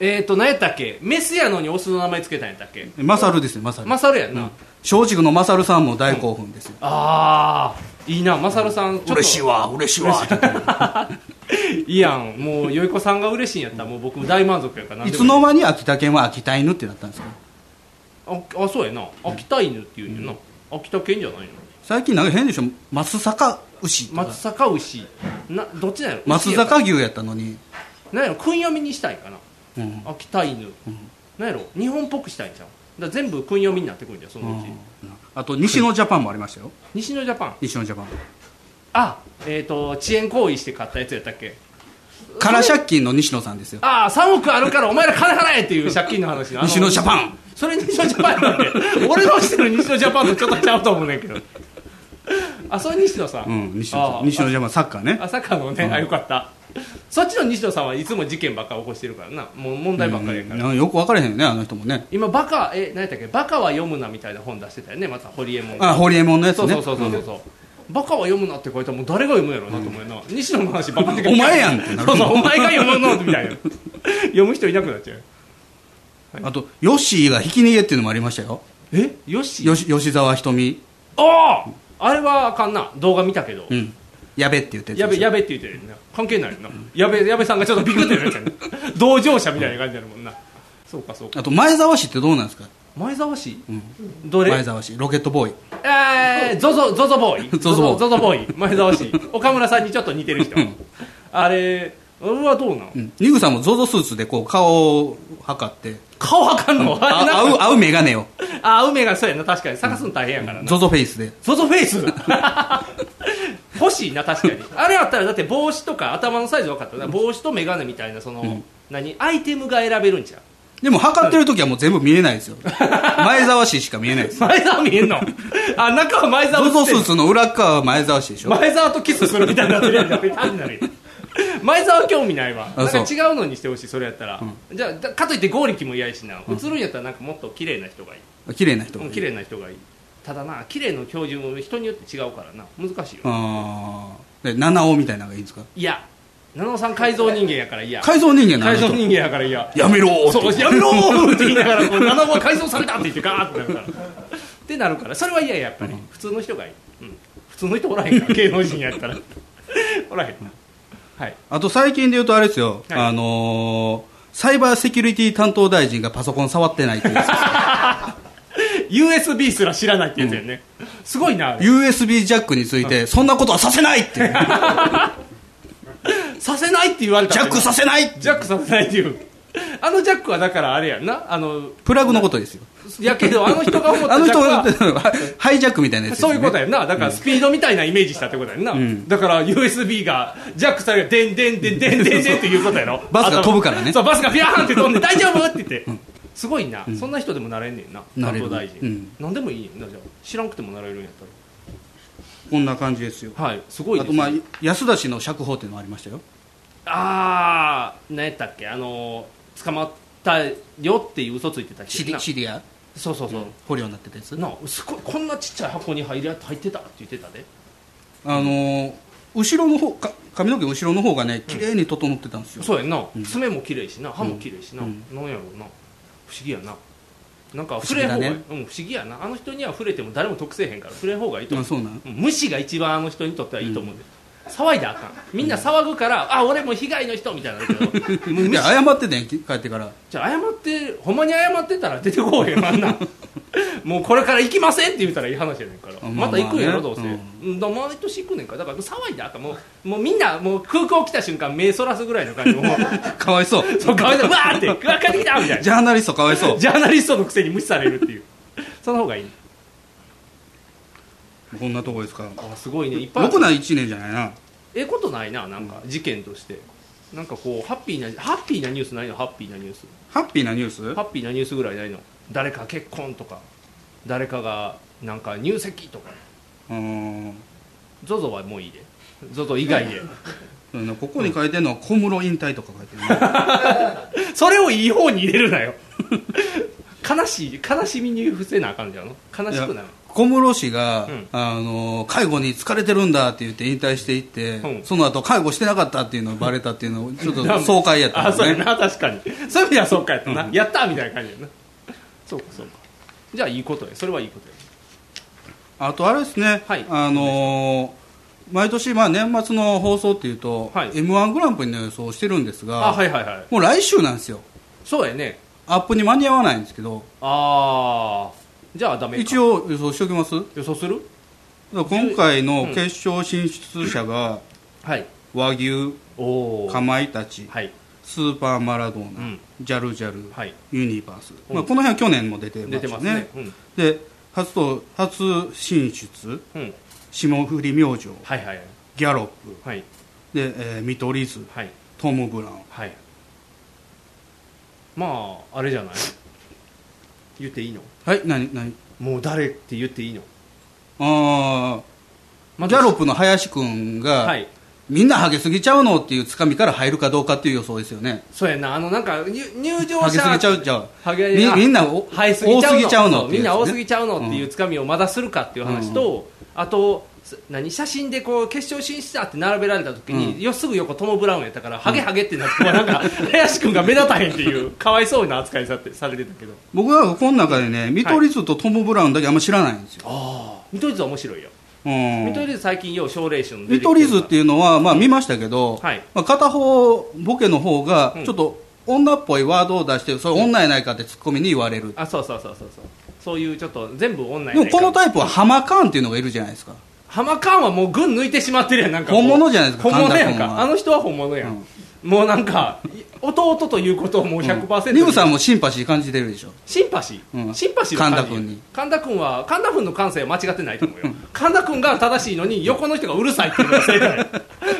Speaker 2: えっ、ー、と何やったっけメスやのにオスの名前つけたんやったっけ
Speaker 3: マサルですねマサル
Speaker 2: マサルやんな、
Speaker 3: 松竹のマサルさんも大興奮ですよ、
Speaker 2: ああいいなマサルさんちょっと
Speaker 3: 嬉しいわ嬉しいわって言って
Speaker 2: いい *laughs* やんもうよいこさんが嬉しいんやったらもう僕大満足やから何
Speaker 3: い
Speaker 2: で
Speaker 3: つ
Speaker 2: も
Speaker 3: の間に秋田犬は秋田犬ってなったんですか
Speaker 2: ああそうやな秋田犬っていうんやな、秋田犬じゃないの
Speaker 3: 最近なんか変でしょ松阪牛とか
Speaker 2: 松阪牛などっちなんやろ
Speaker 3: 松
Speaker 2: 牛やから
Speaker 3: 阪牛やったのに、
Speaker 2: なんやろ訓読みにしたいかな
Speaker 3: うん
Speaker 2: 秋田犬、なんやろ日本っぽくしたいんちゃうだから全部訓読みになってくるんじゃそのうち、
Speaker 3: あと西のジャパンもありましたよ
Speaker 2: 西のジャパン
Speaker 3: 西のジャパン
Speaker 2: あえっ、と遅延行為して買ったやつやったっけ
Speaker 3: 空借金の西野さんですよ
Speaker 2: ああ3億あるからお前ら金払えっていう借金の話なあ
Speaker 3: 西野ジャパン
Speaker 2: それ西野ジャパンやったっ
Speaker 3: *laughs*
Speaker 2: け俺のしてる西野ジャパンとちょっとちゃうと思うねんけどあそれ西野さん、
Speaker 3: うん西
Speaker 2: あ
Speaker 3: 野
Speaker 2: ー
Speaker 3: 西野ジャパンサッカー
Speaker 2: *laughs*
Speaker 3: ね
Speaker 2: あサッカーのね、あよかったそっちの西野さんはいつも事件ばっか起こしてるからなもう問題ばっかりやから、
Speaker 3: うんよく分からへんよねあの人もね
Speaker 2: 今バカえ何やったっけバカは読むなみたいな本出してたよねまた堀江門
Speaker 3: あホリエモンのやつ
Speaker 2: そう
Speaker 3: ね
Speaker 2: そうそうそうそうそう、バカは読むなって書いたらもう誰が読むんやろうなと思うよな、西野の話バカで
Speaker 3: お前やんってなる
Speaker 2: そうそうお前が読むのみたいな読む人いなくなっちゃう
Speaker 3: あとヨッシーがひき逃げっていうのもありましたよ
Speaker 2: えよし
Speaker 3: よし吉沢ひとみ、
Speaker 2: あああれはあかんな動画見たけど、
Speaker 3: うん、やべって言って
Speaker 2: やべやべって言ってるよな関係ないよなやべやべさんがちょっとビクってなっちゃうね同乗者みたいな感じになるもんなそうかそうか
Speaker 3: あと前澤氏ってどうなんですか
Speaker 2: 前澤氏、どれ
Speaker 3: 前澤氏ロケットボーイ
Speaker 2: えー、ゾゾゾゾボー
Speaker 3: *laughs*
Speaker 2: イ
Speaker 3: ゾゾボーイ
Speaker 2: ゾゾボーイ前澤
Speaker 3: *laughs*
Speaker 2: 氏岡村さんにちょっと似てる人あれ俺はどうなの、
Speaker 3: うんニグさんも ZOZO スーツでこう顔を測って
Speaker 2: 顔わかんの
Speaker 3: あ
Speaker 2: あ
Speaker 3: 合う合う眼鏡を
Speaker 2: あ梅がそうやな確かに探すの大変やからな、
Speaker 3: ZOZO フェイスで
Speaker 2: ゾゾフェイス *laughs* 欲しいな確かにあれあったらだって帽子とか頭のサイズ分かったな帽子と眼鏡みたいなその、何アイテムが選べるんちゃう
Speaker 3: でも測ってる時はもう全部見えないですよ前澤氏しか見えないです
Speaker 2: 前澤見え
Speaker 3: *laughs*
Speaker 2: んのあ中は前澤映って
Speaker 3: ZOZO
Speaker 2: ん
Speaker 3: ス
Speaker 2: の
Speaker 3: ーツの裏側は前澤氏でしょ
Speaker 2: 前澤とキスするみたいになってるやんって単になるやん *laughs* 前澤興味ないわ
Speaker 3: あ
Speaker 2: なんか
Speaker 3: そう
Speaker 2: 違うのにしてほしいそれやったら、じゃあだかといって剛力も嫌いしな映るんやったらなんかもっと綺麗な人がいい、
Speaker 3: 綺麗な人
Speaker 2: うん、綺麗な人がいいただな綺麗の標準も人によって違うからな難しいよ、
Speaker 3: あーで七尾みたいなのがいいんですか
Speaker 2: いや七尾さん改造人間やから嫌
Speaker 3: 改造人間なの
Speaker 2: 改造
Speaker 3: 人
Speaker 2: 人間やから嫌
Speaker 3: やめろーって
Speaker 2: そうやめろーって言いながらこう七尾は改造されたって言ってガーってなるからってなるからそれは嫌ややっぱり、普通の人がいい、うん、普通の人おらへんから芸能人やったら *laughs* おらへんなはい
Speaker 3: あと最近で言うとあれですよ、
Speaker 2: はい
Speaker 3: あのーサイバーセキュリティ担当大臣がパソコン触ってないっていう
Speaker 2: USB すら知らないってやつやね、すごいな
Speaker 3: USB ジャックについてそんなことはさせないっていう
Speaker 2: させないって言われた
Speaker 3: ジャックさせない
Speaker 2: ジャックさせないっていうあのジャックはだからあれやんなあの
Speaker 3: プラグのことですよ
Speaker 2: やけどあの人が思っ
Speaker 3: *laughs*
Speaker 2: た
Speaker 3: あの
Speaker 2: ジャッ
Speaker 3: 人
Speaker 2: ク
Speaker 3: が
Speaker 2: は
Speaker 3: 言ってるのはハイジャックみたいなやつです
Speaker 2: そ
Speaker 3: よ
Speaker 2: う
Speaker 3: ね
Speaker 2: いうことやんなだからスピードみたいなイメージしたってことやんな、
Speaker 3: ん
Speaker 2: だから USB がジャックされがでんでんでんでんでんでんっていうことやろ
Speaker 3: バスが飛ぶからね
Speaker 2: 頭そうバスがビャーンって飛
Speaker 3: *laughs*
Speaker 2: んで大丈夫って言って、すごいな、そんな人でもなれんねんな
Speaker 3: な
Speaker 2: 担
Speaker 3: れる
Speaker 2: 当大臣、
Speaker 3: うん
Speaker 2: 何でもいいねんなじゃあ知らんくてもなれるんやった
Speaker 3: こんな感じですよ
Speaker 2: らはいすごい
Speaker 3: あ
Speaker 2: です
Speaker 3: と
Speaker 2: ね
Speaker 3: まあ安田氏の釈放っていうのもありましたよ
Speaker 2: ああ何やったっけあのー捕まったよっていう嘘ついてた
Speaker 3: シ
Speaker 2: 人
Speaker 3: リ
Speaker 2: な
Speaker 3: シリア
Speaker 2: そうそうそう、
Speaker 3: 捕虜になってたやつ
Speaker 2: なあすごいこんなちっちゃい箱に入り入ってたって言ってたで
Speaker 3: あのー後ろの方か髪の毛後ろの方がね綺麗に整ってたんですよ、
Speaker 2: そうやんな、
Speaker 3: うん
Speaker 2: 爪も綺麗しな歯も綺麗しな、
Speaker 3: うん
Speaker 2: なんやろうな不思議やななんか
Speaker 3: 不思
Speaker 2: 触
Speaker 3: 議
Speaker 2: れん
Speaker 3: だ
Speaker 2: 方が
Speaker 3: ね
Speaker 2: いい、うん、不思議やなあの人には触れても誰も得せえへんから触れん方がいいと
Speaker 3: あ
Speaker 2: 思う *laughs*
Speaker 3: そうなん
Speaker 2: うん無視が一番あの人にとってはいいと思うで、騒いだらあかんみんな騒ぐからあ俺も被害の人みたいになるけど
Speaker 3: で謝ってね帰ってから
Speaker 2: じゃあ謝ってほんまに謝ってたら出てこうへんあん *laughs* なもうこれから行きませんって言ったらいい話やねんから、
Speaker 3: まあ
Speaker 2: また行くんやろ
Speaker 3: ま
Speaker 2: ど
Speaker 3: あ
Speaker 2: うせ、
Speaker 3: ね
Speaker 2: うん、だから毎年行くねんからだからもう騒いだらあかんもうもうみんなもう空港来た瞬間目そらすぐらいの感じもう *laughs*
Speaker 3: かわいそう
Speaker 2: そう顔でわーってうわ帰ってきたみたい
Speaker 3: ジ
Speaker 2: な
Speaker 3: ャーナリストかわいそう
Speaker 2: ジャーナリストのくせに無視されるっていうその方がいい
Speaker 3: こんなとこですか
Speaker 2: あすごいねいっぱいあ
Speaker 3: よ
Speaker 2: る
Speaker 3: くない1年じゃないな
Speaker 2: ええことないななんか事件としてなんかこうハッピーなハッピーなニュースないのハッピーなニュース
Speaker 3: ハッピーなニュース
Speaker 2: ハッピーなニュースぐらいないの誰か結婚とか誰かがなんか入籍とか
Speaker 3: うーん
Speaker 2: ZOZO はもういいで ZOZO 以外で
Speaker 3: そうねここに書いてるのは小室引退とか書いてるね
Speaker 2: それをいい方に入れるなよ *laughs* 悲しい悲しみに伏せなあかんじゃんの悲しくなる
Speaker 3: 小室氏が、
Speaker 2: うん
Speaker 3: あの介護に疲れてるんだって言って引退していって、
Speaker 2: うん
Speaker 3: その後介護してなかったっていうのをバレたっていう
Speaker 2: *laughs*
Speaker 3: のをちょっと爽快やった
Speaker 2: あ
Speaker 3: ん
Speaker 2: そうや
Speaker 3: でね
Speaker 2: な確かにそういう意味ではそうかやったな、
Speaker 3: うん
Speaker 2: やったみたいな感じやなそうかそうかじゃあいいことやそれはいいことや
Speaker 3: あとあれですね、
Speaker 2: はい
Speaker 3: あのー毎年まあ年末の放送っていうと、
Speaker 2: はい
Speaker 3: m 1グランプリの予想をしてるんですが
Speaker 2: あはいはいはい
Speaker 3: もう来週なんですよ
Speaker 2: そうやね
Speaker 3: アップに間に合わないんですけど
Speaker 2: ああじゃあダメか
Speaker 3: 一応予想しておきます
Speaker 2: 予想する
Speaker 3: 今回の決勝進出者が
Speaker 2: はい
Speaker 3: 和牛
Speaker 2: おお
Speaker 3: かまいたち
Speaker 2: はい
Speaker 3: スーパーマラドーナ、
Speaker 2: うん
Speaker 3: ジャルジャル、
Speaker 2: はい
Speaker 3: ユニバース、
Speaker 2: うん
Speaker 3: まあ、この辺は去年も出てます
Speaker 2: 出てます
Speaker 3: ね
Speaker 2: ねうん
Speaker 3: で初と初進出
Speaker 2: うん
Speaker 3: 霜降り明星
Speaker 2: はいはいはい
Speaker 3: ギャロップ
Speaker 2: はい
Speaker 3: で、えー見取り図
Speaker 2: はい
Speaker 3: トム・ブラウン
Speaker 2: はいまああれじゃない言っていいの
Speaker 3: はい何何
Speaker 2: もう誰って言っていいの
Speaker 3: あ
Speaker 2: ま
Speaker 3: あ
Speaker 2: ず
Speaker 3: ギャロップの林くんが、
Speaker 2: はい
Speaker 3: みんなハゲすぎちゃうのっていうつかみから入るかどうかっていう予想ですよね
Speaker 2: そうやなあのなんか入入場者
Speaker 3: ハゲすぎちゃうじゃあ
Speaker 2: ハゲ
Speaker 3: みみんなお
Speaker 2: はい、
Speaker 3: 多すぎちゃうの
Speaker 2: そうみんな多すぎ
Speaker 3: ち
Speaker 2: ちゃうのっていうつかみをまだするかっていう話と、あとす何写真でこう決勝進出だって並べられた時に、
Speaker 3: う
Speaker 2: よすぐ横トム・ブラウンやったから、ハゲハゲってなってなんか林君が目立たへんっていうかわいそうな扱いさってされてたけど
Speaker 3: 僕はこの中でね見取り図とトム・ブラウンだけあんま知らないんですよ、
Speaker 2: 見取り図は面白いよ、
Speaker 3: うん
Speaker 2: 見取り図最近よう奨励賞の出
Speaker 3: 見
Speaker 2: てきてる
Speaker 3: 取り図っ
Speaker 2: い
Speaker 3: ていうのは、まあ、見ましたけど、
Speaker 2: はい
Speaker 3: まあ、片方ボケの方が
Speaker 2: うん
Speaker 3: ちょっと女っぽいワードを出してそれ女やないかってツッコミに言われる、
Speaker 2: うあそうそうそうそうそうそういうちょっと全部女
Speaker 3: でもこの
Speaker 2: イ
Speaker 3: タイプはハマカーンっていうのがいるじゃないですか
Speaker 2: ハマカーンはもう群抜いてしまってるやんなんかこう
Speaker 3: 本物じゃないですか
Speaker 2: 本物や
Speaker 3: 神田
Speaker 2: ん
Speaker 3: 君は
Speaker 2: かあの人は本物やん、もうなんかい弟ということをもう100%、
Speaker 3: ニムさんもシンパシー感じてるでしょ
Speaker 2: シンパシー、
Speaker 3: うん
Speaker 2: シンパシーは感じ
Speaker 3: 神田
Speaker 2: る
Speaker 3: 君に
Speaker 2: 神田君は神田君の感性は間違ってないと思うよ神田君が正しいのに横の人がうるさいっていうのが
Speaker 3: *laughs*
Speaker 2: 正解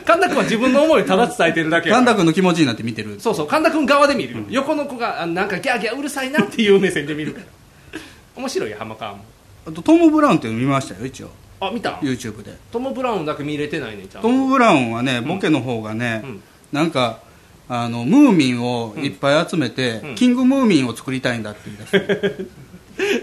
Speaker 2: 神田君は自分の思いをただ伝えてるだけやか
Speaker 3: 神
Speaker 2: ら
Speaker 3: 田君の気持ちになって見てる
Speaker 2: そうそう神田君側で見るよ、横の子があなんかギャーギャーうるさいなっていう目線で見るから *laughs* 面白いよ浜川も
Speaker 3: あとトム・ブラウンっていうの見ましたよ一応
Speaker 2: あ見た
Speaker 3: YouTube で
Speaker 2: トム・ブラウンだけ見れてないねちゃん
Speaker 3: ト
Speaker 2: と
Speaker 3: ム・ブラウンはねボケの方がね、
Speaker 2: うん
Speaker 3: なんかあのムーミンをいっぱい集めて、
Speaker 2: うん
Speaker 3: キングムーミンを作りたいんだって言い出して
Speaker 2: *laughs*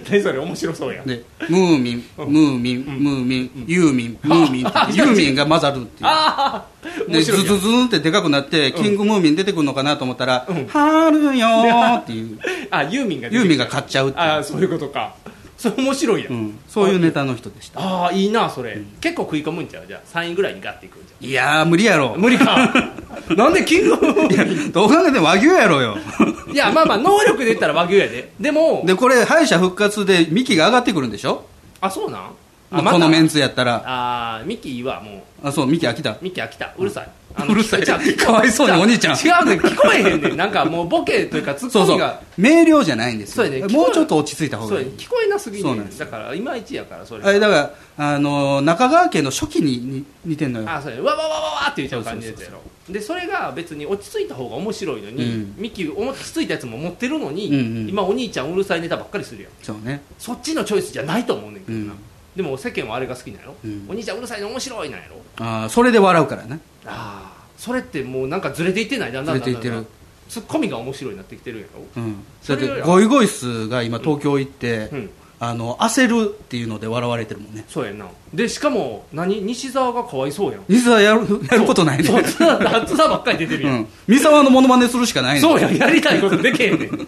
Speaker 2: 何それ面白そうやん
Speaker 3: で、ムーミン、ムーミン、ムーミン、ユーミン、ムー
Speaker 2: *laughs*
Speaker 3: ミンって、ユーミンが混ざるっていう。
Speaker 2: ああ面
Speaker 3: で、ズ
Speaker 2: 白いや
Speaker 3: ズ
Speaker 2: ん
Speaker 3: ズンってでかくなって、キングムーミン出てくるのかなと思ったら、
Speaker 2: ん
Speaker 3: はるよーって
Speaker 2: *laughs*
Speaker 3: いう、
Speaker 2: あユーミンが出
Speaker 3: ユ
Speaker 2: て
Speaker 3: ー
Speaker 2: き
Speaker 3: ミ
Speaker 2: た
Speaker 3: ンが買っちゃうって
Speaker 2: あ
Speaker 3: い
Speaker 2: あそういうことかそれ面白いやん、
Speaker 3: う、うん、そういうネタの人でした。
Speaker 2: ああいいなそれ、結構食い込むんちゃうじゃあ3位ぐらいにガッていくんじゃ
Speaker 3: いやー、無理やろ
Speaker 2: う。無理か
Speaker 3: *laughs*
Speaker 2: なんでキングオブ
Speaker 3: いやどう考えても和牛やろよ。 *laughs*
Speaker 2: いやまあまあ能力で言ったら和牛やででも
Speaker 3: で、これ、敗者復活でミキが上がってくるんでしょ
Speaker 2: あそうなんあ
Speaker 3: このメン
Speaker 2: ツ
Speaker 3: ツやったら。
Speaker 2: あーミキはもう
Speaker 3: あ、そう、ミキ飽きた。
Speaker 2: ミキ飽きたうるさい、あ
Speaker 3: *laughs* うるさい
Speaker 2: 聞こえちゃ
Speaker 3: かわいそうなお兄ちゃん
Speaker 2: 違うね聞こえへんねんなんかもうボケというかツッ
Speaker 3: そう
Speaker 2: コ
Speaker 3: そ
Speaker 2: ミ
Speaker 3: う
Speaker 2: が。
Speaker 3: 明瞭じゃないんです
Speaker 2: そう
Speaker 3: よ。
Speaker 2: やね
Speaker 3: もうちょっと落ち着いた
Speaker 2: そ
Speaker 3: 方
Speaker 2: う
Speaker 3: がい
Speaker 2: や
Speaker 3: い
Speaker 2: ね。聞こえなすぎ
Speaker 3: そう
Speaker 2: る
Speaker 3: なんです
Speaker 2: だからいまいちやからそれ
Speaker 3: あれだから、あのー中川家の初期にに似てんのよ。
Speaker 2: あそうやねわわわわわって言っちゃう感じですやろでそれが別に落ち着いた方が面白いのに、
Speaker 3: うん
Speaker 2: ミキ落ち着いたやつも持ってるのに、
Speaker 3: うんうん
Speaker 2: 今お兄ちゃんうるさいネタばっかりするやん
Speaker 3: そうね。
Speaker 2: そっちのチョイスじゃないと思うねんけどな、
Speaker 3: うん
Speaker 2: でも世間はあれが好きなんやろ、
Speaker 3: うん
Speaker 2: お兄ちゃんうるさいの面白いなんやろ
Speaker 3: あーそれで笑うからね。
Speaker 2: ああそれってもうなんかずれていってないだんだんだんだん
Speaker 3: ずれてい
Speaker 2: だ
Speaker 3: っ
Speaker 2: ん
Speaker 3: て
Speaker 2: ツッコミが面白いなってきてるんやろ
Speaker 3: うん。
Speaker 2: そ
Speaker 3: だっ
Speaker 2: れより
Speaker 3: て、
Speaker 2: は
Speaker 3: ゴイゴイスーが今東京行って、
Speaker 2: うん
Speaker 3: あの、焦るっていうので笑われてるもんね。
Speaker 2: そうやんなでしかも何西澤がかわい
Speaker 3: *laughs*
Speaker 2: そうやん
Speaker 3: 西沢やる、やることないね。
Speaker 2: そう津田津田ばっかり出てる
Speaker 3: う
Speaker 2: やん、
Speaker 3: ん。三沢のモノマネするしかないね。
Speaker 2: そうやんやりたいことでけへんねん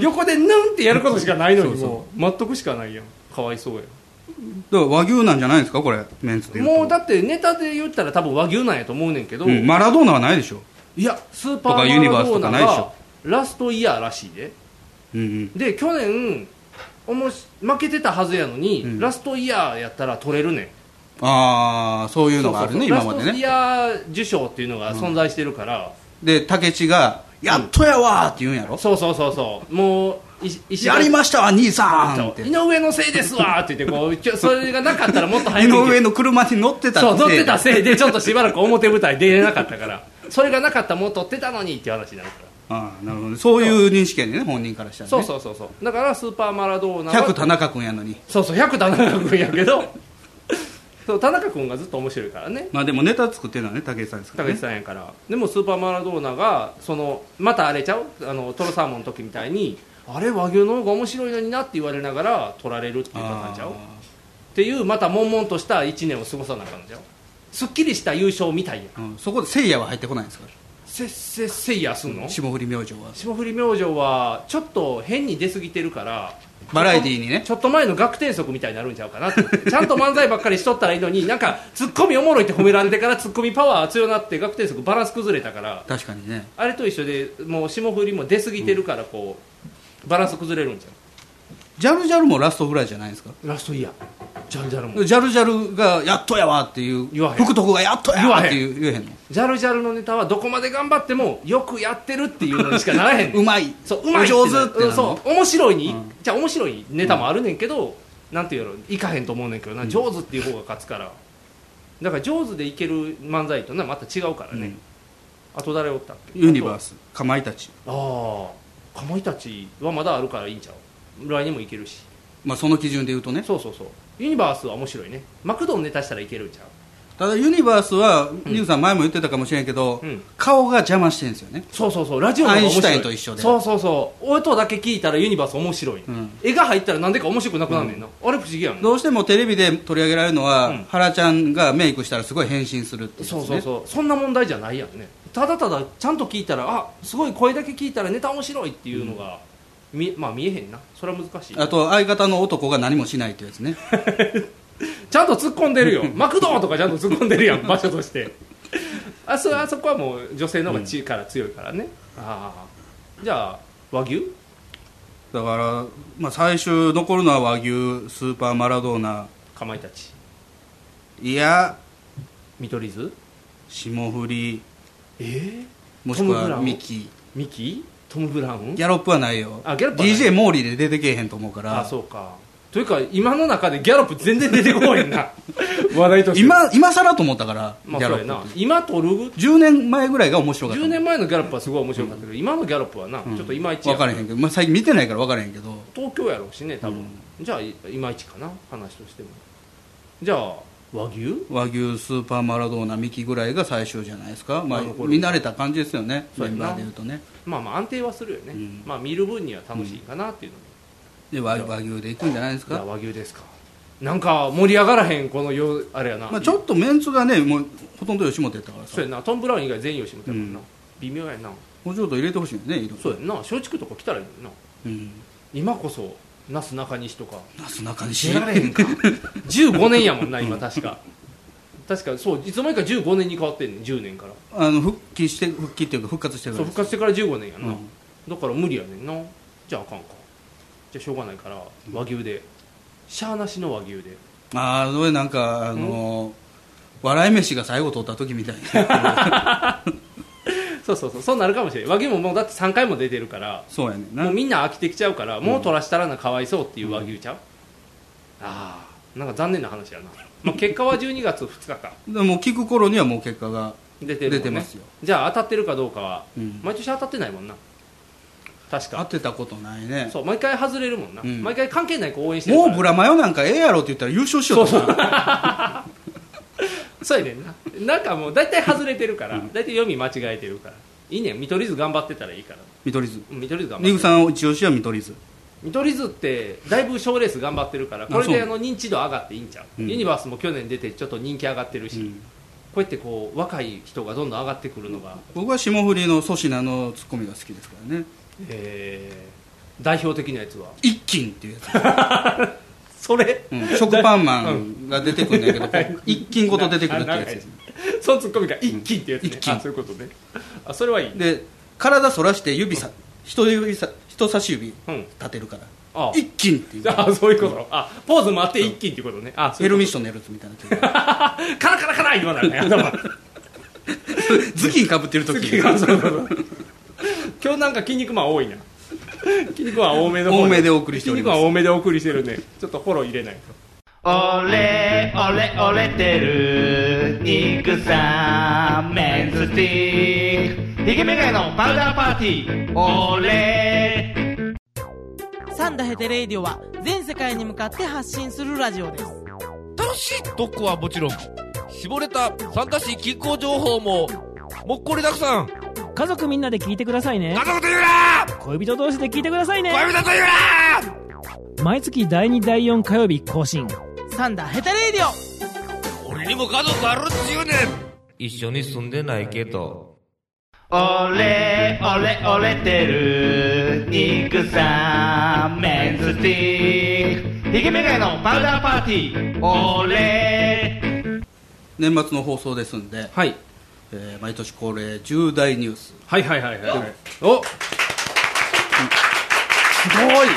Speaker 2: 横でヌンってやることしかないのに
Speaker 3: そうそう
Speaker 2: もう待っとくしかないやんかわいそうやん
Speaker 3: だから和牛なんじゃないですかこれメンツで言うと
Speaker 2: もうだってネタで言ったら多分和牛なんやと思うねんけど、
Speaker 3: うんマラドーナはないでしょ
Speaker 2: いやスーパー
Speaker 3: とかユニバースとかないでしょ
Speaker 2: マラドーナがラストイヤーらしいで
Speaker 3: うんうん
Speaker 2: で去年おもし負けてたはずやのに、
Speaker 3: うん
Speaker 2: ラストイヤーやったら取れるねん
Speaker 3: ああそういうのがあるね
Speaker 2: そうそう
Speaker 3: 今
Speaker 2: そう
Speaker 3: まで
Speaker 2: ラスト
Speaker 3: ね
Speaker 2: イヤー受賞っていうのが存在してるから、
Speaker 3: で武智が「やっとやわ!」って言うんやろ、
Speaker 2: そうそうそうそうもうい石
Speaker 3: やりましたわ兄さんっ
Speaker 2: そう
Speaker 3: て
Speaker 2: 井上のせいですわーって言ってこうちょそれがなかったらもっと早
Speaker 3: 井
Speaker 2: く
Speaker 3: 上の車に乗ってた
Speaker 2: そう乗ってた
Speaker 3: い
Speaker 2: せいでちょっとしばらく表舞台出れなかったからそれがなかったらもう取ってたのにっていう話になるから
Speaker 3: ああなるほどねそういう認識やね本人からしたら、ね、
Speaker 2: そうそうそうそうだからスーパーマラドーナは
Speaker 3: 100田中君やのに
Speaker 2: そうそう100田中君やけど *laughs* そう田中君がずっと面白いからね
Speaker 3: まあでもネタ作ってるのはね武井さんですから、
Speaker 2: 高
Speaker 3: ね、
Speaker 2: 橋さんやからでもスーパーマラドーナがそのまたあれちゃうあのトロサーモンの時みたいにあれ和牛の方が面白いのになって言われながら取られるっていうパターンちゃうっていうまた悶々とした1年を過ごさなあかんのちゃうすっきりした優勝みたいやん
Speaker 3: あーうんそこでせいやは入ってこないんですか
Speaker 2: せっせっせいやすんの
Speaker 3: ら霜降り明星は
Speaker 2: 霜降り明星はちょっと変に出過ぎてるから
Speaker 3: バラエティーにね
Speaker 2: ちょっと前の学天則みたいになるんちゃうかなと思ってちゃんと漫才ばっかりしとったらいいのになんかツッコミおもろいって褒められてからツッコミパワー強なって学天則バランス崩れたから
Speaker 3: 確かにね
Speaker 2: あれと一緒でもう霜降りも出過ぎてるからこうバランス崩れるんちゃ
Speaker 3: ジャルジャルもラストぐらいじゃないですか
Speaker 2: うラストイヤージャルジャルも
Speaker 3: ジャルジャルが「やっとやわ」っていう
Speaker 2: 言わへん
Speaker 3: 福徳が「やっとやわ」っていう言えへんの
Speaker 2: ジャルジャルのネタはどこまで頑張ってもよくやってるっていうのにしかならへ
Speaker 3: *laughs*
Speaker 2: ん
Speaker 3: うまい
Speaker 2: そううまい
Speaker 3: お上手ってなるの
Speaker 2: うんそう面白いに、
Speaker 3: うん
Speaker 2: じゃあ面白いネタもあるねんけど、なんていうのいかへんと思うねんけどな、上手っていう方が勝つからだから上手でいける漫才となまた違うからね、
Speaker 3: うん
Speaker 2: あと誰おったっけ
Speaker 3: ユニバースかまいたち、
Speaker 2: あとあーかまいたちはまだあるからいいんちゃう来年もいけるし
Speaker 3: まあ、その基準で言うとね
Speaker 2: そうそうそうユニバースは面白いねマクドのネタしたらいけるんちゃう
Speaker 3: ただユニバースはニューさん前も言ってたかもしれんけど、
Speaker 2: うん
Speaker 3: 顔が邪魔してるんですよね
Speaker 2: そうそうそうラジオの方が面白い
Speaker 3: アインシュタインと一緒で
Speaker 2: そうそうそう音だけ聞いたらユニバース面白い、
Speaker 3: ん
Speaker 2: 絵が入ったらなんでか面白くなくなんねんな、あれ不思議やんな
Speaker 3: どうしてもテレビで取り上げられるのは、
Speaker 2: うん
Speaker 3: ハラちゃんがメイクしたらすごい変身するってい
Speaker 2: そう
Speaker 3: やつ
Speaker 2: そ
Speaker 3: ね
Speaker 2: うそうそんな問題じゃないやんねただただちゃんと聞いたらあすごい声だけ聞いたらネタ面白いっていうのが、みまあ見えへんなそれは難しい
Speaker 3: あと相方の男が何もしないっていうやつね
Speaker 2: ちゃんと突っ込んで
Speaker 3: *laughs*
Speaker 2: るよマクドとかちゃんと突っ込んでるやん場所としてあそあそこはもう女性の方が力強いからね、ああじゃあ和牛
Speaker 3: だから、まあ、最終残るのは和牛スーパーマラドーナ
Speaker 2: かまいたち
Speaker 3: いや
Speaker 2: 見取り図
Speaker 3: 霜降り
Speaker 2: えー、
Speaker 3: もしく
Speaker 2: トムブラ
Speaker 3: は
Speaker 2: ウン
Speaker 3: ミキ
Speaker 2: ミキトム・ブラウン
Speaker 3: ギャロップはないよ
Speaker 2: あギャロップはない
Speaker 3: DJ モーリーで出てけえへんと思うから
Speaker 2: あそうかというか今の中でギャロップ全然出てこへん
Speaker 3: *laughs*
Speaker 2: な話題と今、
Speaker 3: 今今更と思ったから、
Speaker 2: まあ、
Speaker 3: ギャロ
Speaker 2: そうや
Speaker 3: ッ
Speaker 2: な
Speaker 3: プ
Speaker 2: 今とルグ
Speaker 3: 10年前ぐらいが面白かった
Speaker 2: 10年前のギャロップはすごい面白かったけど、今のギャロップはな、ちょっといまいちや
Speaker 3: 分からへんけど、まあ、最近見てないから分からへんけど
Speaker 2: 東京やろうしね多分、じゃあいいまいちかな話としてもじゃあ和牛
Speaker 3: 和牛スーパーマラドーナミキぐらいが最終じゃないですか、まあ、
Speaker 2: な
Speaker 3: 見
Speaker 2: るほど
Speaker 3: 慣れた感じですよね
Speaker 2: そう
Speaker 3: メ
Speaker 2: や
Speaker 3: ン
Speaker 2: な
Speaker 3: バーでいうとね
Speaker 2: まあまあ安定はするよ
Speaker 3: う
Speaker 2: ね、
Speaker 3: ん
Speaker 2: まあ見る分には楽しいかなっていうの
Speaker 3: で
Speaker 2: で、
Speaker 3: 和和牛でいくんじゃないです
Speaker 2: じゃあ
Speaker 3: か、
Speaker 2: 和牛ですかなんか盛り上がらへんこのよあれやな、
Speaker 3: まあ、ちょっとメンツがねもうほとんど吉本やったから
Speaker 2: そ
Speaker 3: さ
Speaker 2: うやなトム・ブラウン以外全員吉本やもんな、
Speaker 3: うん
Speaker 2: 微妙やな
Speaker 3: もうちょっと入れてほしいよね色々
Speaker 2: そうやんな松竹とか来たらいいのにな
Speaker 3: うん
Speaker 2: 今こそなすなかにしとか
Speaker 3: なすなかにし
Speaker 2: 出られへんか15年やもんな今確か確かそういつの間にか15年に変わってんねん10年から
Speaker 3: *laughs* あの復帰して復帰っていうか復活してる
Speaker 2: そう
Speaker 3: から
Speaker 2: 復活してから15年やな、
Speaker 3: うん
Speaker 2: だから無理やねんなじゃああかんかじゃあしょうがないから和牛でしゃあなしの和牛で
Speaker 3: ああそれなんかあのー笑い飯が最後通った時みたい
Speaker 2: *laughs*
Speaker 3: な
Speaker 2: そうそうそうそうなるかもしれない和牛ももうだって3回も出てるから
Speaker 3: そうやねんな
Speaker 2: もうみんな飽きてきちゃうからもう取らしたらなかわいそうっていう和牛ちゃう、ああなんか残念な話やな、まあ、結果は12月2日か
Speaker 3: でも聞く頃にはもう結果が
Speaker 2: 出てるもん、ね、
Speaker 3: 出てますよ、
Speaker 2: じゃあ当たってるかどうかは
Speaker 3: うん
Speaker 2: 毎年当たってないもんな確
Speaker 3: 合
Speaker 2: か
Speaker 3: ってたことないね
Speaker 2: そう毎回外れるもんな、
Speaker 3: うん
Speaker 2: 毎回関係ない子応援してるか
Speaker 3: も
Speaker 2: ら
Speaker 3: うブラマヨなんかええやろって言ったら優勝しようと思う
Speaker 2: そうやねんななんかもう大体外れてるから大体読み間違えてるからいいねん見取り図頑張ってたらいいから
Speaker 3: 見取り図
Speaker 2: うん見取り図頑張
Speaker 3: ニ
Speaker 2: っ
Speaker 3: グ
Speaker 2: てる
Speaker 3: さん一押しは見取り図
Speaker 2: 見取り図ってだいぶ賞レース頑張ってるからこれ
Speaker 3: あそ
Speaker 2: で
Speaker 3: う
Speaker 2: あの認知度上がっていいんちゃう、
Speaker 3: うん
Speaker 2: ユニバースも去年出てちょっと人気上がってるし、
Speaker 3: うん
Speaker 2: こうやってこう若い人がどんどん上がってくるのが、
Speaker 3: 僕は霜降りの粗品のツッコミが好きですからね
Speaker 2: えー代表的なやつは
Speaker 3: 一斤っていうや
Speaker 2: それ、
Speaker 3: うん食パンマンが出てくるんだけど、こ
Speaker 2: *laughs*
Speaker 3: う一斤ごと出てくるってやつです
Speaker 2: そのツッコミが一気ってやつ、ね
Speaker 3: 一気
Speaker 2: あそういうことねあそれはいい
Speaker 3: で体反らして指さ人指さ人差し指
Speaker 2: うん
Speaker 3: 立てるから
Speaker 2: あ
Speaker 3: 一斤っていう
Speaker 2: あそういうことあポーズもあって一気っていうことねあそう
Speaker 3: ヘ
Speaker 2: いう
Speaker 3: ル
Speaker 2: こ
Speaker 3: ミッションのやつみたいな
Speaker 2: と *laughs* カラカラカラ言わないね頭
Speaker 3: 頭巾かぶってる時
Speaker 2: 次がそうそうそう今日なんか筋肉マン多いな筋肉マン多めの方
Speaker 3: 多めでお送りしております
Speaker 2: 筋肉マン多めでお送りしてるねちょっとフォロー入れないと
Speaker 4: 俺俺俺てる肉さメンズスティックひげメガネのパウダーパーティー俺
Speaker 10: サンダヘテレイディオは全世界に向かって発信するラジオです
Speaker 11: 楽しい特攻はもちろん、絞れた参加し気候情報も、もっこりたくさん。
Speaker 10: 家族みんなで聞いてくださいね
Speaker 11: 家族と言うな
Speaker 10: 恋人同士で聞いてくださいね
Speaker 11: 恋人と言うな
Speaker 10: 毎月第2第4火曜日更新サンダヘテレイディオ
Speaker 11: 俺にも家族あるっちゅうねん一緒に住んでないけど。
Speaker 4: 俺俺俺てる肉さメンズスティックひげメガネのパウダーパーティー俺
Speaker 3: 年末の放送ですんで、
Speaker 2: はい
Speaker 3: えー毎年恒例重大ニュース
Speaker 2: はいはいはいはいお
Speaker 3: すごい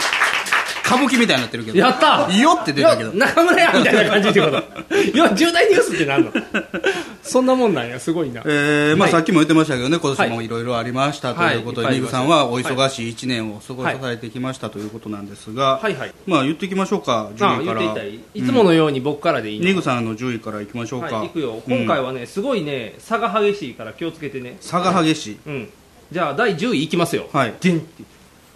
Speaker 3: 歌舞伎みたいになってるけど
Speaker 2: やった
Speaker 3: いいよって出たけど
Speaker 2: いや中村屋みたいな感じってこと *laughs* いや重大ニュースってな
Speaker 3: *laughs*
Speaker 2: んのそんなもんなんやすごいな
Speaker 3: えーまあ
Speaker 2: はい
Speaker 3: さっきも言ってましたけどね、今年も
Speaker 2: はい
Speaker 3: いろいろありましたということで、
Speaker 2: はい
Speaker 3: ニグさんはお
Speaker 2: いっぱいあり
Speaker 3: 忙
Speaker 2: ま
Speaker 3: しい1年を過ごされてきましたということなんですが、
Speaker 2: はいはい
Speaker 3: まあ言っていきましょうか、
Speaker 2: あ
Speaker 3: 10位
Speaker 2: 言
Speaker 3: から。
Speaker 2: っていたいいつものように僕からでいいの
Speaker 3: ニグさんの10位からいきましょうか、
Speaker 2: はい、行くよ今回
Speaker 3: うん
Speaker 2: はね、すごいね差が激しいから気をつけてね
Speaker 3: 差が激しい、
Speaker 2: うんじゃあ第10位いきますよ、
Speaker 3: はい
Speaker 2: でんって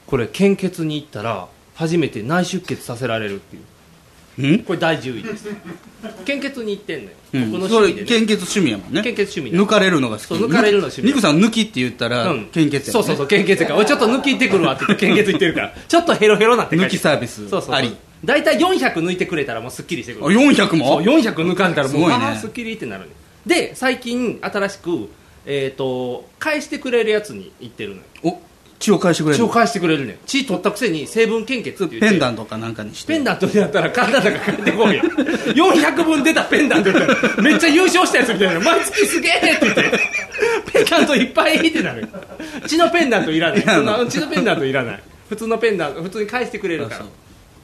Speaker 2: これ献血に行ったら初めて内出血させられるってい
Speaker 3: うん
Speaker 2: うこれ第10位です
Speaker 3: *laughs*
Speaker 2: 献血に行ってんのよ、
Speaker 3: うん、
Speaker 2: この
Speaker 3: それ
Speaker 2: 趣味で、ね、
Speaker 3: 献血趣味やもんね
Speaker 2: 献血趣味なの
Speaker 3: 抜かれるのが好き
Speaker 2: そう抜かれるの趣味
Speaker 3: ニグさん抜きって言ったら、
Speaker 2: うん
Speaker 3: 献血やもんね
Speaker 2: そうそうそう献血やから俺ちょっと抜き行ってくるわって言って献血行ってるからちょっとヘロヘロなって書い
Speaker 3: 抜き
Speaker 2: て
Speaker 3: サービスあり
Speaker 2: そうそうそう大体400抜いてくれたらもうすっきりしてくる
Speaker 3: あ400
Speaker 2: そ
Speaker 3: も
Speaker 2: う400抜かれたらもう
Speaker 3: すごいね
Speaker 2: あーすっきりってなるねで最近新しくえっ、と返してくれるやつに行ってるのよ
Speaker 3: お血を返してくれ
Speaker 2: 血
Speaker 3: る
Speaker 2: を返してくれるのよ血取ったくせに成分献血って言って
Speaker 3: ペンダントかなんかにして
Speaker 2: ペンダントでやったら体が返ってこいよ400分出たペンダントやったらめっちゃ優勝したやつみたいな毎月すげえって言ってペンダントいっぱいってなる血のペンダントいらない
Speaker 3: いらない
Speaker 2: そんな血のペンダントいらない普通のペンダント普通に返してくれるか
Speaker 3: あそ
Speaker 2: ら
Speaker 3: う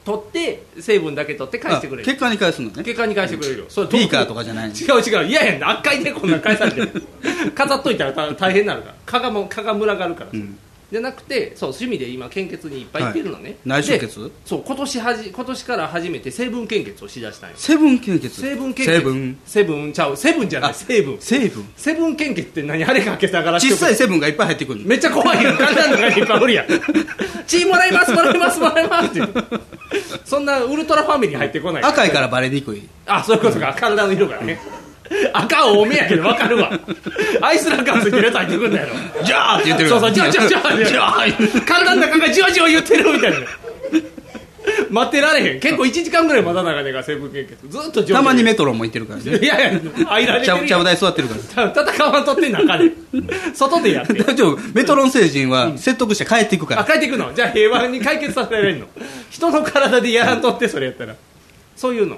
Speaker 2: 取って成分だけ取って返してくれ
Speaker 3: あ
Speaker 2: る
Speaker 3: 結果に返すのね
Speaker 2: 結果に返してくれるよそれ
Speaker 3: ピーカーとかじゃないの
Speaker 2: 違う違う嫌やんな赤いねこんなん返されてる
Speaker 3: *laughs*
Speaker 2: 飾っといたらた大変になるから蚊がもう蚊が群がるから、
Speaker 3: ん
Speaker 2: じゃなくてそう趣味で今献血にいっぱい行ってるのね、
Speaker 3: はい内出
Speaker 2: で
Speaker 3: 血
Speaker 2: そう今年はじ今年から初めて成分献血をしだしたんよ
Speaker 3: セブン献血
Speaker 2: 成分献血
Speaker 3: セブン
Speaker 2: 成分ちゃう成分じゃない
Speaker 3: あ
Speaker 2: 成分
Speaker 3: 成分
Speaker 2: 成分献血って何あれかけたから
Speaker 3: 小さい
Speaker 2: い
Speaker 3: セブンがいっぱい入ってくる
Speaker 2: めっちゃ
Speaker 3: *laughs*
Speaker 2: 怖いよ簡単なのがいっぱいおるやん血もらいますもらいますもらいますってそんなウルトラファミリー入ってこない
Speaker 3: 赤いからバレにくい
Speaker 2: あそういうことか体の色がね赤多めやけど分かるわアイスランカーついてるやつ入ってくんだやろ
Speaker 3: じゃあって言ってる
Speaker 2: そうそうじゃあじゃあじゃあ
Speaker 3: じ
Speaker 2: じ
Speaker 3: ゃ
Speaker 2: ゃ
Speaker 3: あ
Speaker 2: あ体の中がじわじわ言ってるみたいな待ってられへん結構1時間ぐらい待たなあかんねえから成分献血ずっと上下
Speaker 3: たまにメトロンも行ってるから
Speaker 2: *laughs*
Speaker 3: ね
Speaker 2: いやいや間
Speaker 3: ちゃぶちゃぶ
Speaker 2: だ
Speaker 3: 台座って
Speaker 2: *laughs*
Speaker 3: るから
Speaker 2: 戦わんとってんのあかんねん外でや
Speaker 3: *laughs*
Speaker 2: って
Speaker 3: 大丈夫メトロン星人は説得して帰っていくか
Speaker 2: あ
Speaker 3: ら
Speaker 2: 帰っていくのじゃあ平和に解決させられるの人の体でやらんとってそれやったらそういうの、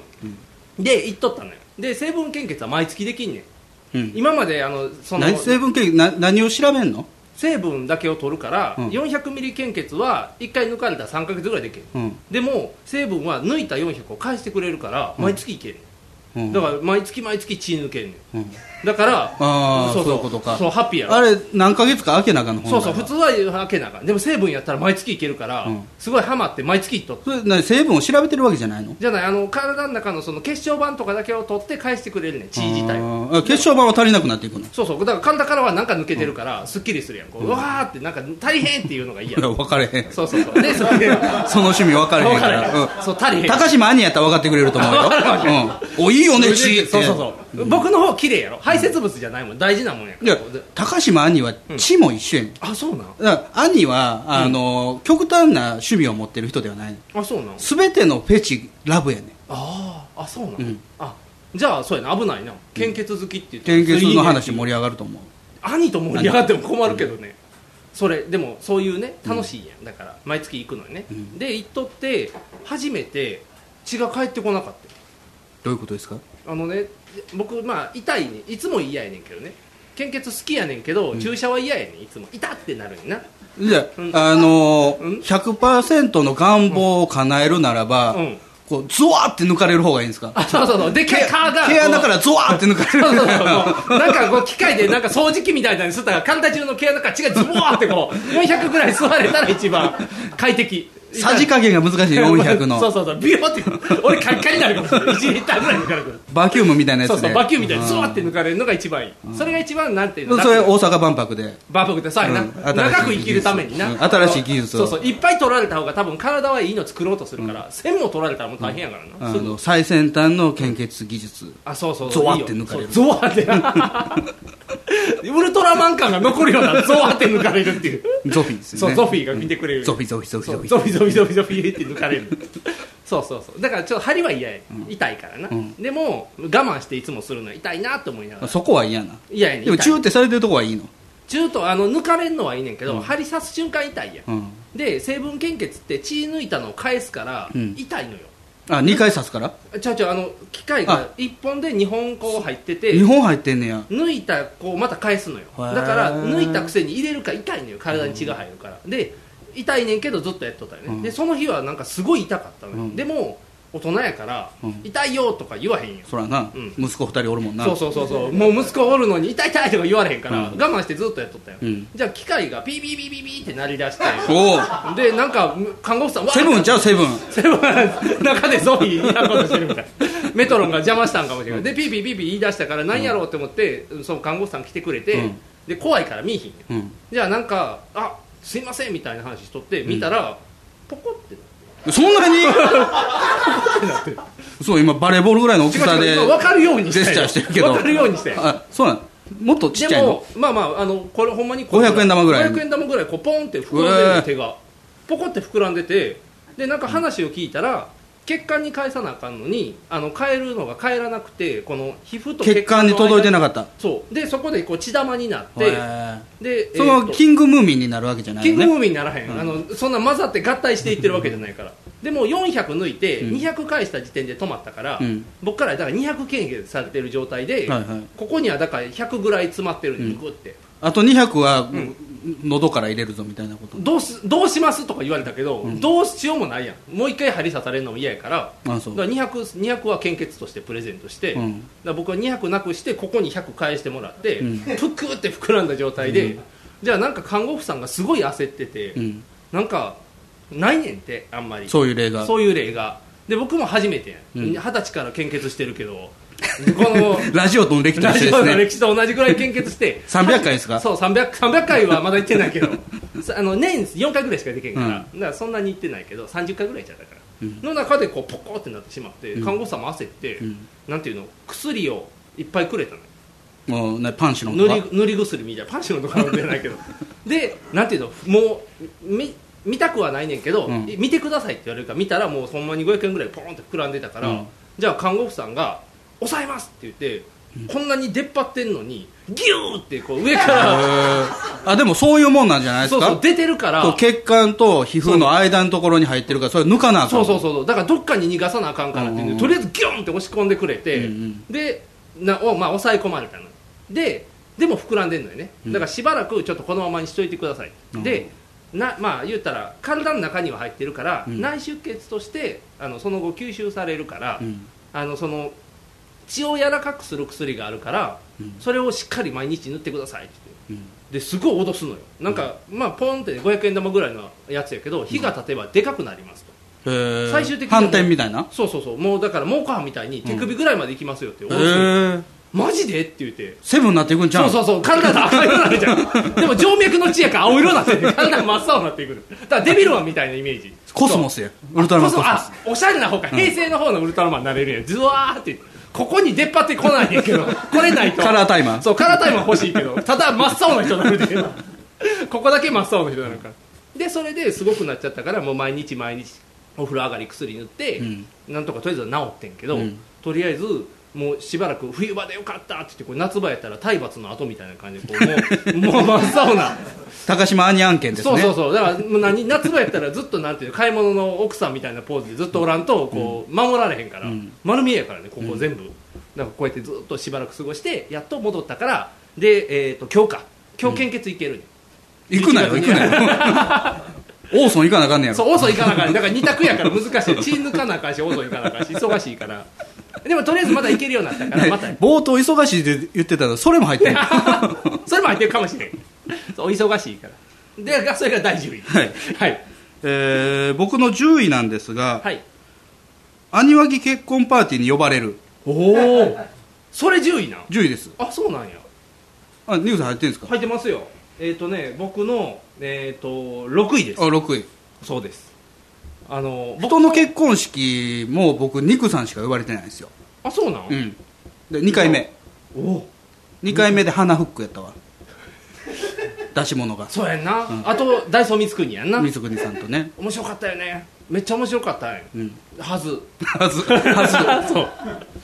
Speaker 2: で行っとったのよで成分献血は毎月できんねん、
Speaker 3: うん
Speaker 2: 今まであのその
Speaker 3: 何成分献血な何を調べんの
Speaker 2: 成分だけを取るから、
Speaker 3: うん
Speaker 2: 400ミリ献血は1回抜かれたら3か月ぐらいできる、
Speaker 3: うん
Speaker 2: でも成分は抜いた400を返してくれるから毎月いける、
Speaker 3: うん
Speaker 2: だから毎月毎月血抜けんねん、
Speaker 3: うん
Speaker 2: だから
Speaker 3: あーそういうことか
Speaker 2: そうハッピーやろ
Speaker 3: あれ何ヶ月か開けなあかんの
Speaker 2: そうそう普
Speaker 3: 本来
Speaker 2: 通は開けなあかんでも成分やったら毎月いけるから、
Speaker 3: うん
Speaker 2: すごいハマって毎月いっとった
Speaker 3: はそれ何成分を調べてるわけじゃないの
Speaker 2: じゃないあの体の中のその結晶板とかだけを取って返してくれるねん血自体を
Speaker 3: あーあ血小板は足りなくなっていくの
Speaker 2: そうそうだから体からはなんか抜けてるからすっきりするやんこう,、うわーってなんか大変っていうの
Speaker 3: *laughs*
Speaker 2: がいいや
Speaker 3: い
Speaker 2: ん
Speaker 3: や分かれへん
Speaker 2: そうそうそうでそれで
Speaker 3: *laughs* その趣味分かれへん
Speaker 2: 分
Speaker 3: か
Speaker 2: から
Speaker 3: ら
Speaker 2: へん、そう足りへん
Speaker 3: うん高島兄やったら分かってくれると思う
Speaker 2: *laughs*
Speaker 3: よ
Speaker 2: 分かる分か
Speaker 3: うんおいいよね血
Speaker 2: そうそうそう、僕の方綺麗やろ排泄物じゃないもん大事なもんやか
Speaker 3: いや
Speaker 2: ら
Speaker 3: 高島兄は血も一緒やねん
Speaker 2: あそうなん
Speaker 3: だから兄はあの、極端な趣味を持ってる人ではない
Speaker 2: あそうなん
Speaker 3: すべてのフェチラブやねん
Speaker 2: あーあそうなん、
Speaker 3: うん
Speaker 2: あじゃあそうやな危ないな献血好きって言って
Speaker 3: 献血の話
Speaker 2: も
Speaker 3: 盛り上がると思う
Speaker 2: 兄と盛り上がっても困るけどねそれでもそういうね楽しいやん、だから毎月行くのよね、で行っとって初めて血が返ってこなかっ
Speaker 3: どういうことですか
Speaker 2: たあのね僕まあ痛いねいつも嫌やねんけどね献血好きやねんけど、注射は嫌やねんいつも痛ってなるんやな
Speaker 3: じゃあ、あのー、100%の願望を叶えるならば、こう、ズワーって抜かれる方がいいんですか
Speaker 2: あそうそうそうでっかい蚊が
Speaker 3: 毛穴からズワーって抜かれる。
Speaker 2: そうそうそうなんかこう機械でなんか掃除機みたいなのに吸ったら簡単中の毛穴から血がズボーってこう400ぐらい吸われたら一番快
Speaker 3: *laughs*
Speaker 2: 適
Speaker 3: *laughs* さじ加減が難しい、400
Speaker 2: *laughs* そう
Speaker 3: の。
Speaker 2: そう *laughs* そうビヨって俺カリカリになるかもしれない1リッターぐらい抜かれる
Speaker 3: バキュームみたいなやつ
Speaker 2: そ
Speaker 3: で。
Speaker 2: うそうバキューみたいに
Speaker 3: うん
Speaker 2: ズワって抜かれるのが一番いい、それが一番なんていうの
Speaker 3: それ大阪万博で。
Speaker 2: バーフクってさやな、
Speaker 3: うん新しい
Speaker 2: 長く生きるためにな、
Speaker 3: うん新しい技術
Speaker 2: そ
Speaker 3: を
Speaker 2: うそういっぱい取られた方が多分体はいいの作ろうとするから、線も取られたらもう大変やからな、
Speaker 3: あの、最先端の献血技術。
Speaker 2: あそうそう
Speaker 3: ゾワって抜かれる
Speaker 2: そうゾワってなウルトラマン感が残るようなゾワって抜かれるっていう
Speaker 3: ゾフィーです
Speaker 2: そ
Speaker 3: よ
Speaker 2: う
Speaker 3: ね。
Speaker 2: ゾフィーが見てくれる
Speaker 3: ゾフィー、ゾフィー、ゾフィー、ゾフィー。
Speaker 2: ゾフィゾフィゾフィゾフィって抜かれるそうそうそうだからちょっと針は嫌や、痛いからな、
Speaker 3: うん
Speaker 2: でも我慢していつもするのは痛いなと思いながら
Speaker 3: そこは嫌な。
Speaker 2: 嫌やねん
Speaker 3: でも、
Speaker 2: 痛い
Speaker 3: チューってされてるとこはいいの。
Speaker 2: 中途あの抜かれんのはいいねんけど、
Speaker 3: うん
Speaker 2: 針刺す瞬間痛いやん、
Speaker 3: うん。
Speaker 2: で成分献血って血抜いたのを返すから、
Speaker 3: うん
Speaker 2: 痛いのよ
Speaker 3: あ、2回刺すから
Speaker 2: ちゃうちゃうあの機械が1本で2本こう入ってて
Speaker 3: 日本入ってんねや。
Speaker 2: 抜いたこうまた返すのよ
Speaker 3: ー
Speaker 2: だから抜いたくせに入れるから痛いのよ体に血が入るから、で痛いねんけどずっとやっとったよね、
Speaker 3: うん
Speaker 2: でその日はなんかすごい痛かったのよ、でも大人やから、
Speaker 3: うん
Speaker 2: 痛いよとか言わへんよ
Speaker 3: そらな、
Speaker 2: うん
Speaker 3: 息子2人おるもんな。
Speaker 2: そうそうそうそうもう息子おるのに痛い痛いとか言われへんから、
Speaker 3: うん
Speaker 2: 我慢してずっとやっとったよ、
Speaker 3: うん
Speaker 2: じゃあ機械がピーピーピーピーピーって鳴り出して
Speaker 3: おう
Speaker 2: でなんか看護婦さんわー
Speaker 3: セブンちゃう、セブン。
Speaker 2: セブン中でゾフィーなことしてるみたいメトロンが邪魔したんかもしれないでピーピーピーピー言い出したから何やろうって思って、その看護師さん来てくれて、
Speaker 3: うん
Speaker 2: で怖いから見いひんよ
Speaker 3: うん。
Speaker 2: じゃあなんか「あすいません」みたいな話しとって見たら、ポコって
Speaker 3: そんなに
Speaker 2: *laughs*
Speaker 3: そう、今、バレーボールぐらいの大きさ
Speaker 2: 違
Speaker 3: で
Speaker 2: う違う今分かるようにした
Speaker 3: ジェ
Speaker 2: よ
Speaker 3: スチャーしてるけど。
Speaker 2: 分かるようにしたよ
Speaker 3: あ、そうなのもっとちっちゃ
Speaker 2: で
Speaker 3: いの
Speaker 2: もまあまああのこれほんまにこれ
Speaker 3: 500円玉ぐらい
Speaker 2: 500円玉ぐらいこうポンって膨らんでる
Speaker 3: うえ
Speaker 2: の手がポコって膨らんでてでなんか話を聞いたら血管に返さなあかんのにあの変えるのが変えらなくてこの皮膚と
Speaker 3: 血管に届いてなかった。
Speaker 2: そうでそこでこう血玉になっ
Speaker 3: へ
Speaker 2: て
Speaker 3: ー
Speaker 2: で
Speaker 3: そ
Speaker 2: えー
Speaker 3: の
Speaker 2: と
Speaker 3: キングムーミンになるわけじゃない
Speaker 2: キン
Speaker 3: の
Speaker 2: グムー
Speaker 3: ね。
Speaker 2: ミンにならへん、あのそんな混ざって合体していってるわけじゃないからでも400抜いて
Speaker 3: うん
Speaker 2: 200返した時点で止まったから、
Speaker 3: うん
Speaker 2: 僕からだから200献血されてる状態で、
Speaker 3: はいはい
Speaker 2: ここにはだから100ぐらい詰まってるんでグって、
Speaker 3: あと200は、喉から入れるぞみたいなこと。
Speaker 2: どうすどうしますとか言われたけど、どうしようもないやんもう一回針刺されるのも嫌やから
Speaker 3: あ、そう。
Speaker 2: だから 200, 200は献血としてプレゼントして、
Speaker 3: うん
Speaker 2: だから僕は200なくしてここに100返してもらって、
Speaker 3: うん
Speaker 2: ぷくって膨らんだ状態で、
Speaker 3: うん
Speaker 2: じゃあなんか看護婦さんがすごい焦ってて、
Speaker 3: うん。
Speaker 2: なんかないねんってあんまり
Speaker 3: そういう例が。
Speaker 2: そういう例がで僕も初めてやん
Speaker 3: うん
Speaker 2: 二十、歳から献血してるけどこの
Speaker 3: ラジオとの歴史と
Speaker 2: ラ
Speaker 3: 一
Speaker 2: ジ
Speaker 3: 緒
Speaker 2: オ
Speaker 3: で
Speaker 2: の
Speaker 3: すね。
Speaker 2: 歴史と同じぐらい献
Speaker 3: *laughs*
Speaker 2: 血して
Speaker 3: 300回ですか
Speaker 2: そう 300, 300回はまだ行ってないけ
Speaker 3: *laughs*
Speaker 2: どさあの年4回ぐらいしかできへんから、
Speaker 3: うん
Speaker 2: だからそんなに行ってないけど30回ぐらいちゃったから、
Speaker 3: うん
Speaker 2: の中でこうポコってなってしまって
Speaker 3: うん
Speaker 2: 看護師さんも焦って、
Speaker 3: うん
Speaker 2: なんていうの薬をいっぱいくれたのよ
Speaker 3: もうね、パンチの
Speaker 2: 塗り塗り薬みたいなパンチのところじゃな
Speaker 3: *laughs*
Speaker 2: いけどでなんていうのもうみ見たくはないねんけど、
Speaker 3: うん
Speaker 2: 見てくださいって言われるから見たらもうほんまに500円ぐらいポーンって膨らんでたから、
Speaker 3: うん
Speaker 2: じゃあ看護婦さんが「抑えます!」って言って、こんなに出っ張ってんのにギューってこう上から
Speaker 3: *laughs* あ、でもそういうもんなんじゃないです
Speaker 2: そう
Speaker 3: か
Speaker 2: そう出てるから
Speaker 3: そう血管と皮膚の間のところに入ってるから、それ抜かなあか
Speaker 2: そ
Speaker 3: ん
Speaker 2: うそうそうそうだからどっかに逃がさなあかんからっていうんで
Speaker 3: うん
Speaker 2: とりあえずギュンって押し込んでくれて、
Speaker 3: うんうん
Speaker 2: でなお、まあ、抑え込まれたのででも膨らんでんのよねだからしばらくちょっとこのままにしといてください、
Speaker 3: うん
Speaker 2: でなまあ言ったら体の中には入ってるから、
Speaker 3: うん
Speaker 2: 内出血としてあのその後吸収されるから、
Speaker 3: うん
Speaker 2: あのその血を柔らかくする薬があるから、
Speaker 3: うん
Speaker 2: それをしっかり毎日塗ってくださいって言って
Speaker 3: うん
Speaker 2: ですごい脅すのよなんか、まあポンって500円玉ぐらいのやつやけど日が経てばでかくなりますと、
Speaker 3: へー
Speaker 2: 最終的にはもう
Speaker 3: 反転みたいな
Speaker 2: そうそうそうもうだからモーカーみたいに手首ぐらいまでいきますよって、
Speaker 3: へー
Speaker 2: マジでって言って
Speaker 3: セブンになっていくんちゃ
Speaker 2: そう
Speaker 3: う
Speaker 2: そうそう体が赤色になるじ
Speaker 3: *laughs*
Speaker 2: ゃんでも静脈の血やから青色になってて体が真っ青になっていくるだからデビルマンみたいなイメージ
Speaker 3: コスモスやウルトラマンコスモス
Speaker 2: あおしゃれな方か平成の方のウルトラマンになれるやんズワーってここに出っ張ってこないん
Speaker 3: *laughs*
Speaker 2: やけどこれないと
Speaker 3: カラータイマー
Speaker 2: そう、カラータイムは欲しいけ *laughs* ど、ただ真っ青な人になるで、 *laughs* ここだけ真っ青な人になるから。で、それですごくなっちゃったから、もう毎日毎日、お風呂上がり薬塗って、
Speaker 3: うん
Speaker 2: なんとかとりあえずは治ってんけど、
Speaker 3: うん
Speaker 2: とりあえず、もうしばらく冬場でよかったって言ってこれ夏場やったら体罰の後みたいな感じでこうもうもう真っ青な
Speaker 3: 高島兄案件です
Speaker 2: そう
Speaker 3: ね
Speaker 2: そうそうだからもう何夏場やったらずっとなんていうの買い物の奥さんみたいなポーズでずっとおらんとこう守られへんから、丸見えやからねここ全部、だからこうやってずっとしばらく過ごしてやっと戻ったからで、えー、と今日か今日献血行ける、
Speaker 3: 行くなよ行くなよ *laughs* オーソン行かなあかんねやろ
Speaker 2: そう、オーソン行かなあかん。だから二択やから難しい。血抜かなあかんし、オーソン行かなあかんし、忙しいから。でもとりあえずまだ行けるようになったから、また、 *laughs*
Speaker 3: 冒頭忙しいって言ってたらそれも入ってんの
Speaker 2: それも入ってるかもしれん。そうお忙しいから。で、がそれが第10位。
Speaker 3: はい、えー僕の10位なんですが、
Speaker 2: はい、
Speaker 3: アニワギ結婚パーティーに呼ばれる
Speaker 2: おおそれ10位な
Speaker 3: 10位です
Speaker 2: あ、そうなんや。
Speaker 3: あニュース入ってるんですか
Speaker 2: 入ってますよ。えっ、とね、僕の、えっ、と、6位です。
Speaker 3: あ6位
Speaker 2: そうですあの
Speaker 3: 人の結婚式も僕ニクさんしか呼ばれてないんですよ
Speaker 2: あ、そうなん、
Speaker 3: うんで2回目
Speaker 2: お
Speaker 3: 2回目で花フックやったわ出し物が
Speaker 2: そうやんな。あと、ダイソー光国やんな。
Speaker 3: 水国さんとね *laughs*
Speaker 2: 面白かったよね。めっちゃ面白かったんや
Speaker 3: うん
Speaker 2: *laughs* はず。
Speaker 3: はずはず
Speaker 2: そう。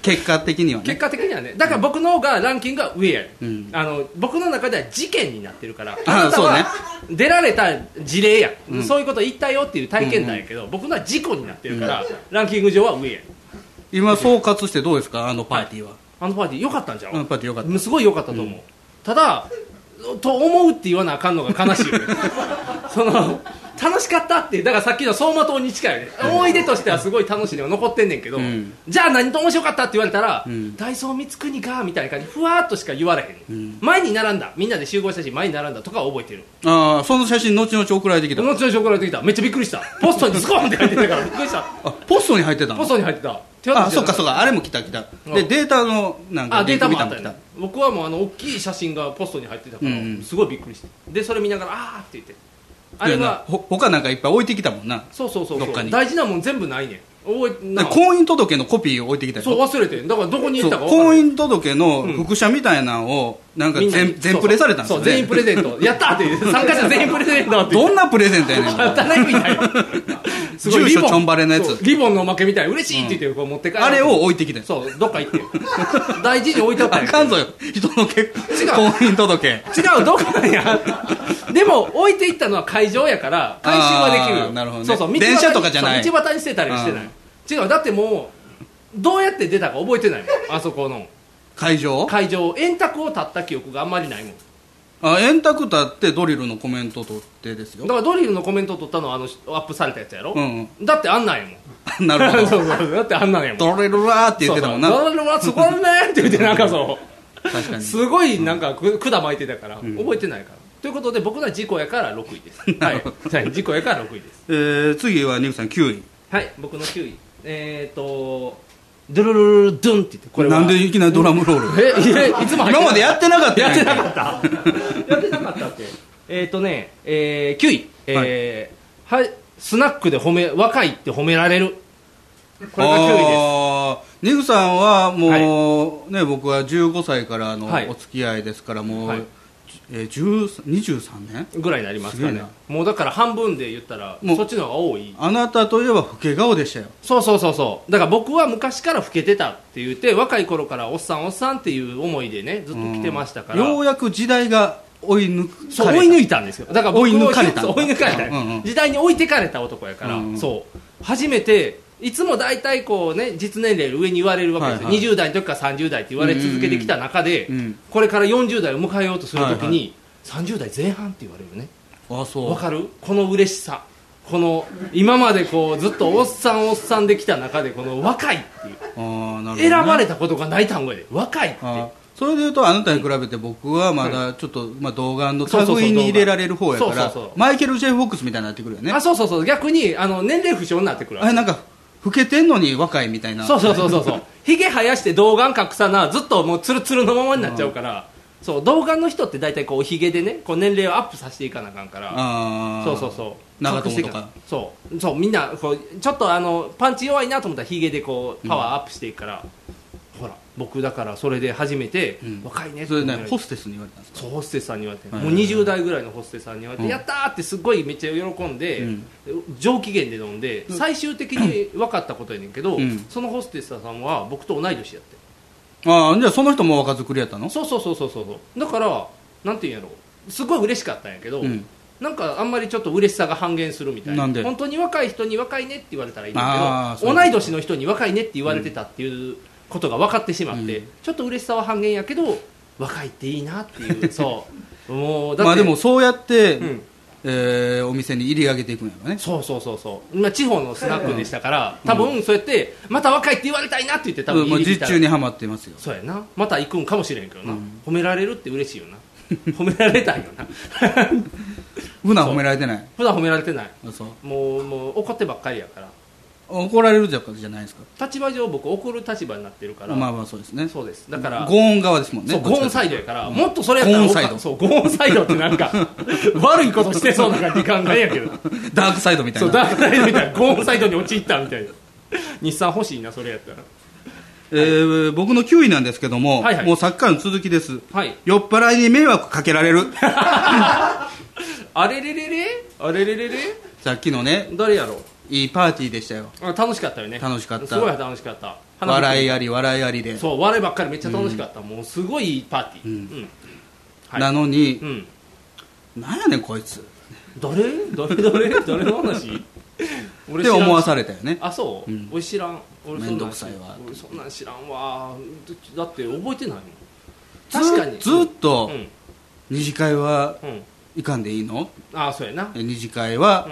Speaker 3: 結果的にはね
Speaker 2: 結果的にはねだから僕の方がランキングが上や、
Speaker 3: うん
Speaker 2: あの僕の中では事件になってるから
Speaker 3: あ
Speaker 2: なたは出られた事例や、
Speaker 3: うん
Speaker 2: そういうこと言ったよっていう体験談やけど、僕のは事故になってるから、ランキング上は上や
Speaker 3: 今総括してどうですかあのパーティーは、
Speaker 2: あのパーティー良かったんじゃ
Speaker 3: あの
Speaker 2: ん
Speaker 3: パーティーよかった
Speaker 2: すごい良かったと思う、ただと思うって言わなあかんのが悲しい
Speaker 3: *laughs*
Speaker 2: よねその楽しかったってだからさっきの走馬灯に近いよね思い出としてはすごい楽しいのが残ってんねんけど、
Speaker 3: うん
Speaker 2: じゃあ何と面白かったって言われたら、
Speaker 3: うん
Speaker 2: ダイソー光国かみたいな感じふわーっとしか言われへん、
Speaker 3: うん
Speaker 2: 前に並んだみんなで集合したし前に並んだとかは覚えてる
Speaker 3: ああその写真後々送られてきた
Speaker 2: 後々送られてきためっちゃびっくりしたポストにズコンって入ってたからびっくりした
Speaker 3: あポストに入ってたの
Speaker 2: ポストに入ってた
Speaker 3: あそっかそっかあれも来た来た
Speaker 2: うん
Speaker 3: でデータのなんか
Speaker 2: あデータもあ
Speaker 3: リンク
Speaker 2: った
Speaker 3: 見
Speaker 2: よ
Speaker 3: の
Speaker 2: ね僕はもうあの大きい写真がポストに入ってたから、
Speaker 3: うんうん
Speaker 2: すごいびっくりしてでそれ見ながらあーって言ってあ
Speaker 3: い
Speaker 2: れ
Speaker 3: やな
Speaker 2: は
Speaker 3: ほ他なんかいっぱい置いてきたもんな
Speaker 2: そうそうそう
Speaker 3: どっ
Speaker 2: そ
Speaker 3: か
Speaker 2: う
Speaker 3: に
Speaker 2: 大事なもん全部ないねん覚え
Speaker 3: で
Speaker 2: な
Speaker 3: 婚姻届のコピー置いてきたよ
Speaker 2: そう忘れてんだからどこに行ったか
Speaker 3: そう
Speaker 2: 分から
Speaker 3: 婚
Speaker 2: ん
Speaker 3: 姻届の副写みたいなのをなんか
Speaker 2: みんなに
Speaker 3: 全全プレされたんですよ
Speaker 2: そう
Speaker 3: ね
Speaker 2: 全員プレゼントやったーって言って参加者全員プレゼントって
Speaker 3: *laughs*
Speaker 2: 言っ
Speaker 3: ど
Speaker 2: て
Speaker 3: んなプレゼントやねん
Speaker 2: やったねみたいなすごい
Speaker 3: 住
Speaker 2: リ
Speaker 3: 所
Speaker 2: ボン
Speaker 3: ちょんばれのやつ
Speaker 2: そうリボンのおまけみたいな嬉しいって言ってこう持って帰る
Speaker 3: あれを置いてきたよ
Speaker 2: そうどっか行ってよ大事に置いとった
Speaker 3: あ
Speaker 2: んや
Speaker 3: かんぞよ人の結
Speaker 2: 違う
Speaker 3: 婚姻届
Speaker 2: 違うどこなんやでも置いていったのは会場やから回収はできる
Speaker 3: あー
Speaker 2: よ
Speaker 3: なるほどね
Speaker 2: そうそう道端に
Speaker 3: 電車とかじゃない
Speaker 2: そう道端に捨てたりはしてない違うだってもうどうやって出たか覚えてないもんあそこの
Speaker 3: 会場
Speaker 2: 会場円卓を立った記憶があんまりないもん
Speaker 3: あ円卓立ってドリルのコメント取ってです
Speaker 2: だか
Speaker 3: よ
Speaker 2: らドリルのコメント取ったのはあのアップされたやつやろ、
Speaker 3: うん
Speaker 2: だってあ *laughs* んなんやもん
Speaker 3: うんなるほ
Speaker 2: *laughs* そ
Speaker 3: ど
Speaker 2: うそうだってあんなんやもん
Speaker 3: *laughs* ドリルラーって言ってたもんな
Speaker 2: そうそうドリルはそこねって言ってなんかそう
Speaker 3: 確かに
Speaker 2: すごいなんかく管巻いてたから、覚えてないからということで僕ら事故やから6位です
Speaker 3: *laughs*
Speaker 2: はいはい事故やから6位です
Speaker 3: えー次はニクさん9位
Speaker 2: はい僕の9位えっ、ー、とドゥルルルルドゥンって言ってこれは
Speaker 3: なんでいきなりドラムロ
Speaker 2: *laughs*
Speaker 3: ール
Speaker 2: えいやいつも入
Speaker 3: 今までやってなかった
Speaker 2: や
Speaker 3: やん
Speaker 2: ってなか
Speaker 3: *laughs*
Speaker 2: ったやってなかったってえっ、ー、とね、えー、9位えーはい、スナックで褒め若いって褒められるこれが9位です
Speaker 3: あーニグさんはもう、ね僕は15歳からの
Speaker 2: はい
Speaker 3: お付き合いですからもう、
Speaker 2: はい
Speaker 3: えー、10 23年
Speaker 2: ぐらいになりますか
Speaker 3: す
Speaker 2: ね
Speaker 3: げえな
Speaker 2: もうだから半分で言ったら
Speaker 3: もう
Speaker 2: そっちの方が多い
Speaker 3: あなたといえば老け顔でしたよ
Speaker 2: そうそうそうそうだから僕は昔から老けてたって言って若い頃からおっさんおっさんっていう思いでねずっと来てましたから、
Speaker 3: ようやく時代が追い抜かれ
Speaker 2: そう追い抜いたんですよだから僕を
Speaker 3: 追い抜かれた
Speaker 2: そう追い抜かれた、
Speaker 3: うんうんうん
Speaker 2: 時代に置いてかれた男やから、
Speaker 3: うんうん
Speaker 2: そう初めていつも大体こうね実年齢より上に言われるわけですよ、
Speaker 3: はいはい
Speaker 2: 20代の時から30代って言われ続けてきた中で、
Speaker 3: うん
Speaker 2: これから40代を迎えようとするとき
Speaker 3: はいはい
Speaker 2: に、30代前半って言われるね
Speaker 3: あそう
Speaker 2: わかるこの嬉しさこの今までこうずっとおっさんおっさんできた中でこの若いっていう
Speaker 3: あーなるほどね、
Speaker 2: 選ばれたことがない単語やで若いって
Speaker 3: あーそれでいうとあなたに比べて僕はまだちょっと、まあ、童顔の類に入れられる方やから
Speaker 2: そうそうそう
Speaker 3: マイケル・ジェフォックスみたいになってくるよね
Speaker 2: あそうそうそう逆にあの年齢不詳になってくる
Speaker 3: あれなんか老けてんのに若いみたいな
Speaker 2: そうそうそうそうそうひげ生やして童顔隠さなずっともうツルツルのままになっちゃうからそう童顔の人って大体こうひげでねこう年齢をアップさせていかなあかんから
Speaker 3: あー
Speaker 2: そうそうそう
Speaker 3: 長友
Speaker 2: 隠して
Speaker 3: と
Speaker 2: い
Speaker 3: か
Speaker 2: そうそうみんなこうちょっとあのパンチ弱いなと思ったらひげでこうパワーアップしていくから、ほら僕だからそれで初めて、若いねって
Speaker 3: それね
Speaker 2: 思う
Speaker 3: ホステスに言われたんです
Speaker 2: そうホステスさんに言われて、
Speaker 3: はい
Speaker 2: もう20代ぐらいのホステスさんに言われて、
Speaker 3: うん
Speaker 2: やったーってすごいめっちゃ喜んで、
Speaker 3: うん
Speaker 2: 上機嫌で飲んで、最終的に分かったことやねんけど、
Speaker 3: うん
Speaker 2: そのホステスさんは僕と同い年やって
Speaker 3: ああじゃあその人も若作りやったの
Speaker 2: そうそうそうそうそうだからなんていうんやろすごい嬉しかったんやけど、
Speaker 3: うん
Speaker 2: なんかあんまりちょっと嬉しさが半減するみたいな
Speaker 3: なんで
Speaker 2: 本当に若い人に若いねって言われたらいいん
Speaker 3: あ
Speaker 2: だ
Speaker 3: ー
Speaker 2: け
Speaker 3: そう
Speaker 2: ど同い年の人に若いねって言われてたっていうことが分かってしまって、ちょっと嬉しさは半減やけど若いっていいなってい
Speaker 3: *laughs*
Speaker 2: うそうもうだって、
Speaker 3: まあでもそうやって、
Speaker 2: うん
Speaker 3: えーお店に入り上げていくんやろね
Speaker 2: そうそうそうそうまあ地方のスナックでしたから、多分そうやってまた若いって言われたいなって言って多分
Speaker 3: もう
Speaker 2: 入り口
Speaker 3: 実
Speaker 2: から
Speaker 3: 中にはまってますよ
Speaker 2: そうやなまた行くんかもしれんけどな、褒められるって嬉しいよな *laughs* 褒められたいよな *laughs*
Speaker 3: 普段褒められてない
Speaker 2: 普段褒められてない
Speaker 3: そう
Speaker 2: もうもう怒ってばっかりやから
Speaker 3: 怒られるじゃないですか
Speaker 2: 立場上僕怒る立場になってるから、
Speaker 3: まあまあそうですね
Speaker 2: そうですだから
Speaker 3: ゴーン側ですもんね
Speaker 2: そうゴーンサイドやから、もっとそれや
Speaker 3: や
Speaker 2: っ
Speaker 3: ったた
Speaker 2: ら
Speaker 3: らゴーンサイド
Speaker 2: おかそうゴーンサイドってなんか
Speaker 3: *laughs*
Speaker 2: 悪いことしてそうな感じ考えやけど
Speaker 3: ダークサイドみたい
Speaker 2: そ
Speaker 3: な
Speaker 2: うダークサイドみたいなゴーンサイドに陥ったみたいな日産欲しいなそれやったら
Speaker 3: えー僕の9位なんですけども、
Speaker 2: はいはい
Speaker 3: もうさっきからの続きです、
Speaker 2: はい
Speaker 3: 酔っ払いに迷惑かけられる *laughs*
Speaker 2: あれれれれあれれれれ
Speaker 3: さっきのね
Speaker 2: 誰やろ
Speaker 3: いいパーティーでしたよ
Speaker 2: あ楽しかったよね
Speaker 3: 楽しかった
Speaker 2: すごい楽しかった
Speaker 3: 笑いあ
Speaker 2: り
Speaker 3: り笑いありで、
Speaker 2: そう笑いばっかりめっちゃ楽しかった、もうすごいいいパーティー、うんはい
Speaker 3: なのに、
Speaker 2: うん
Speaker 3: なんやねんこいつ
Speaker 2: 誰誰誰誰の話
Speaker 3: *laughs*
Speaker 2: 俺
Speaker 3: って
Speaker 2: 知らん
Speaker 3: 思わされたよね
Speaker 2: あそう、
Speaker 3: うん
Speaker 2: 俺知らん俺そんなん
Speaker 3: めんどくさいわ
Speaker 2: 俺そんなん知らんわだって覚えてないもん確かに
Speaker 3: ずずっと、
Speaker 2: うん
Speaker 3: 二次会は
Speaker 2: うん
Speaker 3: 行かんでいいの
Speaker 2: あそうやな
Speaker 3: え二次会は、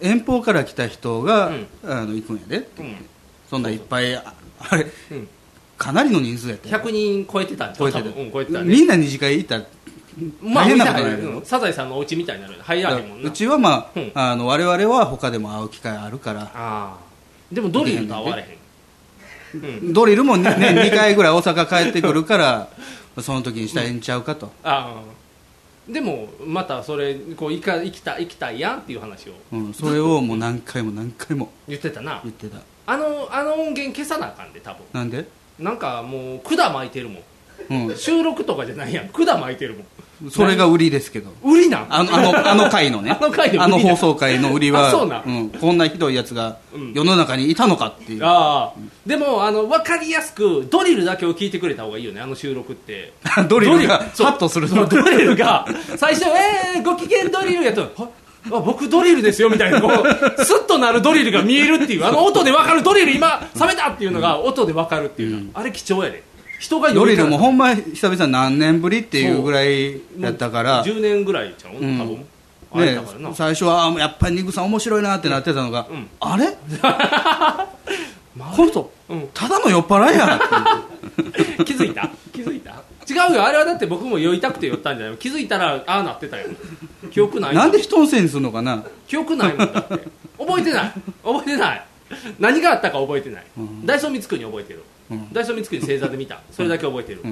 Speaker 3: 遠方から来た人が、
Speaker 2: うん
Speaker 3: あの行くんやで
Speaker 2: うん
Speaker 3: そんないっぱいああれ、
Speaker 2: うん
Speaker 3: かなりの人数やったよ
Speaker 2: 100人超えてたんちゃ
Speaker 3: 超
Speaker 2: う
Speaker 3: えて
Speaker 2: 多
Speaker 3: た
Speaker 2: 分うん超えてたね
Speaker 3: みんな二次会行ったら
Speaker 2: まあ
Speaker 3: 大変なことになるよ
Speaker 2: うんサザエさんのお家みたいになる入らへんもん
Speaker 3: う
Speaker 2: な
Speaker 3: ちはまあ,、
Speaker 2: うん
Speaker 3: あの我々は他でも会う機会あるから
Speaker 2: あでもドリルと会われへん、うん、
Speaker 3: ドリルも
Speaker 2: *laughs*
Speaker 3: ね2回ぐらい大阪帰ってくるからその時にしたらええんちゃうかと、
Speaker 2: ああでもまたそれこう行か行きたい行きたいやんっていう話を
Speaker 3: うん、それをもう何回も何回も
Speaker 2: 言ってたな
Speaker 3: 言ってた
Speaker 2: あのあの音源消さなあかんで多分
Speaker 3: なんで、
Speaker 2: なんかもう管巻いてるもん
Speaker 3: うん、
Speaker 2: 収録とかじゃないやん管巻いてるもん
Speaker 3: それが売りですけど
Speaker 2: 売りなん
Speaker 3: あのあのあの回のね
Speaker 2: あの回の売りな
Speaker 3: あの放送回の売りは
Speaker 2: あそうなん
Speaker 3: んこんなひどいやつが
Speaker 2: うん
Speaker 3: 世の中にいたのかっていう、
Speaker 2: ああでもあの分かりやすくドリルだけを聞いてくれた方がいいよねあの収録って
Speaker 3: ドリルが
Speaker 2: ド
Speaker 3: ハ
Speaker 2: リルそう
Speaker 3: ッとする
Speaker 2: そうドリルが
Speaker 3: *laughs*
Speaker 2: 最初「えー、ご機嫌ドリル」やとは「あ僕ドリルですよ」みたいなこうスッとなるドリルが見えるっていうあの音で分かるドリル今冷めたっていうのが音で分かるっていうのは、あれ貴重やで人が
Speaker 3: ド
Speaker 2: より
Speaker 3: リルもほんま久々何年ぶりっていうぐらいやったから、
Speaker 2: 10年ぐらいちゃう多
Speaker 3: うん
Speaker 2: 分、あれ
Speaker 3: ね
Speaker 2: だからな、
Speaker 3: 最初はあやっぱりニグさん面白いなってなってたのが、あれ
Speaker 2: *laughs*
Speaker 3: この人、ただの酔っ払いやなって
Speaker 2: 気づいた気づいた違うよあれはだって僕も酔いたくて酔ったんじゃない気づいたらああなってたよ記憶ない
Speaker 3: なんで人のせいにするのかな
Speaker 2: 記憶ないもんだって覚えてない覚えてない何があったか覚えてない、ダイソー光圀覚えてる、ダイソー光圀正座で見たそれだけ覚えてる、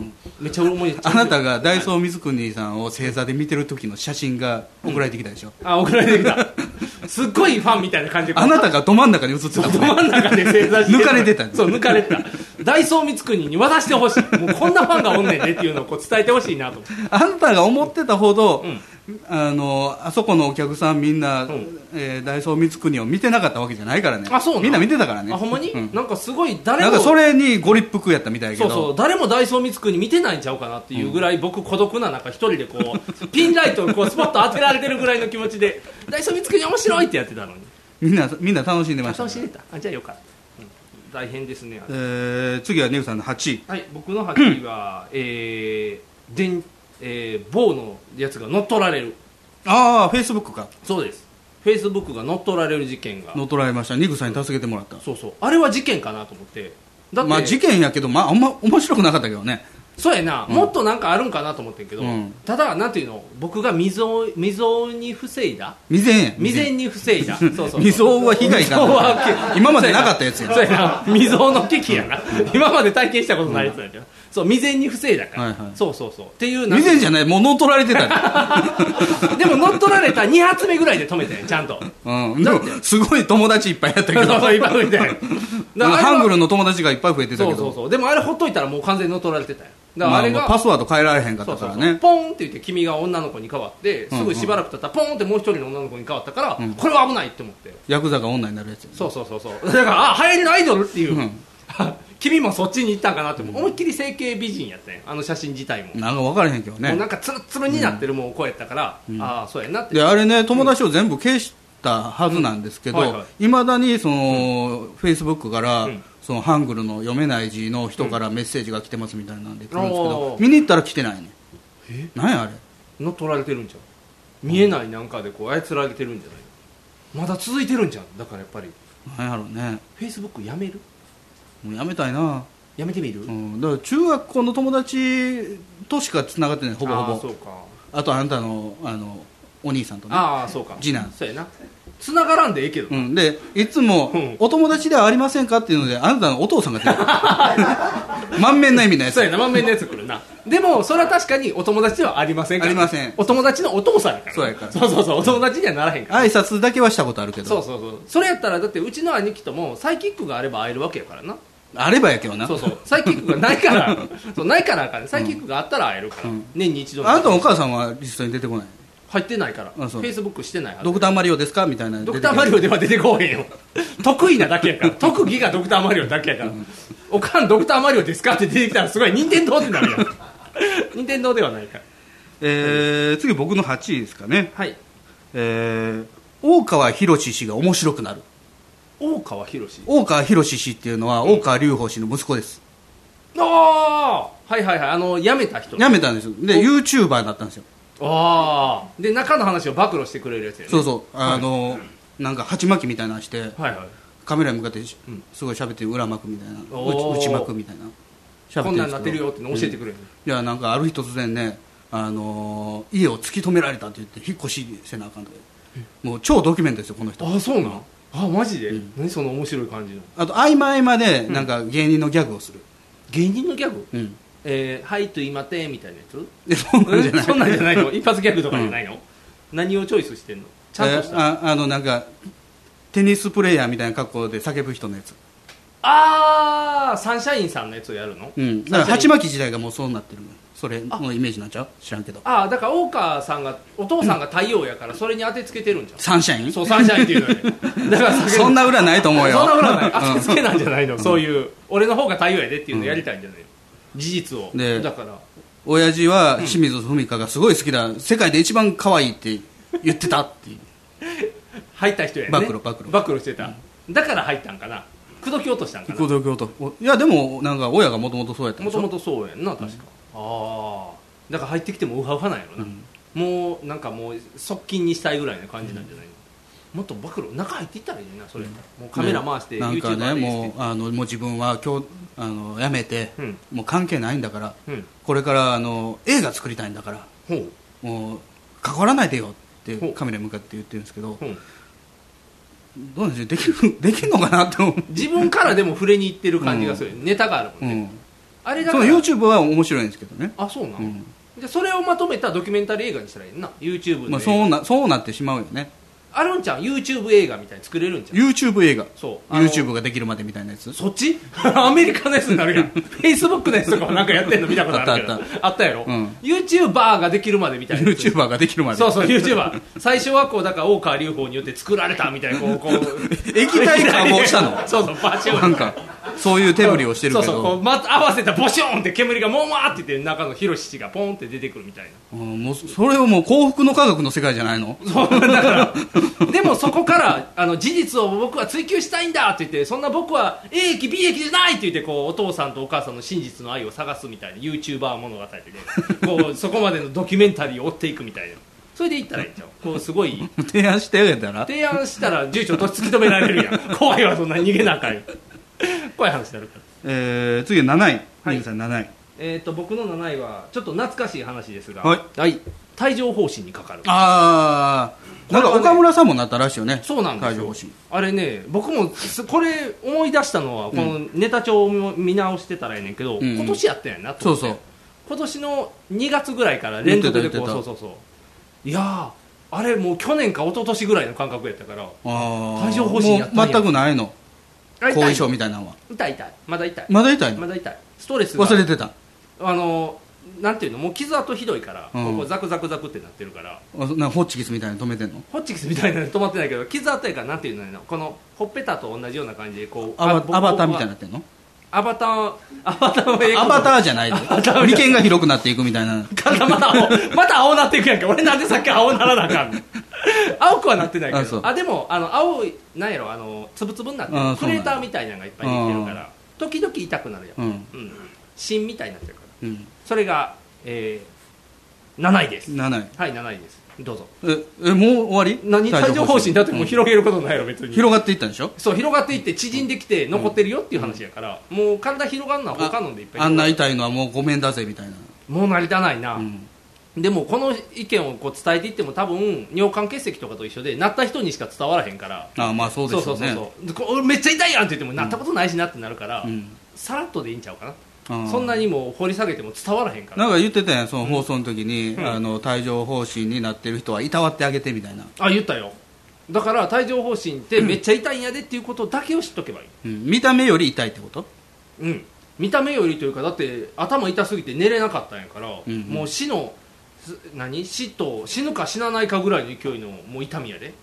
Speaker 2: めっちゃ思い出
Speaker 3: あなたがダイソー水国さんを正座で見てる時の写真が送られてきたでしょ、
Speaker 2: あ送られてきたすっごいファンみたいな感じで
Speaker 3: あなたがど真ん中に写ってた
Speaker 2: ど真ん中で正座してる
Speaker 3: 抜かれてたんです
Speaker 2: そう抜かれてたダイソー光圀に渡してほしいもうこんなファンがおんねんねっていうのをこう伝えてほしいなと思って
Speaker 3: あなたが思ってたほど、あのあそこのお客さんみんな、えーダイソー光圀を見てなかったわけじゃないからね
Speaker 2: あそうなん
Speaker 3: みんな見てたからね
Speaker 2: あほんまに、
Speaker 3: うん
Speaker 2: なんかすごい誰
Speaker 3: なん
Speaker 2: も
Speaker 3: かそれにご立腹やったみたいやけ
Speaker 2: そ
Speaker 3: ど
Speaker 2: うそう誰もダイソー光圀見てないんちゃうかなっていうぐらい僕孤独な中一人でこう *laughs* ピンライトをこうスポット当てられてるぐらいの気持ちでダイソー光圀面白いってやってたのに
Speaker 3: みんなみんな楽しんでました
Speaker 2: 楽しんでたあじゃあよかった、うん大変ですねあ
Speaker 3: え
Speaker 2: れ
Speaker 3: ー次はネグさんの8位
Speaker 2: はい僕の8位はえー、でんえー、某のやつが乗っ取られる
Speaker 3: ああフェイスブックか
Speaker 2: そうですフェイスブックが乗っ取られる事件が
Speaker 3: 乗っ取られましたニグさんに助けてもらった
Speaker 2: そうそうあれは事件かなと思ってだって、
Speaker 3: まあ事件やけどまああんま面白くなかったけどね
Speaker 2: そうやな、
Speaker 3: うん
Speaker 2: もっとなんかあるんかなと思ってんけど、
Speaker 3: うん
Speaker 2: ただなんていうの僕が未曾有未曾有に防いだ
Speaker 3: 未然や
Speaker 2: 未然に防いだ。 *laughs* そうそうそう。
Speaker 3: 未曾有は被害
Speaker 2: 未曾有は
Speaker 3: が今までなかったやつや
Speaker 2: そうやな。未曾有の危機やな。今まで体験したことないやつやな。そう、未然に防いだから。
Speaker 3: はいはい
Speaker 2: そうそうそう。っていう
Speaker 3: 未然じゃ
Speaker 2: な
Speaker 3: ないもう乗っ取られてたで *laughs*
Speaker 2: んかでも乗っ取られた2発目ぐらいで止めたよ、ちゃん
Speaker 3: *laughs*
Speaker 2: と。
Speaker 3: うん、でもすごい友達いっぱいやったけ *laughs* ど
Speaker 2: そうそういっぱい増えたよ
Speaker 3: うんハングルの友達がいっぱい増えてた
Speaker 2: そ
Speaker 3: け
Speaker 2: うそう
Speaker 3: ど
Speaker 2: そう。でもあれほっといたらもう完全に乗っ取られてたよ。だから
Speaker 3: ま
Speaker 2: あ
Speaker 3: あ
Speaker 2: れ
Speaker 3: も
Speaker 2: が
Speaker 3: う、パスワード変えられへんかった
Speaker 2: そうそ
Speaker 3: か
Speaker 2: う
Speaker 3: ら
Speaker 2: そう
Speaker 3: ね
Speaker 2: ポンって言って君が女の子に変わってすぐしばらく経ったらポンってもう一人の女の子に変わったから、
Speaker 3: うん
Speaker 2: これは危ないって思って
Speaker 3: ヤクザが女になるやつや
Speaker 2: *laughs* そうそうそうそうだからあ流行りのアイドルっていう、 *laughs* 君もそっちに行ったんかなって思う思いっきり整形美人やったんやあの写真自体も,、
Speaker 3: なんか分からへんけどね
Speaker 2: もうなんかツルツルになってるもう声やったから、
Speaker 3: うん
Speaker 2: ああそうやなって
Speaker 3: であれね友達を全部消したはずなんですけ
Speaker 2: うんはい
Speaker 3: ど
Speaker 2: はい
Speaker 3: まだにそのフェイスブックから、そのハングルの読めない字の人からメッセージが来てますみたいなんで来るんですけど、
Speaker 2: おー
Speaker 3: 見に行ったら来てないねなんやあれ
Speaker 2: 乗っ取られてるんじゃん見えないなんかでこう操られてるんじゃないまだ続いてるんじゃんだからやっぱり
Speaker 3: なんやろうね
Speaker 2: フェイスブックやめる
Speaker 3: もうやめたいな
Speaker 2: やめてみる、
Speaker 3: うん、だから中学校の友達としかつながってないほぼほぼ
Speaker 2: ああそうか
Speaker 3: あとあんたのあのお兄さんとね
Speaker 2: ああそうか
Speaker 3: 次男
Speaker 2: そうやな繋がらんでええけど
Speaker 3: うん、でいつも、お友達ではありませんかっていうのであなたのお父さんが出てく
Speaker 2: *laughs*
Speaker 3: る満面の意味のやつ
Speaker 2: そうやな満面のやつ来るなでもそれは確かにお友達ではありませんから
Speaker 3: ありません
Speaker 2: お友達のお父さんやから
Speaker 3: そうやから
Speaker 2: そうそうそうお友達にはならへんから
Speaker 3: 挨拶だけはしたことあるけど
Speaker 2: そうそうそうそれやったらだってうちの兄貴ともサイキックがあれば会えるわけやからな
Speaker 3: あればやけどな
Speaker 2: そうそうサイキックがないから *laughs* そうないからあかんねサイキックがあったら会えるから、年に一度
Speaker 3: あなたのお母さんはリストに出てこない
Speaker 2: 入ってないからフ
Speaker 3: あそう
Speaker 2: ェイスブックしてないはず
Speaker 3: ドクターマリオですかみたいな
Speaker 2: ドクターマリオでは出てこうへんよ得意なだけやから特技がドクターマリオだけやから、おかんドクターマリオですかって出てきたらすごい任天堂ってな *laughs* るやん任天堂ではないから
Speaker 3: えー、次僕の8位ですかね
Speaker 2: はい
Speaker 3: えー、大川博氏氏が面白くなる
Speaker 2: 大川博士
Speaker 3: 大川博氏氏っていうのは大川隆法氏の息子です
Speaker 2: ああはいはいはいあの辞めた人
Speaker 3: 辞めたんですよで YouTuber になったんですよ
Speaker 2: ああで中の話を暴露してくれるやつやね
Speaker 3: そうそうあの、なんか鉢巻きみたいなのして、カメラに向かってしすごい喋って裏巻くみたいな
Speaker 2: おー
Speaker 3: 内内巻くみたいな喋
Speaker 2: こんなんなってるよっての教えてくれ
Speaker 3: う
Speaker 2: る
Speaker 3: んいやなんかある日突然ね、あのー家を突き止められたって言って引っ越しせなあかんとか言ってもう超ドキュメントですよこの人
Speaker 2: あそうなんあマジで、何その面白い感じの
Speaker 3: あと合間合間でなんか芸人のギャグをする、
Speaker 2: 芸人のギャグ
Speaker 3: うん
Speaker 2: えー、はいと今てみたいなやつ
Speaker 3: えそんなんじゃない
Speaker 2: そんなんじゃないの一発ギャグとかじゃないの、何をチョイスしてんのちゃんとした、
Speaker 3: えああのなんかテニスプレーヤーみたいな格好で叫ぶ人のやつ、
Speaker 2: ああサンシャインさんのやつをやるの、
Speaker 3: うん、だ
Speaker 2: サ
Speaker 3: か
Speaker 2: ン
Speaker 3: ら
Speaker 2: シャイン
Speaker 3: 鉢巻き時代がもうそうなってるのそれのイメージなんちゃう知らんけど
Speaker 2: ああだから大川さんがお父さんが太陽やからそれに当てつけてるんじゃん
Speaker 3: サンシャイン
Speaker 2: そうサンシャインっていうのよ *laughs* ねだから叫んで
Speaker 3: そんな裏ないと思うよ
Speaker 2: そんな裏ない
Speaker 3: うん
Speaker 2: 当てつけなんじゃないの、そういう俺の方が太陽やでっていうのやりたいんじゃないの、事実を
Speaker 3: で
Speaker 2: だから
Speaker 3: 親父は清水文香がすごい好きだ世界で一番可愛いって言ってたっていう
Speaker 2: 入った人やね
Speaker 3: 暴露暴露
Speaker 2: 暴露してた、だから入ったんかな口説き落としたんかな
Speaker 3: 行動行動おいやでもなんか親がもともとそうやった
Speaker 2: もとも
Speaker 3: と
Speaker 2: とそうやんな確か、ああだから入ってきてもウハウハなんやろな、もうなんかもう側近にしたいぐらいな感じなんじゃないの、もっと暴露中入っていったらいいのになそれ、もうカメラ回して、
Speaker 3: なんか
Speaker 2: YouTube
Speaker 3: ね
Speaker 2: で
Speaker 3: もうあのもう自分は今日あのやめて、
Speaker 2: うん
Speaker 3: もう関係ないんだから、
Speaker 2: うん
Speaker 3: これからあの映画作りたいんだから
Speaker 2: ほう
Speaker 3: もう関わらないでよって
Speaker 2: ほう
Speaker 3: カメラに向かって言ってるんですけど
Speaker 2: う
Speaker 3: どうなんでしょうできる *laughs* できんのかなって思う、
Speaker 2: 自分からでも触れに行ってる感じがする、ネタがあるもん
Speaker 3: うん、
Speaker 2: あれだ
Speaker 3: そ
Speaker 2: か
Speaker 3: の
Speaker 2: ら
Speaker 3: YouTube は面白いんですけどね
Speaker 2: あそうなの、
Speaker 3: うん
Speaker 2: じゃあそれをまとめたドキュメンタリー映画にしたらいいな YouTube の
Speaker 3: まあ、
Speaker 2: 映
Speaker 3: そ
Speaker 2: 画、
Speaker 3: うなそうなってしまうよね
Speaker 2: あるんちゃん YouTube 映画みたいに作れるんちゃう
Speaker 3: YouTube 映画
Speaker 2: そうあの
Speaker 3: YouTube ができるまでみたいなやつ
Speaker 2: そっち *laughs* アメリカのやつになるやん Facebook のやつとかもなんかやってんの見たことあるけど
Speaker 3: あったあ
Speaker 2: あったやろ、
Speaker 3: うん
Speaker 2: YouTuber ができるまでみたいな
Speaker 3: YouTuber ができるまで
Speaker 2: そうそう YouTuber 最初はこうだから大川隆法によって作られたみたいなこうこう
Speaker 3: *laughs* 液体化もしたの
Speaker 2: *laughs* そうそうバチューン
Speaker 3: なんかそういう手振りをしてるけど
Speaker 2: そうそうこう、ま、合わせたボショーンって煙がもわーって言って中のヒロシ氏がポンって出てくるみたいな
Speaker 3: うんもうそれはもう幸福の科学の世界じゃないの *laughs*
Speaker 2: でもそこからあの事実を僕は追求したいんだって言ってそんな僕は A 駅 B 駅じゃないって言ってこうお父さんとお母さんの真実の愛を探すみたいな YouTuber 物語でこうそこまでのドキュメンタリーを追っていくみたいなそれでいったらいいじゃんこうすごい
Speaker 3: 提案してあげたら
Speaker 2: 提案したら住所と突き止められるやん怖いわそんな逃げなあかんよ怖い話になるから
Speaker 3: えー、次7位、はい、さん7位
Speaker 2: えっ、と僕の7位はちょっと懐かしい話ですが、
Speaker 3: はい、
Speaker 2: 帯状疱疹にかかる
Speaker 3: ああなんか岡村さんもなったらしいよね
Speaker 2: そうなんですよ
Speaker 3: 帯状疱疹
Speaker 2: あれね僕もすこれ思い出したのはこのネタ帳を見直してたらええねんけ
Speaker 3: う
Speaker 2: ど、
Speaker 3: ん
Speaker 2: 今年やったんやなと
Speaker 3: そ
Speaker 2: 思
Speaker 3: うそう
Speaker 2: って今年の2月ぐらいから連続で
Speaker 3: 言
Speaker 2: こ
Speaker 3: ってた
Speaker 2: うそ
Speaker 3: 言っ
Speaker 2: う
Speaker 3: て
Speaker 2: そうそういやーあれもう去年か一昨年ぐらいの感覚やったから
Speaker 3: あ
Speaker 2: 帯状疱疹やったんや
Speaker 3: もう全くないの
Speaker 2: あ痛い
Speaker 3: 後遺症みたいなのは
Speaker 2: 痛い痛いまだ痛い
Speaker 3: まだ痛いの
Speaker 2: まだ痛いストレスが
Speaker 3: 忘れてた
Speaker 2: あのなんていうのもう傷跡ひどいから、
Speaker 3: うん
Speaker 2: ここザクザクザクってなってるから
Speaker 3: あそなんかホッチキスみたいなの止めてんの
Speaker 2: ホッチキスみたいなの止まってないけど傷跡やからなんていうのやなこのほっぺたと同じような感じでこう
Speaker 3: ア
Speaker 2: あ
Speaker 3: バ
Speaker 2: 僕
Speaker 3: アバターみたいになってんの
Speaker 2: アバターアバターをええこと
Speaker 3: アバターじゃ
Speaker 2: *laughs*
Speaker 3: ないの利権が広くなっていくみたいな
Speaker 2: また青また青なっていくやんけ俺なんでさっき青ならなあかんの
Speaker 3: *laughs*
Speaker 2: 青くはなってないけ
Speaker 3: あそ
Speaker 2: ど
Speaker 3: う
Speaker 2: あでもあの青いなんやろあのつぶつぶになって
Speaker 3: あ
Speaker 2: る
Speaker 3: そ
Speaker 2: ク
Speaker 3: うなん
Speaker 2: レ
Speaker 3: や
Speaker 2: ーターみたいなのがいっぱいできてるから時々痛くなるやん、
Speaker 3: うん
Speaker 2: うん芯みたいになってるから
Speaker 3: うん
Speaker 2: それが、えー、7位です
Speaker 3: 7位
Speaker 2: はい7位ですどうぞ
Speaker 3: ええもう終わり
Speaker 2: 何帯状疱疹だってもう広げることないやろ別に
Speaker 3: 広がっていったんでしょ
Speaker 2: そう広がっていって縮んできて残ってるよっていう話やから、もう体広がるのは他のでいっぱい
Speaker 3: あんな痛いのはもうごめんだぜみたいな
Speaker 2: もう成り立たないな、でもこの意見をこう伝えていっても多分尿管結石とかと一緒でなった人にしか伝わらへんから
Speaker 3: あまあそうですよね
Speaker 2: そうそうそうこ俺めっちゃ痛いやんって言ってもなったことないしなってなるから、さらっとでいいんちゃうかな、
Speaker 3: うん
Speaker 2: そんなにもう掘り下げても伝わらへんから
Speaker 3: なんか言ってたやんその放送の時に、
Speaker 2: うん
Speaker 3: あの帯状疱疹になってる人はいたわってあげてみたいな、
Speaker 2: あ言ったよだから帯状疱疹ってめっちゃ痛いんやでっていうことだけを知っとけばいい
Speaker 3: うん見た目より痛いってこと
Speaker 2: うん、見た目よりというかだって頭痛すぎて寝れなかったんやから、
Speaker 3: うんうん
Speaker 2: もう死のす何死と死ぬか死なないかぐらいの勢いのもう痛みやで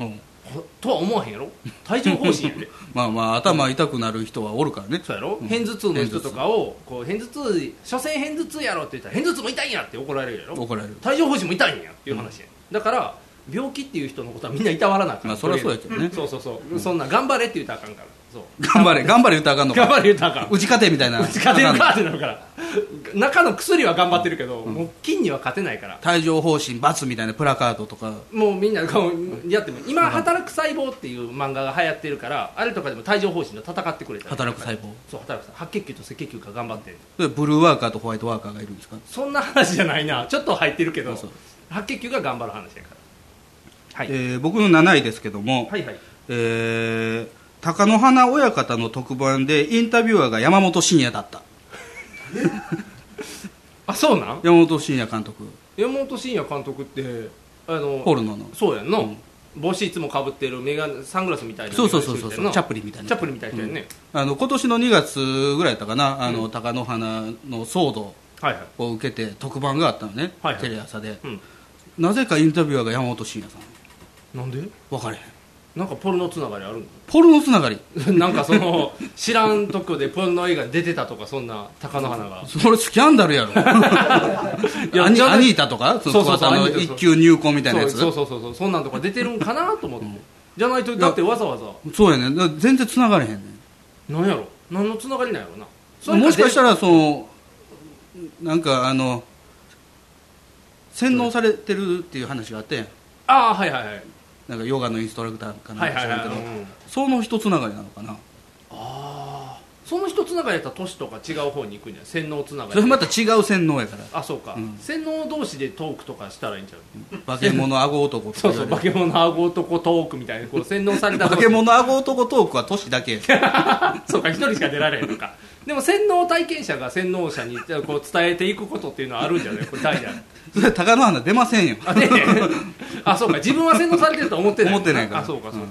Speaker 3: うん
Speaker 2: ほとは思わへんやろ体調方針
Speaker 3: *laughs*
Speaker 2: やで
Speaker 3: まあまあ頭痛くなる人はおるからねそうや
Speaker 2: ろ片頭痛の人とかをこう片頭痛所詮片頭痛やろって言ったら片頭痛も痛いんやって怒られるやろ
Speaker 3: 怒られる
Speaker 2: 体調方針も痛いんやっていう話や、だから病気っていう人のことはみんないたわらなあかん、
Speaker 3: まあそりゃそうやけどね
Speaker 2: そうそうそう、そんな頑張れって言ったらあかんからそう
Speaker 3: 頑張れ頑張れ言うたらあかんのか
Speaker 2: 頑張れ言うたらあかん
Speaker 3: 打ち勝てみたいな
Speaker 2: 勝てるか
Speaker 3: あ
Speaker 2: っ
Speaker 3: かん
Speaker 2: て
Speaker 3: の
Speaker 2: なるから中の薬は頑張ってるけど、もう菌には勝てないから
Speaker 3: 帯状疱疹×みたいなプラカードとか
Speaker 2: もうみんなこうやっても今「働く細胞」っていう漫画が流行ってるからあれとかでも帯状疱疹と戦ってくれたり
Speaker 3: 働く細胞
Speaker 2: そう働く細胞白血球と赤血球が頑張ってる
Speaker 3: それブルーワーカーとホワイトワーカーがいるんですか
Speaker 2: そんな話じゃないなちょっと入ってるけど白血球が頑張る話やから
Speaker 3: えー僕の7位ですけども、
Speaker 2: はいはい
Speaker 3: えー貴乃花親方の特番でインタビュアーが山本慎也だった
Speaker 2: あそうなん
Speaker 3: 山本慎也監督
Speaker 2: 山本慎也監督ってあの
Speaker 3: ポルノの
Speaker 2: そうやんの、帽子いつもかぶってるメガネサングラスみたいな
Speaker 3: そうそうそうそう
Speaker 2: メガネしてるやんな
Speaker 3: チャップリンみたいな
Speaker 2: チャップリンみたいな人やんね、
Speaker 3: あの今年の2月ぐらいだったかな、あの貴乃花の騒動
Speaker 2: はいはい
Speaker 3: を受けて特番があったのね、
Speaker 2: はいはい
Speaker 3: テレ朝で、
Speaker 2: うん
Speaker 3: なぜかインタビュアーが山本慎也さん
Speaker 2: なんで
Speaker 3: 分かれへん
Speaker 2: なんかポルノつながりあるの *laughs*
Speaker 3: ポルノつながり
Speaker 2: なんかその知らんとこでポルノ映画に出てたとかそんな貴乃花が
Speaker 3: それスキャンダルやろアニアニータとか
Speaker 2: そうそうそう
Speaker 3: のあの
Speaker 2: アニータ
Speaker 3: 一級入婚みたいなやつ
Speaker 2: そうそうそうそうそんなんとか出てるんかなと思って、じゃないとだってわざわざ
Speaker 3: そうやねだから全然つながれへんね
Speaker 2: なんやろ何のつながりなんやろなそれ
Speaker 3: もしかした
Speaker 2: で
Speaker 3: らそのなんかあの洗脳されてるっていう話があって
Speaker 2: ああはいはいはい
Speaker 3: なんかヨガのインストラクターかな
Speaker 2: は
Speaker 3: ん
Speaker 2: い
Speaker 3: か
Speaker 2: は
Speaker 3: 知
Speaker 2: いはい
Speaker 3: らんけど、
Speaker 2: うん
Speaker 3: その一つながりなのかな
Speaker 2: その一つながりやったら都市とか違う方に行くんじゃん洗脳つなが
Speaker 3: それ
Speaker 2: り
Speaker 3: また違う洗脳や
Speaker 2: *laughs*
Speaker 3: から
Speaker 2: あそうか、
Speaker 3: うん
Speaker 2: 洗脳同士でトークとかしたらいいんちゃう
Speaker 3: 化け物顎男とか
Speaker 2: そうそう化け物顎男トークみたいなこう洗脳された
Speaker 3: 化け物顎男トークは都市だ
Speaker 2: *laughs*
Speaker 3: け
Speaker 2: そうか一人しか出られへんのかでも洗脳体験者が洗脳者にこう伝えていくことっていうのはあるんじゃないこれ大事やね
Speaker 3: それ高野花出ませんよ
Speaker 2: あねあそうか自分は洗脳されてると思ってない
Speaker 3: 思ってないから
Speaker 2: あそうかそうか、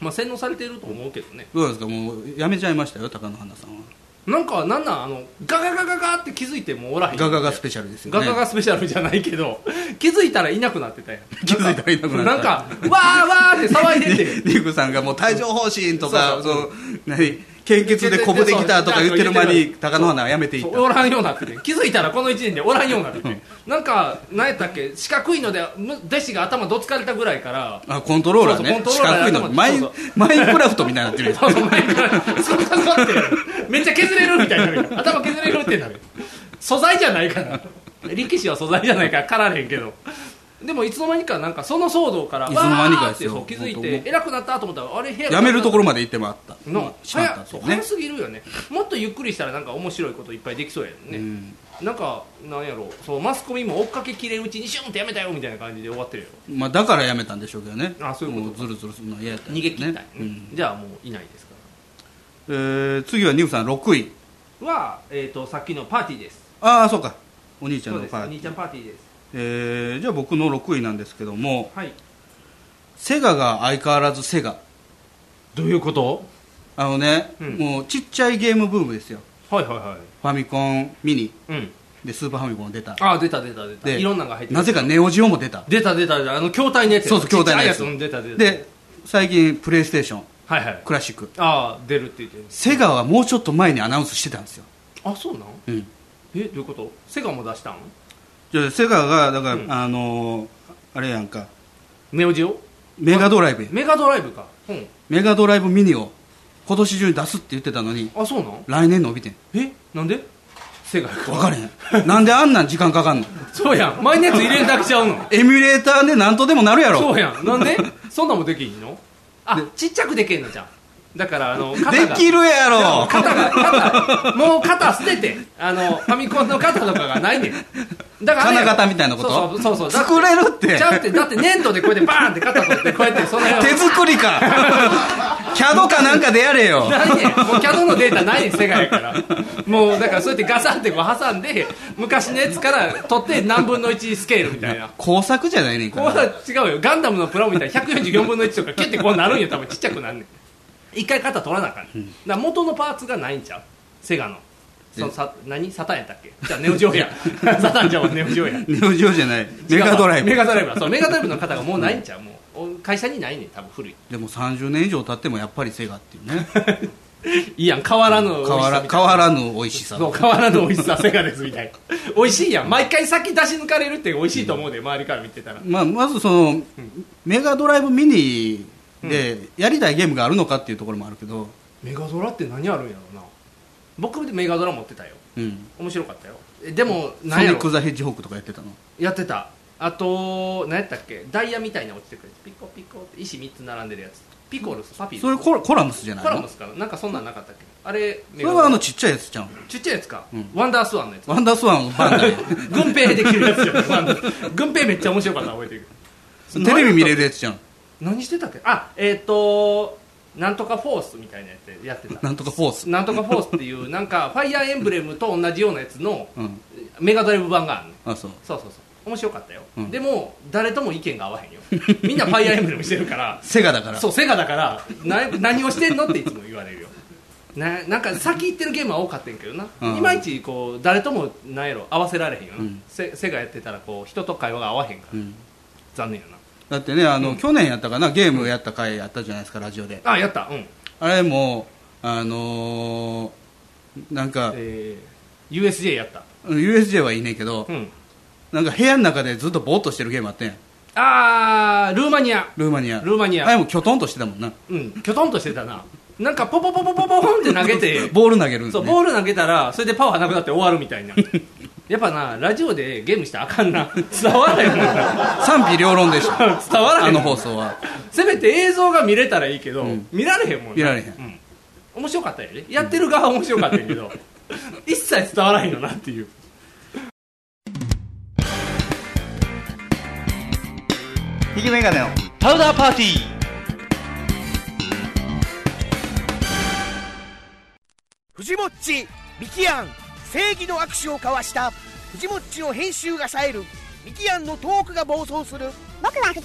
Speaker 2: まあ洗脳されてると思うけどね
Speaker 3: どうなんですかもうやめちゃいましたよ高野花さんは
Speaker 2: なんかなんなんあのガガガガガって気づいてもおらへん
Speaker 3: ガガガスペシャルですよね
Speaker 2: ガガガスペシャルじゃないけど *laughs* 気づいたらいなくなってたやん
Speaker 3: *laughs* 気づいたらいなくなった
Speaker 2: なんかわーわーって騒いでて
Speaker 3: リリクさんがもう帯状疱疹とか
Speaker 2: そう
Speaker 3: その何献血でこぶできたとか言ってる間に高野花はやめていっ
Speaker 2: そう
Speaker 3: た
Speaker 2: おらんようになってて気づいたらこの1年でおらんようになってて、なんか何やったっけ四角いのでむ弟子が頭どつかれたぐらいから
Speaker 3: あコントローラーね
Speaker 2: そうそうコントローラー
Speaker 3: 四角いのマイン
Speaker 2: そう
Speaker 3: マインクラフトみたいになってるやつ
Speaker 2: めっちゃ削れるみたいになるよ頭削れるってなる素材じゃないから力士は素材じゃないからかられへんけどでもいつの間にかなんかその騒動から
Speaker 3: いつの間にか
Speaker 2: わー
Speaker 3: で
Speaker 2: っ
Speaker 3: す
Speaker 2: て
Speaker 3: よ
Speaker 2: そう気づい
Speaker 3: 本当も
Speaker 2: て偉くなったと思ったらあれ部屋が
Speaker 3: やめるところまで行ってもあった
Speaker 2: の
Speaker 3: しまったん
Speaker 2: 早
Speaker 3: ですよね
Speaker 2: 早すぎるよねもっとゆっくりしたらなんか面白いこといっぱいできそうやんね、
Speaker 3: うん
Speaker 2: なんかなんやろそうマスコミも追っかけきれんうちにシュンってやめたよみたいな感じで終わってるよ
Speaker 3: まあだからやめたんでしょうけどね
Speaker 2: あそういうこと
Speaker 3: もうずるずるするのは嫌やったん
Speaker 2: 逃
Speaker 3: で
Speaker 2: げ切ったんやね
Speaker 3: うん
Speaker 2: じゃあもういないですか
Speaker 3: えー次はニクさん6位
Speaker 2: らは、えー、とさっきのパーティーです
Speaker 3: ああそうかお兄ちゃん
Speaker 2: そ
Speaker 3: の
Speaker 2: うです
Speaker 3: パ
Speaker 2: お
Speaker 3: ーティ
Speaker 2: 兄
Speaker 3: ー
Speaker 2: ちゃんパーティーです
Speaker 3: えーじゃあ僕の6位なんですけども、
Speaker 2: はい
Speaker 3: セガが相変わらずセガ
Speaker 2: どういうこと
Speaker 3: あのね、もうちっちゃいゲームブームですよ
Speaker 2: はいはいはい
Speaker 3: ファミコンミニ、
Speaker 2: うん
Speaker 3: でスーパーファミコン出た
Speaker 2: あ出た出た出た
Speaker 3: で
Speaker 2: いろんなのが入ってる
Speaker 3: なぜかネオジオも出た
Speaker 2: 出た出た出たあの筐体のやつや
Speaker 3: そうそう筐体のやつ
Speaker 2: ちっちゃいやつうん出た出た
Speaker 3: で最近プレイステーション、
Speaker 2: はいはい
Speaker 3: クラシック
Speaker 2: ああ出るって言ってる
Speaker 3: セガはもうちょっと前にアナウンスしてたんですよ、
Speaker 2: あそうなん
Speaker 3: うん、
Speaker 2: えどういうことセガも出したん
Speaker 3: じゃあセガがだから、あのーあれやんか
Speaker 2: ネオジオ
Speaker 3: メガドライブや
Speaker 2: メガドライブかうん
Speaker 3: メガドライブミニを今年中に出すって言ってたのに
Speaker 2: あそうなん
Speaker 3: 来年伸びてん
Speaker 2: えなんでセガやから
Speaker 3: 分からへんなんであんなん時間かかんの
Speaker 2: そうやんマイネット入れんだけちゃうの
Speaker 3: エミュレーターでなんとでもなるやろ
Speaker 2: そうやんなんでそんなんもできんのあちっちゃくできんのじゃんだからあの肩が
Speaker 3: できるやろ
Speaker 2: じゃあ肩が肩もう肩捨ててあのファミコンの肩とかがないねんだからあれや
Speaker 3: 金型みたいなこと
Speaker 2: そうそうそうそう
Speaker 3: 作れるって
Speaker 2: ちゃうってだって粘土でこうやってバーンって肩取ってこうやってその辺を
Speaker 3: 手作りかキャドかなんかでやれよ
Speaker 2: ないねんもうキャドのデータないねん世界やからもうだからそうやってガサンってこう挟んで昔のやつから取って何分の1スケールみたいな
Speaker 3: 工作じゃないねんか
Speaker 2: こうは違うよガンダムのプラモみたいに144分の1とかキュッてこうなるんよ多分ちっちゃくなんねん一回肩取らなあかんねん、だから元のパーツがないんちゃうセガのそのさ何サタンやったっけじゃあネオ
Speaker 3: *laughs*
Speaker 2: ジオやサタンじゃもうネオジオや
Speaker 3: ネオジオじゃないメガドライブ
Speaker 2: メガドライブだそうメガドライブの肩がもうないんちゃうもうお会社にないねん多分古い
Speaker 3: でも30年以上経ってもやっぱりセガっていう
Speaker 2: *laughs*
Speaker 3: ね
Speaker 2: いいやん変わらぬ美味し
Speaker 3: 変わ
Speaker 2: さ
Speaker 3: ら変わらぬ美味しさ
Speaker 2: そう変わらぬ美味しさセガですみたいな美味しいやん毎回先出し抜かれるって美味しいと思うで、周りから見てたら
Speaker 3: まあ、まずその、メガドライブミニでやりたいゲームがあるのかっていうところもあるけど、
Speaker 2: メガドラって何あるんやろうな僕でメガドラ持ってたよ
Speaker 3: うん、
Speaker 2: 面白かったよえでも
Speaker 3: ソ
Speaker 2: 何
Speaker 3: ニ
Speaker 2: や
Speaker 3: ック・
Speaker 2: ろ
Speaker 3: ザ・ヘッジホークとかやってたの
Speaker 2: やってたあと何やったっけダイヤみたいな落ちてくるピコピコって石3つ並んでるやつピコルスパピルス
Speaker 3: それコラコラムスじゃない
Speaker 2: コ
Speaker 3: の
Speaker 2: ラムスかななんかそんなんなかったっけあれ
Speaker 3: それはあの
Speaker 2: ち
Speaker 3: ちっちゃいやつじゃん
Speaker 2: ちっちゃいやつか、
Speaker 3: うん
Speaker 2: ワンダースワンのやつ
Speaker 3: ワンダースワンのバン
Speaker 2: *laughs*
Speaker 3: ダイ
Speaker 2: 軍兵できるや
Speaker 3: *laughs*
Speaker 2: つじゃんワンダー軍兵めっちゃ面白かった覚えてる
Speaker 3: テレビ見れるやつじゃん
Speaker 2: 何してたっけあえっ、となんとかフォースみたいなやつやってた
Speaker 3: なんとかフォース、
Speaker 2: なんとかフォースっていうなんかファイアーエンブレムと同じようなやつの
Speaker 3: うん、
Speaker 2: メガドライブ版があるの
Speaker 3: あそう
Speaker 2: そうそうそう面白かったよ、
Speaker 3: うん
Speaker 2: でも誰とも意見が合わへんよみんなファイアーエンブレムして
Speaker 3: *laughs*
Speaker 2: るから
Speaker 3: セガだから
Speaker 2: そうセガだからな何をしてんのっていつも言われるよななんか先行ってるゲームは多かったんやけどな、
Speaker 3: うん
Speaker 2: いまいちこう誰ともなんやろ合わせられへんよな、
Speaker 3: うん
Speaker 2: セセガやってたらこう人と会話が合わへんから、
Speaker 3: うん
Speaker 2: 残念や
Speaker 3: だってねあの、去年やったかなゲームやった回やったじゃないですかラジオで
Speaker 2: なあやったうん
Speaker 3: あれもあのーなんか、
Speaker 2: えー、USJ やった、
Speaker 3: USJ はいいねんけど、
Speaker 2: うん、
Speaker 3: なんか部屋の中でずっとぼーっとしてるゲームあってん
Speaker 2: あールーマニア
Speaker 3: ルーマニア
Speaker 2: ルーマニア
Speaker 3: あれもきょとんとしてたもんな
Speaker 2: うんきょとんとしてたななんかポポポポポポポンって投げて
Speaker 3: *laughs* ボール投げるんです
Speaker 2: そう
Speaker 3: ね
Speaker 2: ボール投げたらそれでパワーなくなって終わるみ
Speaker 3: *laughs*
Speaker 2: たいなやっぱなラジオでゲームしたらあかんな伝わらへんもん *laughs* な
Speaker 3: 賛否両論で
Speaker 2: *laughs*
Speaker 3: した
Speaker 2: 伝わらへん
Speaker 3: あの放送は
Speaker 2: せめて映像が見れたらいいけど、
Speaker 3: うん
Speaker 2: 見られへんもんな
Speaker 3: 見られへん
Speaker 2: うん、面白かったよねやってる側は面白かったん
Speaker 3: *laughs*
Speaker 2: やけど一切伝わらへんよなっていう
Speaker 4: ひげメガネの
Speaker 1: パウダーパーティー
Speaker 12: 藤もっちミキアン正義の握手を交わした藤もっちの編集が冴えるミキアンのトークが暴走する僕は藤もっち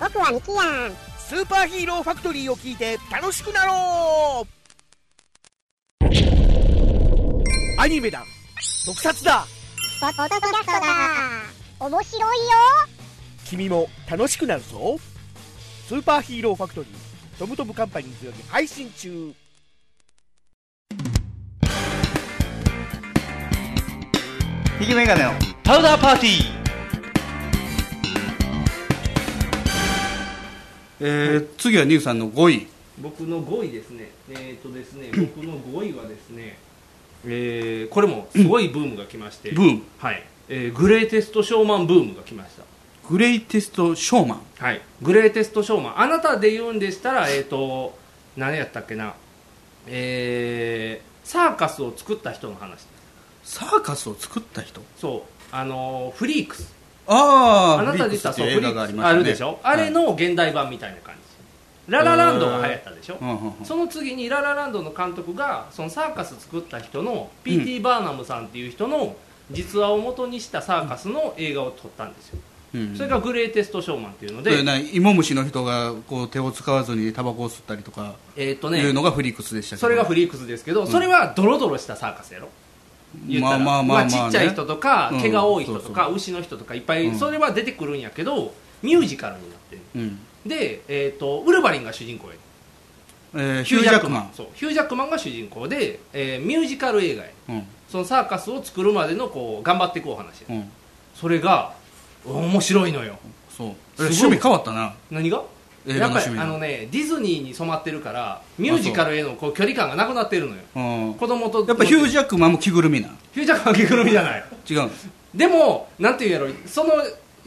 Speaker 12: 僕はミキアンスーパーヒーローファクトリーを聞いて楽しくなろうアニメだ特撮だ
Speaker 13: ポッドキャストだ面白いよ
Speaker 12: 君も楽しくなるぞスーパーヒーローファクトリートムトムカンパニーズより配信中
Speaker 4: ひげメガネの
Speaker 1: パウダーパーティー
Speaker 3: えー次はニューさんの5位
Speaker 2: 僕の5位ですねえーっとです *coughs* ね僕の5位はですねえーこれもすごいブームが来まして、
Speaker 3: ブーム
Speaker 2: はい、えーグレイテストショーマンブームが来ました
Speaker 3: グレイテストショーマン
Speaker 2: はい、グレイテストショーマンあなたで言うんでしたら、えー、と何やったっけな、えーサーカスを作った人の話
Speaker 3: サーカスを作った人
Speaker 2: そうあのーフリークス
Speaker 3: ああ
Speaker 2: あなたで言ったらそう
Speaker 3: フ
Speaker 2: フ
Speaker 3: リークスって映画があ
Speaker 2: リーク
Speaker 3: り
Speaker 2: ス
Speaker 3: まし
Speaker 2: あ
Speaker 3: たね
Speaker 2: るでしょ、あれの現代版みたいな感じララランドが流行ったでしょ、
Speaker 3: うんうんうん
Speaker 2: その次にララランドの監督がそのサーカス作った人の PT バーナムさんっていう人の実話を元にしたサーカスの映画を撮ったんですよ、
Speaker 3: うん
Speaker 2: それがグレイテストショーマンっていうの
Speaker 3: それ
Speaker 2: で
Speaker 3: な芋虫の人がこう手を使わずにタバコを吸ったりとか
Speaker 2: えーっとね
Speaker 3: いうのがフリークスでしたけど
Speaker 2: それがフリークスですけ
Speaker 3: う
Speaker 2: ど、
Speaker 3: ん
Speaker 2: それはドロドロしたサーカスやろ言っ
Speaker 3: まあ
Speaker 2: たら
Speaker 3: まあまあまあね
Speaker 2: ちっちゃい人とか
Speaker 3: うん
Speaker 2: 毛が多い人とか、牛の人とかいっぱい、
Speaker 3: うん
Speaker 2: それは出てくるんやけどミュージカルになってる
Speaker 3: うん
Speaker 2: で、えー、とウルヴァリンが主人公や
Speaker 3: えーヒュージャックマン
Speaker 2: そうヒュージャックマンが主人公で、えーミュージカル映画や
Speaker 3: うん
Speaker 2: そのサーカスを作るまでのこう頑張っていくお話
Speaker 3: う
Speaker 2: や
Speaker 3: ん
Speaker 2: それが面白いのよ
Speaker 3: そう
Speaker 2: すごい
Speaker 3: 趣味変わったな
Speaker 2: 何が
Speaker 3: 映画の
Speaker 2: やっ
Speaker 3: 趣
Speaker 2: ぱ
Speaker 3: 味
Speaker 2: り
Speaker 3: が
Speaker 2: あのねディズニーに染まってるからミュージカルへのこう距離感がなくなってるのよ
Speaker 3: うん
Speaker 2: 子供と
Speaker 3: やっぱヒュージャックマンも着ぐるみなん
Speaker 2: ヒュージャックマン着ぐるみじゃない
Speaker 3: 違うん
Speaker 2: でもなんていうんやろその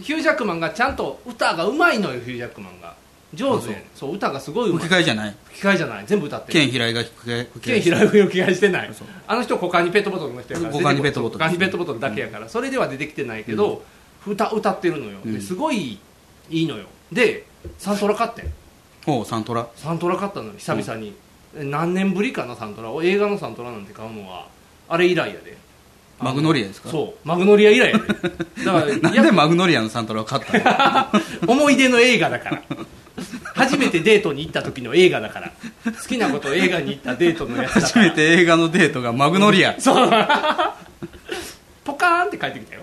Speaker 2: ヒュージャックマンがちゃんと歌がうまいのよヒュージャックマンが上手やねんそう歌がすごいうまい
Speaker 3: 吹き替えじゃない
Speaker 2: 吹き替えじゃない全部歌ってる
Speaker 3: ケン平井が吹き替え吹き替
Speaker 2: ケ
Speaker 3: え
Speaker 2: ン平井を吹き替えしてないあの人股間にペットボトルの人やから
Speaker 3: 股間にペットボトル
Speaker 2: 股間にペットボトルだけやから、それでは出てきてないけど、歌歌ってるのよ、
Speaker 3: うん
Speaker 2: ですごいいいのよでサントラ買ってん
Speaker 3: ほうサントラ
Speaker 2: サントラ買ったのよ久々に、何年ぶりかなサントラを映画のサントラなんて買うのはあれ以来やで
Speaker 3: マグノリアですか
Speaker 2: そうマグノリア以来やでだか
Speaker 3: *laughs*
Speaker 2: ら
Speaker 3: なんでマグノリアのサントラを買ったの
Speaker 2: 思い出の映画だから初めてデートに行った時の映画だから好きなこと映画に行ったデートのやつだ
Speaker 3: 初めて映画のデートがマグノリ
Speaker 2: *laughs*
Speaker 3: ア
Speaker 2: そうポカーンって帰ってきたよ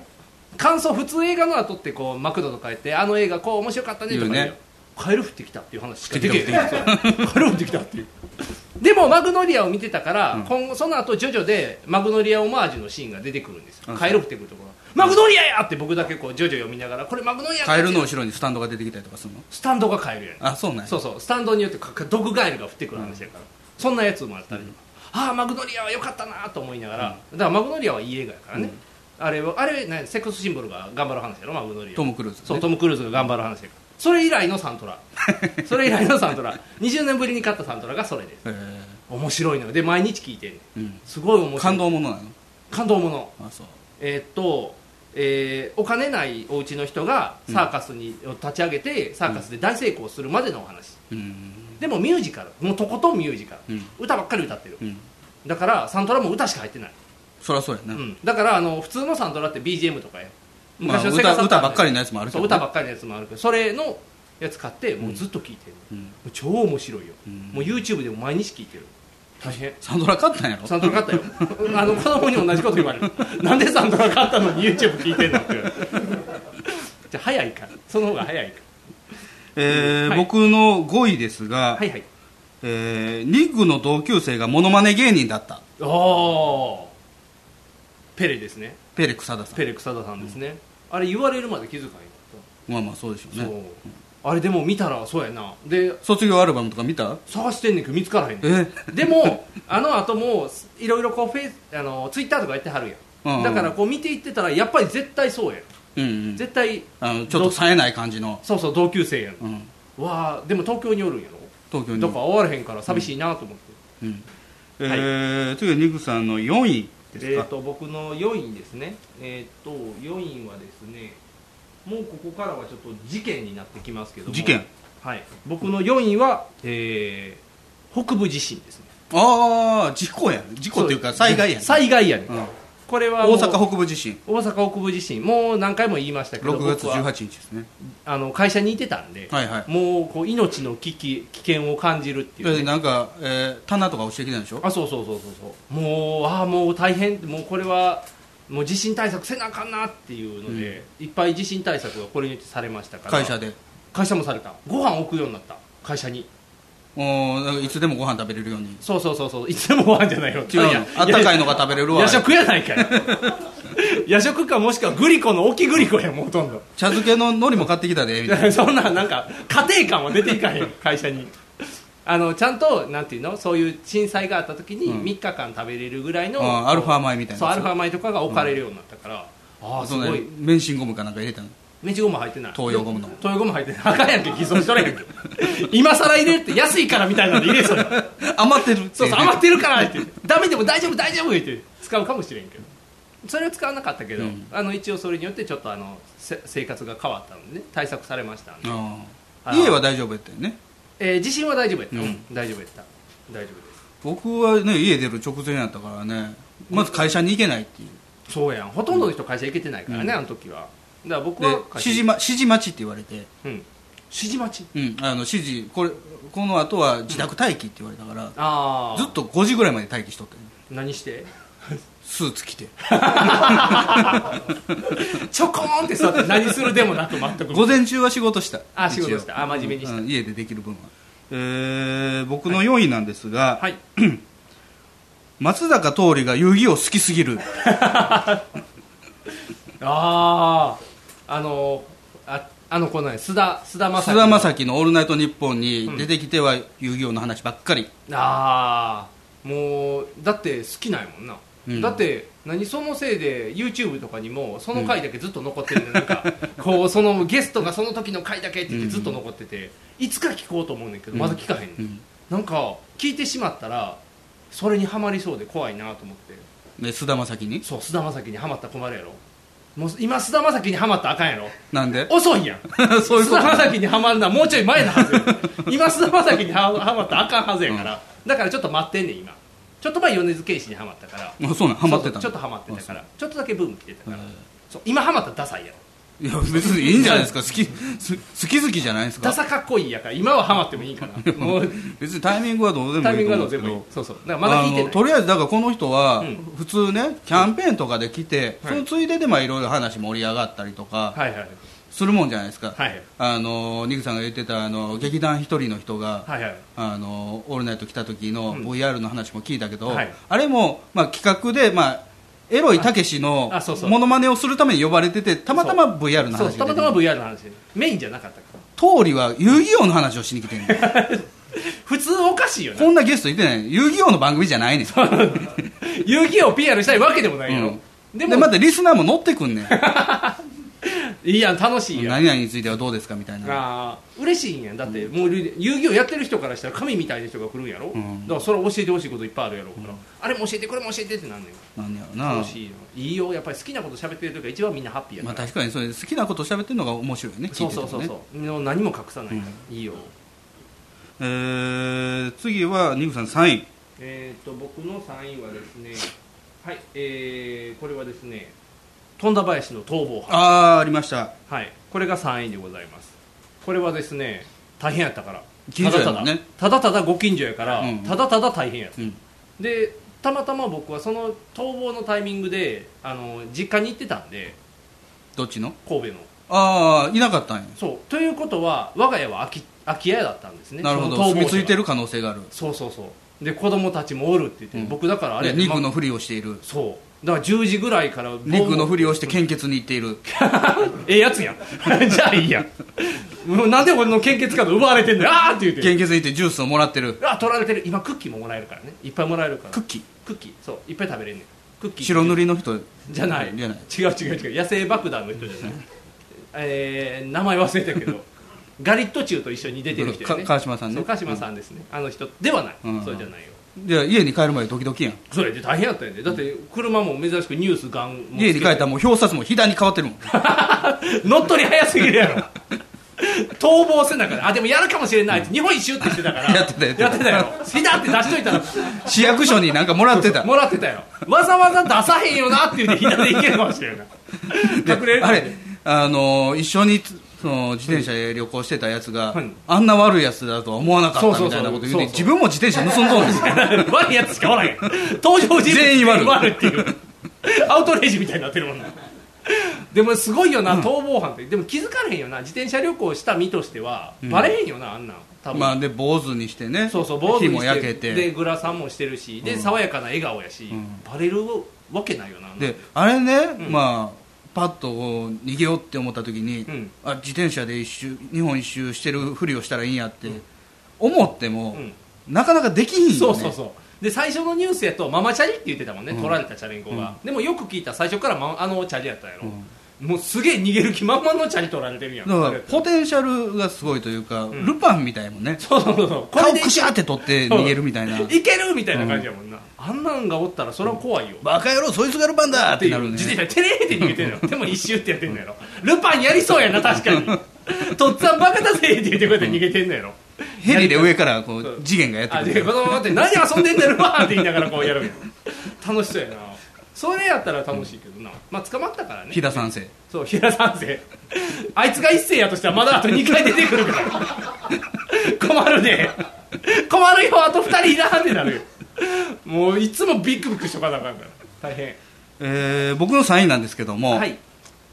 Speaker 2: 感想普通映画の後ってこうマクドとか言ってあの映画こう面白かったねとか言う
Speaker 3: 言う
Speaker 2: よ
Speaker 3: ね
Speaker 2: カエル降ってきたっていう話しか出てけえそう *laughs* カエル降ってきたっていうでもマグノリアを見てたから、今後その後ジョジョでマグノリアオマージュのシーンが出てくるんですよカエル降ってくるところマグノリアやって僕だけこうジョジョ読みながらこれマグノリア
Speaker 3: カエルの後ろにスタンドが出てきたりとかするの
Speaker 2: スタンドがカエルやね
Speaker 3: あそうなんや
Speaker 2: そうそうスタンドによってかか毒ガエルが降ってくる話やから、そんなやつもあったりとか、ああマグノリアは良かったなと思いながら、だからマグノリアはいい映画やからね、あれはあれなんやセックスシンボルが頑張る話やろマグノリア
Speaker 3: トム・クルーズね、
Speaker 2: そうトム・クルーズが頑張る話やからそれ以来のサ
Speaker 3: *laughs*
Speaker 2: ントラそれ以来のサントラ20年ぶりに買ったサントラがそれです
Speaker 3: へ
Speaker 2: 面白いのよで毎日聴いてんねん
Speaker 3: えうん
Speaker 2: すごい面白い
Speaker 3: 感動ものなの
Speaker 2: 感動もの
Speaker 3: あそう
Speaker 2: えーっと、えーお金ないお家の人がサーカスに、を立ち上げてサーカスで大成功するまでのお話、
Speaker 3: うん
Speaker 2: でもミュージカルもうとことんミュージカル、
Speaker 3: うん
Speaker 2: 歌ばっかり歌ってる
Speaker 3: うん
Speaker 2: だからサントラも歌しか入ってない、
Speaker 3: そりゃそうやな、
Speaker 2: うんだからあの普通のサントラって BGM とかや
Speaker 3: まあ、
Speaker 2: のセガ
Speaker 3: 歌
Speaker 2: サント
Speaker 3: 歌
Speaker 2: ラ
Speaker 3: ばっかりのやつもあるけ
Speaker 2: そ
Speaker 3: ど
Speaker 2: う
Speaker 3: ね、
Speaker 2: 歌ばっかりのやつもあるけどそれのやつ買ってもうずっと聴いてる、
Speaker 3: うん
Speaker 2: もう超面白いよ、
Speaker 3: ん
Speaker 2: もう YouTube でも毎日聴いてる大変
Speaker 3: サンドラ買ったんやろ
Speaker 2: サントラ買ったよ *laughs* あの子供に同じこと言われるなんでサントラ買ったのに YouTube 聞いてんのって言われるじゃあ早いからその方が早いか
Speaker 3: えー僕の5位ですが、
Speaker 2: はいはい
Speaker 3: えーニッグの同級生がモノマネ芸人だった
Speaker 2: らああペレですね
Speaker 3: ペレ草田さん
Speaker 2: ペレ草田さんですね、あれ言われるまで気づか
Speaker 3: まあまあそうでしょう
Speaker 2: ない、
Speaker 3: ね
Speaker 2: そうあれでも見たらそうやなで
Speaker 3: 卒業アルバムとか見た
Speaker 2: 探してんねんけど見つからへんねん
Speaker 3: え
Speaker 2: でもあの後もいろいろこうフェイスあのツイッターとかやってはるやん、
Speaker 3: うんうん
Speaker 2: だからこう見ていってたらやっぱり絶対そうやん
Speaker 3: うんうん
Speaker 2: 絶対
Speaker 3: あのちょっと冴えない感じの
Speaker 2: そうそう同級生やん、
Speaker 3: うん
Speaker 2: わあでも東京におるんやろ
Speaker 3: 東京に
Speaker 2: だから会われへんから寂しいなと思って、
Speaker 3: うんえー次はニッグさんの4位です
Speaker 2: えっ
Speaker 3: か、
Speaker 2: と僕の4位ですねえっ、と4位はですねもうここからはちょっと事件になってきますけども
Speaker 3: 事件
Speaker 2: はい僕の4位は、えー北部地震ですね
Speaker 3: ああ事故や事故っていうか災害やね
Speaker 2: 災害やね、
Speaker 3: うん
Speaker 2: これはもう
Speaker 3: 大阪北部地震
Speaker 2: 大阪北部地震もう何回も言いましたけど
Speaker 3: 6月
Speaker 2: 僕は
Speaker 3: 18日ですね
Speaker 2: あの会社にいてたんで、
Speaker 3: はいはい
Speaker 2: もうこう命の危機危険を感じるっていうね、
Speaker 3: えなんか、えー棚とか落ちてきたんでしょ
Speaker 2: あそうそうそうそうそうもうああもう大変もうこれはもう地震対策せなあかんなっていうので、いっぱい地震対策がこれによってされましたから
Speaker 3: 会社で
Speaker 2: 会社もされたご飯置くようになった会社に
Speaker 3: おーなんかいつでもご飯食べれるように
Speaker 2: そうそうそうそういつでもご飯じゃないよ
Speaker 3: 違うのあったかいのが食べれるわ
Speaker 2: 夜食やないかよ夜食かもしくはグリコの置きグリコやもうほとんど
Speaker 3: 茶漬けの海苔も買ってきたでみたいな
Speaker 2: *laughs* そんななんか家庭感は出てい
Speaker 3: *laughs*
Speaker 2: かへん会社にあのちゃんとなんていうのそういう震災があった時に
Speaker 3: うん
Speaker 2: 3日間食べれるぐらいの、
Speaker 3: あーアルファ米みたいな
Speaker 2: そうアルファ米とかが置かれるようになったから、ああす
Speaker 3: そ
Speaker 2: ご
Speaker 3: の
Speaker 2: い
Speaker 3: 免震ゴムかなんか入れたの
Speaker 2: メチゴム入ってない
Speaker 3: 東洋ゴムの
Speaker 2: 東洋ゴム入ってないあかんやんけ偽装しとれへんけ *laughs* 今更入れって安いからみたいなんで入れそ
Speaker 3: *laughs*
Speaker 2: うや
Speaker 3: 余ってる
Speaker 2: そうそう余ってるからってダメでも大丈夫大丈夫って使うかもしれんけどそれは使わなかったけど、
Speaker 3: うん
Speaker 2: あの一応それによってちょっとあのせ生活が変わったので、ね、対策されましたんで
Speaker 3: あ
Speaker 2: あ
Speaker 3: あ
Speaker 2: ー
Speaker 3: 家は大丈夫やったよね
Speaker 2: えー地震は大丈夫やった、
Speaker 3: うん
Speaker 2: うん大丈夫やった大丈夫です
Speaker 3: 僕はね家出る直前やったからねまず会社に行けないっていう
Speaker 2: そうやんほとんどの人会社行けてないからね、あの時はだから僕
Speaker 3: で
Speaker 2: は
Speaker 3: 指
Speaker 2: 会社
Speaker 3: 示,、ま、指示待ちって言われて、
Speaker 2: うん、指示待ち
Speaker 3: うん、あの指示これこの後は自宅待機って言われたから、
Speaker 2: ああ
Speaker 3: ずっと5時ぐらいまで待機しとったよ
Speaker 2: 何して *laughs*
Speaker 3: スーツ着て
Speaker 2: ちょこーんって座って何するでもなく全く
Speaker 3: 午前中は仕事した
Speaker 2: あ仕事した
Speaker 3: 一応
Speaker 2: あ真面目にした
Speaker 3: うん家でできる分はえー僕の4位なんですが、松坂桃李が遊戯王好きすぎる
Speaker 2: あああのああの子なんや須田須田まさ
Speaker 3: 菅田将暉の「オールナイトニッポン」に出てきては遊戯王の話ばっかり、
Speaker 2: ああもうだって好きなんやもんな、
Speaker 3: うん
Speaker 2: だって何そのせいで YouTube とかにもその回だけずっと残ってるんで、なん *laughs* かこうそのゲストがその時の回だけって言ってずっと残ってて、いつか聞こうと思うねんけどまだ聞かへんねん、
Speaker 3: うん
Speaker 2: なんか聞いてしまったらそれにはまりそうで怖いなと思って
Speaker 3: で菅田将暉に
Speaker 2: そう菅田将暉にはまったら困るやろもう今菅田将暉にはまったらあかんやろ
Speaker 3: なんで
Speaker 2: 遅いやん
Speaker 3: *laughs* そういうこと
Speaker 2: 菅田将暉にはまるのはもうちょい前のはずや
Speaker 3: *laughs*
Speaker 2: 今菅田将暉にははまったらあかんはずやから、だからちょっと待ってんねん今ちょっと前米津玄師にはまったから
Speaker 3: あそうなんハマってた
Speaker 2: そ
Speaker 3: ん
Speaker 2: うそうちょっとはまってたからちょっとだけブーム来てたから、そう今はまったらダサいやろ
Speaker 3: いや別にいいんじゃないですか好きす好き好きじゃないです
Speaker 2: ダ
Speaker 3: か
Speaker 2: サかっこいいやから今ははまってもいいから
Speaker 3: *laughs*
Speaker 2: もう
Speaker 3: 別にタイミングはどうでも
Speaker 2: タイ
Speaker 3: い
Speaker 2: ミ
Speaker 3: い
Speaker 2: ン
Speaker 3: と
Speaker 2: グは
Speaker 3: 思
Speaker 2: ど
Speaker 3: う
Speaker 2: う
Speaker 3: で
Speaker 2: んで
Speaker 3: け
Speaker 2: すもい
Speaker 3: ど
Speaker 2: いそうそうだからまだ聞いて
Speaker 3: あの
Speaker 2: ない
Speaker 3: とりあえずだからこの人は
Speaker 2: うん
Speaker 3: 普通ねキャンペーンとかで来て、
Speaker 2: は
Speaker 3: そ
Speaker 2: い
Speaker 3: のついででまあいろいろ話盛り上がったりとかするもんじゃないですか、あのニグさんが言ってたあの劇団一人の人が、
Speaker 2: はいはい
Speaker 3: あの「オールナイト」来た時の
Speaker 2: うん
Speaker 3: VR の話も聞いたけど、
Speaker 2: はい
Speaker 3: あれも、まあ、企画で、まあ、エロいたけしの
Speaker 2: ああそうそう
Speaker 3: モノマネをするために呼ばれててたまたま VR の話が
Speaker 2: そ
Speaker 3: 出
Speaker 2: う
Speaker 3: て
Speaker 2: たまたま VR の話メインじゃなかったから
Speaker 3: 通りは遊戯王の話をしに来てんね
Speaker 2: *laughs*
Speaker 3: ん
Speaker 2: 普通おかしいよね
Speaker 3: こんなゲストいてない遊戯王の番組じゃないねん
Speaker 2: 遊戯王を PR したいわけでもないよ、
Speaker 3: うんでまたリスナーも乗ってくんねん
Speaker 2: いいやん楽しいや
Speaker 3: 何
Speaker 2: ん
Speaker 3: 々についてはどうですかみたいな
Speaker 2: あー嬉しいんやんだってもう遊戯王やってる人からしたら神みたいな人が来るんやろ、
Speaker 3: ん
Speaker 2: だからそれは教えてほしいこといっぱいあるやろうから、あれも教えてこれも教えてってなんねん
Speaker 3: なんやろな
Speaker 2: 楽しいよいいよやっぱり好きなこと喋ってる時が一番みんなハッピーやか
Speaker 3: ま
Speaker 2: ら
Speaker 3: あ、確かにそれ好きなこと喋ってるのが面白いよね聞
Speaker 2: そ
Speaker 3: いうてて
Speaker 2: そ
Speaker 3: も
Speaker 2: う
Speaker 3: ね
Speaker 2: そうそう、何も隠さないから、いいよ
Speaker 3: えー次はニグさん3位
Speaker 2: えー、と僕の3位はですねはいえー、これはですね富田林の逃亡犯
Speaker 3: ああありました
Speaker 2: はい、これが3位でございます。これはですね、大変やったから、
Speaker 3: 近所やもんね
Speaker 2: ただただただご近所やから、ただただ大変やった、で、たまたま僕はその逃亡のタイミングで、あの実家に行ってたんで、
Speaker 3: どっちの
Speaker 2: 神戸の。
Speaker 3: ああいなかったんや
Speaker 2: そうということは、我が家は空き空き家だったんですね、
Speaker 3: なるほど
Speaker 2: その逃亡
Speaker 3: 住み
Speaker 2: 者
Speaker 3: 着いてる可能性がある
Speaker 2: そうそうそう、で子供たちもおるって言って、僕だからあれや
Speaker 3: で
Speaker 2: って、
Speaker 3: 肉
Speaker 2: ま
Speaker 3: のふりをしている
Speaker 2: そうだから10時ぐらいから、
Speaker 3: 肉のふりをして献血に行っている
Speaker 2: *laughs* ええやつやん *laughs* じゃあいいやもうなんで俺の献血カード奪われてんだよあーって言って
Speaker 3: 献血に行ってジュースをもらってる
Speaker 2: あ取られてる今クッキーももらえるからねいっぱいもらえるからクッ
Speaker 3: キー
Speaker 2: クッキーそういっぱい食べれんねんクッキー
Speaker 3: 白塗りの人
Speaker 2: じゃない
Speaker 3: じゃない
Speaker 2: 違う違う違う野生爆弾の人じゃないえー、名前忘れたけどガリットチュウと一緒に出てる人やね
Speaker 3: か川島さんね
Speaker 2: そう川島さんですね、あの人ではない、
Speaker 3: うん
Speaker 2: それじゃないよ
Speaker 3: じゃあ家に帰るまでドキドキやん
Speaker 2: それで大変やったんやでだって車も珍しくニュースガンもつけて
Speaker 3: 家に帰ったらもう表札も左に変わってるもん
Speaker 2: *laughs* 乗っ取り早すぎるやろ逃亡せなからあでもやるかもしれないって日本一周ってしてたから
Speaker 3: *laughs* やってたやってた
Speaker 2: やってたよピタって出しといたら
Speaker 3: 市役所になんかもらってた
Speaker 2: もらってたよわざわざ出さへんよなって言って左で行けるかもしれない
Speaker 3: であれあのー一緒につその自転車で旅行してたやつが、あんな悪いやつだとは思わなかったみたいなこと言うて
Speaker 2: そうそうそうそうそう
Speaker 3: 自分も自転車盗んどるんですよ
Speaker 2: *laughs* 悪いやつしかおらへん登場人物
Speaker 3: 全員
Speaker 2: *laughs*
Speaker 3: 悪い
Speaker 2: っていうアウトレイジみたいになってるもんなでもすごいよな、逃亡犯ってでも気づかれへんよな自転車旅行した身としては、
Speaker 3: うん
Speaker 2: バレへんよなあんなん多分、
Speaker 3: まあで坊主にしてね
Speaker 2: そうそう坊主
Speaker 3: 火
Speaker 2: に
Speaker 3: も
Speaker 2: して
Speaker 3: 焼けて
Speaker 2: でグラサンもしてるしで、
Speaker 3: うん
Speaker 2: 爽やかな笑顔やし、バレるわけないよな
Speaker 3: であれね、まあパッとこう逃げようって思った時に、あ自転車で一周日本一周してるふりをしたらいいんやって思っても、なかなかできひんよ、ね、
Speaker 2: そうそうそうで最初のニュースやとママチャリって言ってたもんね、
Speaker 3: うん
Speaker 2: 取られたチャリンコが、でもよく聞いたら最初から、ま、あのチャリやったやろ、もうすげえ逃げる気満々のチャリ取られてるやん
Speaker 3: だ
Speaker 2: あ
Speaker 3: から
Speaker 2: れ
Speaker 3: ポテンシャルがすごいというか、ルパンみたいもんね
Speaker 2: そうそうそう
Speaker 3: 顔くしゃって取って逃げるみたいな
Speaker 2: ける *laughs* みたいな感じやもんな、あんなんがおったらそれは怖いよ、
Speaker 3: バカ野郎そいつがルパンだってなるね
Speaker 2: 自転車テレーって逃げてるのでも一周ってやってんのやろルパンやりそうやな確かにとっつぁんバカだぜって言ってこうやって逃げてんのやろ
Speaker 3: ヘリで上からこう次元がや
Speaker 2: あ
Speaker 3: ってく
Speaker 2: で
Speaker 3: る
Speaker 2: 子供待って何遊んでんだよルパンって言いながらこうやるんや楽しそうやなそれやったら楽しいけどな、まあ捕まったからね
Speaker 3: 飛田三世
Speaker 2: そう平三世あいつが一世やとしたらまだあと2回出てくるから困るね困るよあと2人いらんってなるよもういつもビックビックしとかなあかんから大変
Speaker 3: えー僕の3位なんですけども、
Speaker 2: はい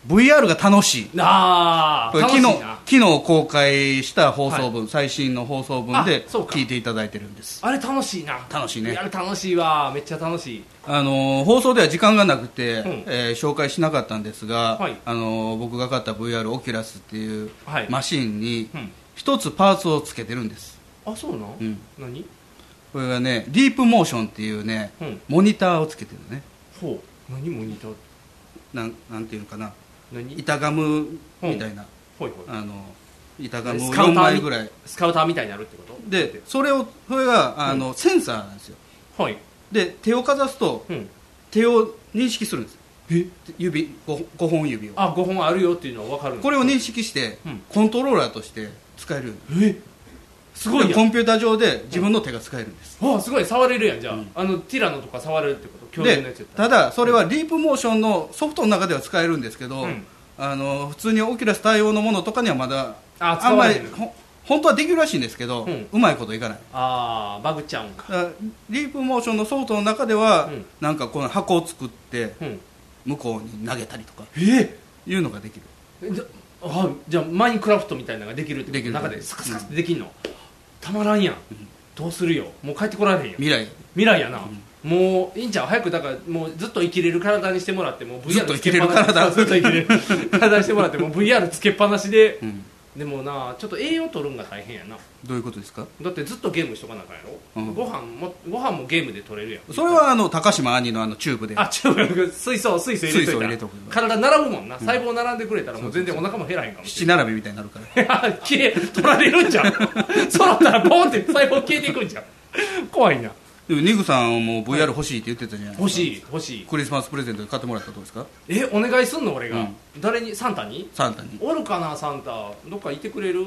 Speaker 3: VR が楽しい
Speaker 2: ああ
Speaker 3: これ昨日
Speaker 2: 楽しいな
Speaker 3: 昨日公開した放送分、最新の放送分で
Speaker 2: あそうか
Speaker 3: 聞いていただいてるんです
Speaker 2: あれ楽しいな
Speaker 3: 楽しいね
Speaker 2: あれ楽しいわめっちゃ楽しい
Speaker 3: あのー放送では時間がなくて、
Speaker 2: ん
Speaker 3: えー紹介しなかったんですが、
Speaker 2: はい
Speaker 3: あのー僕が買った VR オキュラスっていう
Speaker 2: はい
Speaker 3: マシンに一つパーツをつけてるんです、
Speaker 2: あそうなん、
Speaker 3: うん
Speaker 2: 何
Speaker 3: これがねディープモーションっていうね、
Speaker 2: うん
Speaker 3: モニターをつけてるね
Speaker 2: ほう何モニター
Speaker 3: なんなんていうのかな
Speaker 2: 何
Speaker 3: 板ガムみたいな、
Speaker 2: ほいほい
Speaker 3: あの板ガムを
Speaker 2: スカウタ
Speaker 3: 4
Speaker 2: ー
Speaker 3: 枚ぐらい
Speaker 2: スカウターみたいになるってこと
Speaker 3: でそれをそれがあの、センサーなんですよ
Speaker 2: はい
Speaker 3: で手をかざすと、手を認識するんです
Speaker 2: え
Speaker 3: 指 5, 本指を
Speaker 2: あ5本あるよっていうのは分かるの
Speaker 3: これを認識して、コントローラーとして使えるよう
Speaker 2: にすごいやん
Speaker 3: でコンピューター上で自分の手が使えるんです、
Speaker 2: あすごい触れるやんじゃあ、あのティラノとか触れるってこと恐竜のや
Speaker 3: で
Speaker 2: つやった
Speaker 3: だそれはディープモーションのソフトの中では使えるんですけど、
Speaker 2: うん
Speaker 3: あの普通にオキュラス対応のものとかにはまだ
Speaker 2: あ
Speaker 3: ん
Speaker 2: 使わ
Speaker 3: ま
Speaker 2: れ
Speaker 3: り
Speaker 2: てる
Speaker 3: ほ本当はできるらしいんですけど、
Speaker 2: う
Speaker 3: うんまいこといかない
Speaker 2: ああバグっちゃうんか
Speaker 3: だからディープモーションのソフトの中では、なんかこの箱を作って、向こうに投げたりとかいうのができる
Speaker 2: えじゃあじゃあマインクラフトみたいなのができるってこと
Speaker 3: できる
Speaker 2: 中でサカサカってできんの、たまらんやん、どうするよもう帰ってこられへんやん
Speaker 3: 未来
Speaker 2: 未来やな、もういいんちゃう早くだからもうずっと生きれる体にしてもらってもう VR
Speaker 3: ずっと生きれる体
Speaker 2: つけっぱなしそうずっと生きれる体にしてもらってもう VR つけっぱなしで、でもなちょっと栄養取るんが大変やな
Speaker 3: どういうことですか
Speaker 2: だってずっとゲームしとかなあかんやろ、
Speaker 3: うん
Speaker 2: ご飯もご飯もゲームで取れるやん
Speaker 3: それはあの高島兄のあのチューブで
Speaker 2: あチューブ水素水素入れと
Speaker 3: 水
Speaker 2: いた
Speaker 3: 素入
Speaker 2: ら
Speaker 3: れとく
Speaker 2: 体並ぶもんな、
Speaker 3: うん
Speaker 2: 細胞並んでくれたらもう全然お腹も減らへんかも
Speaker 3: 七並びみたいになるから
Speaker 2: *laughs* 消え取られるんじゃんそうなったらボーンって細胞消えていくんじゃん怖いな
Speaker 3: でもニグさんも VR 欲しいって言ってたじゃない
Speaker 2: 欲しい欲しい
Speaker 3: クリスマスプレゼントで買ってもらったらどうですか
Speaker 2: えお願いすんの俺が、
Speaker 3: うん
Speaker 2: 誰にサンタに
Speaker 3: サンタに
Speaker 2: おるかなサンタどっかいてくれる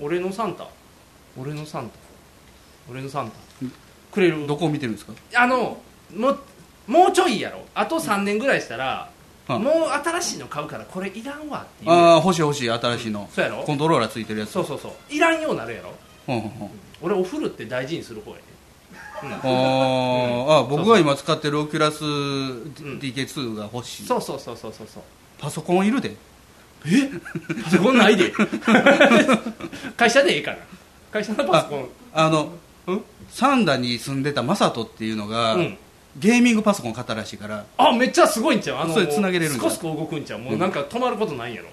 Speaker 2: 俺のサンタ俺のサンタ俺のサンタくれる
Speaker 3: どこを見てるんですか
Speaker 2: あのもうもうちょいやろあと3年ぐらいしたら、
Speaker 3: うん
Speaker 2: もう新しいの買うからこれいらんわっていう
Speaker 3: ああ欲しい欲しい新しいの
Speaker 2: そうやろ
Speaker 3: コントローラーついてるやつ
Speaker 2: そうそうそういらんようになるやろ
Speaker 3: ほんほんほん
Speaker 2: 俺お風呂って大事にする方やね、
Speaker 3: あーあ僕が今使ってるオキュラス DK2 が欲しい
Speaker 2: そうそうそうそうそうそう
Speaker 3: パソコンいるで
Speaker 2: えパソコンない
Speaker 3: *laughs*
Speaker 2: で会社でええから会社のパソコン
Speaker 3: あのサンダに住んでたマサトっていうのが
Speaker 2: うん
Speaker 3: ゲーミングパソコン買ったらしいから
Speaker 2: あめっちゃすごいんちゃうあの
Speaker 3: それ繋げれるん
Speaker 2: ス
Speaker 3: だ
Speaker 2: コスコ動くんちゃうもうなんか止まることないんやろ、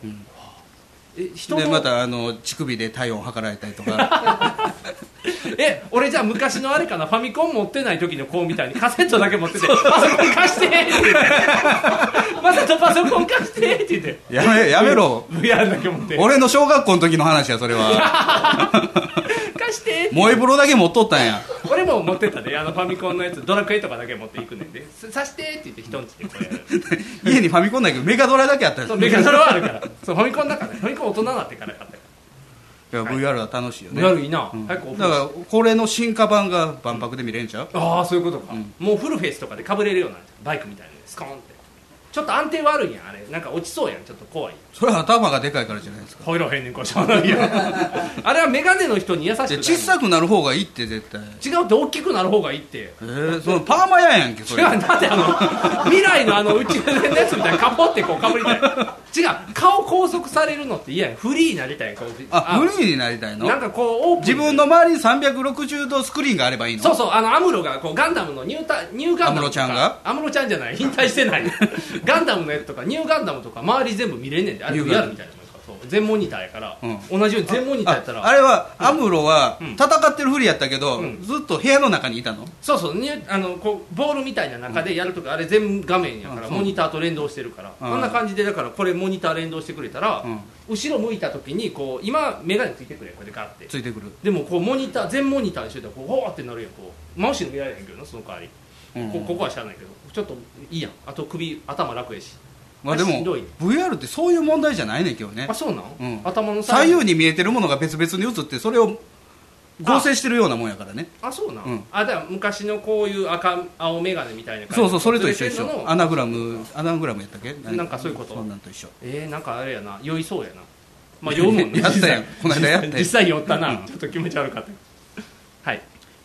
Speaker 2: え人
Speaker 3: で
Speaker 2: の
Speaker 3: またあの乳首で体温測られたりとか
Speaker 2: え俺じゃあ昔のあれかなファミコン持ってない時の子みたいにカセットだけ持ってて「パソコン貸して!」って言って「まさとパソコン貸して!」って言って
Speaker 3: やめやめろ
Speaker 2: VR だけ持っ
Speaker 3: *laughs*
Speaker 2: て
Speaker 3: 俺の小学校の時の話やそれ
Speaker 2: *laughs*
Speaker 3: は
Speaker 2: 貸してって
Speaker 3: 萌え風呂だけ持っとったんや
Speaker 2: 俺も持ってたであのファミコンのやつドラクエとかだけ持っていくねんで「さして!」って言って人んちでこうやる
Speaker 3: 家にファミコンないけどメガドラだけあったんです
Speaker 2: そうメガドラはあるからそうファミコンだからファミコン大人になってから買ったよ
Speaker 3: いや VR は楽しいよね
Speaker 2: VR いいな
Speaker 3: うんだか
Speaker 2: 早くお風呂
Speaker 3: らこれの進化版が万博で見れんちゃう
Speaker 2: ああそういうことか、もうフルフェイスとかでかぶれるようなバイクみたいなのでスコーンってちょっと安定悪いやんあれなんか落ちそうやんちょっと怖い
Speaker 3: それは頭がでかいからじゃないですか
Speaker 2: ほいろへんねんこしょうないやん *laughs* あれはメガネの人に優しくない
Speaker 3: いや小さくなる方がいいって絶対
Speaker 2: 違うって大きくなる方がいいって
Speaker 3: えー、そのパーマ屋やんけそ
Speaker 2: 違う
Speaker 3: れ
Speaker 2: だってあの未来のあの宇宙船のやつみたいにカポってこうかぶりたい違う顔拘束されるのって嫌やんフリーになりたいこう
Speaker 3: あ無理になりたいの
Speaker 2: なんかこうオープン
Speaker 3: 自分の周りに360度スクリーンがあればいいの
Speaker 2: そうそうあのアムロがこうガンダムのニュータニューガンダム
Speaker 3: アムロ
Speaker 2: とか
Speaker 3: ちゃんが
Speaker 2: アムロちゃんじゃない引退し
Speaker 3: *laughs*
Speaker 2: てないガンダムのやつとかニューガンダムとか周り全部見れんねんであれ
Speaker 3: ニューガンダム
Speaker 2: VR みたいなもんですからそう全モニターやから、
Speaker 3: うん
Speaker 2: 同じように全モニターやったら
Speaker 3: ああれはアムロは戦ってるふりやったけど、ずっと部屋の中にいたの
Speaker 2: そうそうニューあのこうボールみたいな中でやるとか、あれ全画面やから、
Speaker 3: うん
Speaker 2: モニターと連動してるから、
Speaker 3: うん
Speaker 2: こんな感じでだからこれモニター連動してくれたら、
Speaker 3: うん
Speaker 2: 後ろ向いた時にこう今眼鏡ついてくれこれでガって
Speaker 3: ついてくる
Speaker 2: でもこうモニター全モニターにしてたらこうほーってなるやんこう真後ろ見られへんけどなその代わり、
Speaker 3: うん
Speaker 2: こここは知らないけどちょっといいやんあと首頭楽やし
Speaker 3: まあでも
Speaker 2: しんどい
Speaker 3: VR ってそういう問題じゃないね今日ね
Speaker 2: あそうなん、
Speaker 3: うん
Speaker 2: 頭の
Speaker 3: 左右に見えてるものが別々に映ってそれを合成してるようなもんやからね
Speaker 2: あそうなん、
Speaker 3: うん
Speaker 2: あだから昔のこういう赤青眼鏡みたいな感じ
Speaker 3: そうそうそれと一緒一
Speaker 2: ずれてんの
Speaker 3: 緒
Speaker 2: の
Speaker 3: アナグラムアナグラムやったっけ
Speaker 2: なんかそういうこと
Speaker 3: そんなんと一緒
Speaker 2: えー、なんかあれやな酔いそうやなまあ酔うもん
Speaker 3: *laughs*
Speaker 2: ね
Speaker 3: やったやんこの間やったやん
Speaker 2: *laughs* 実際酔ったなちょっと気持ち悪かったはい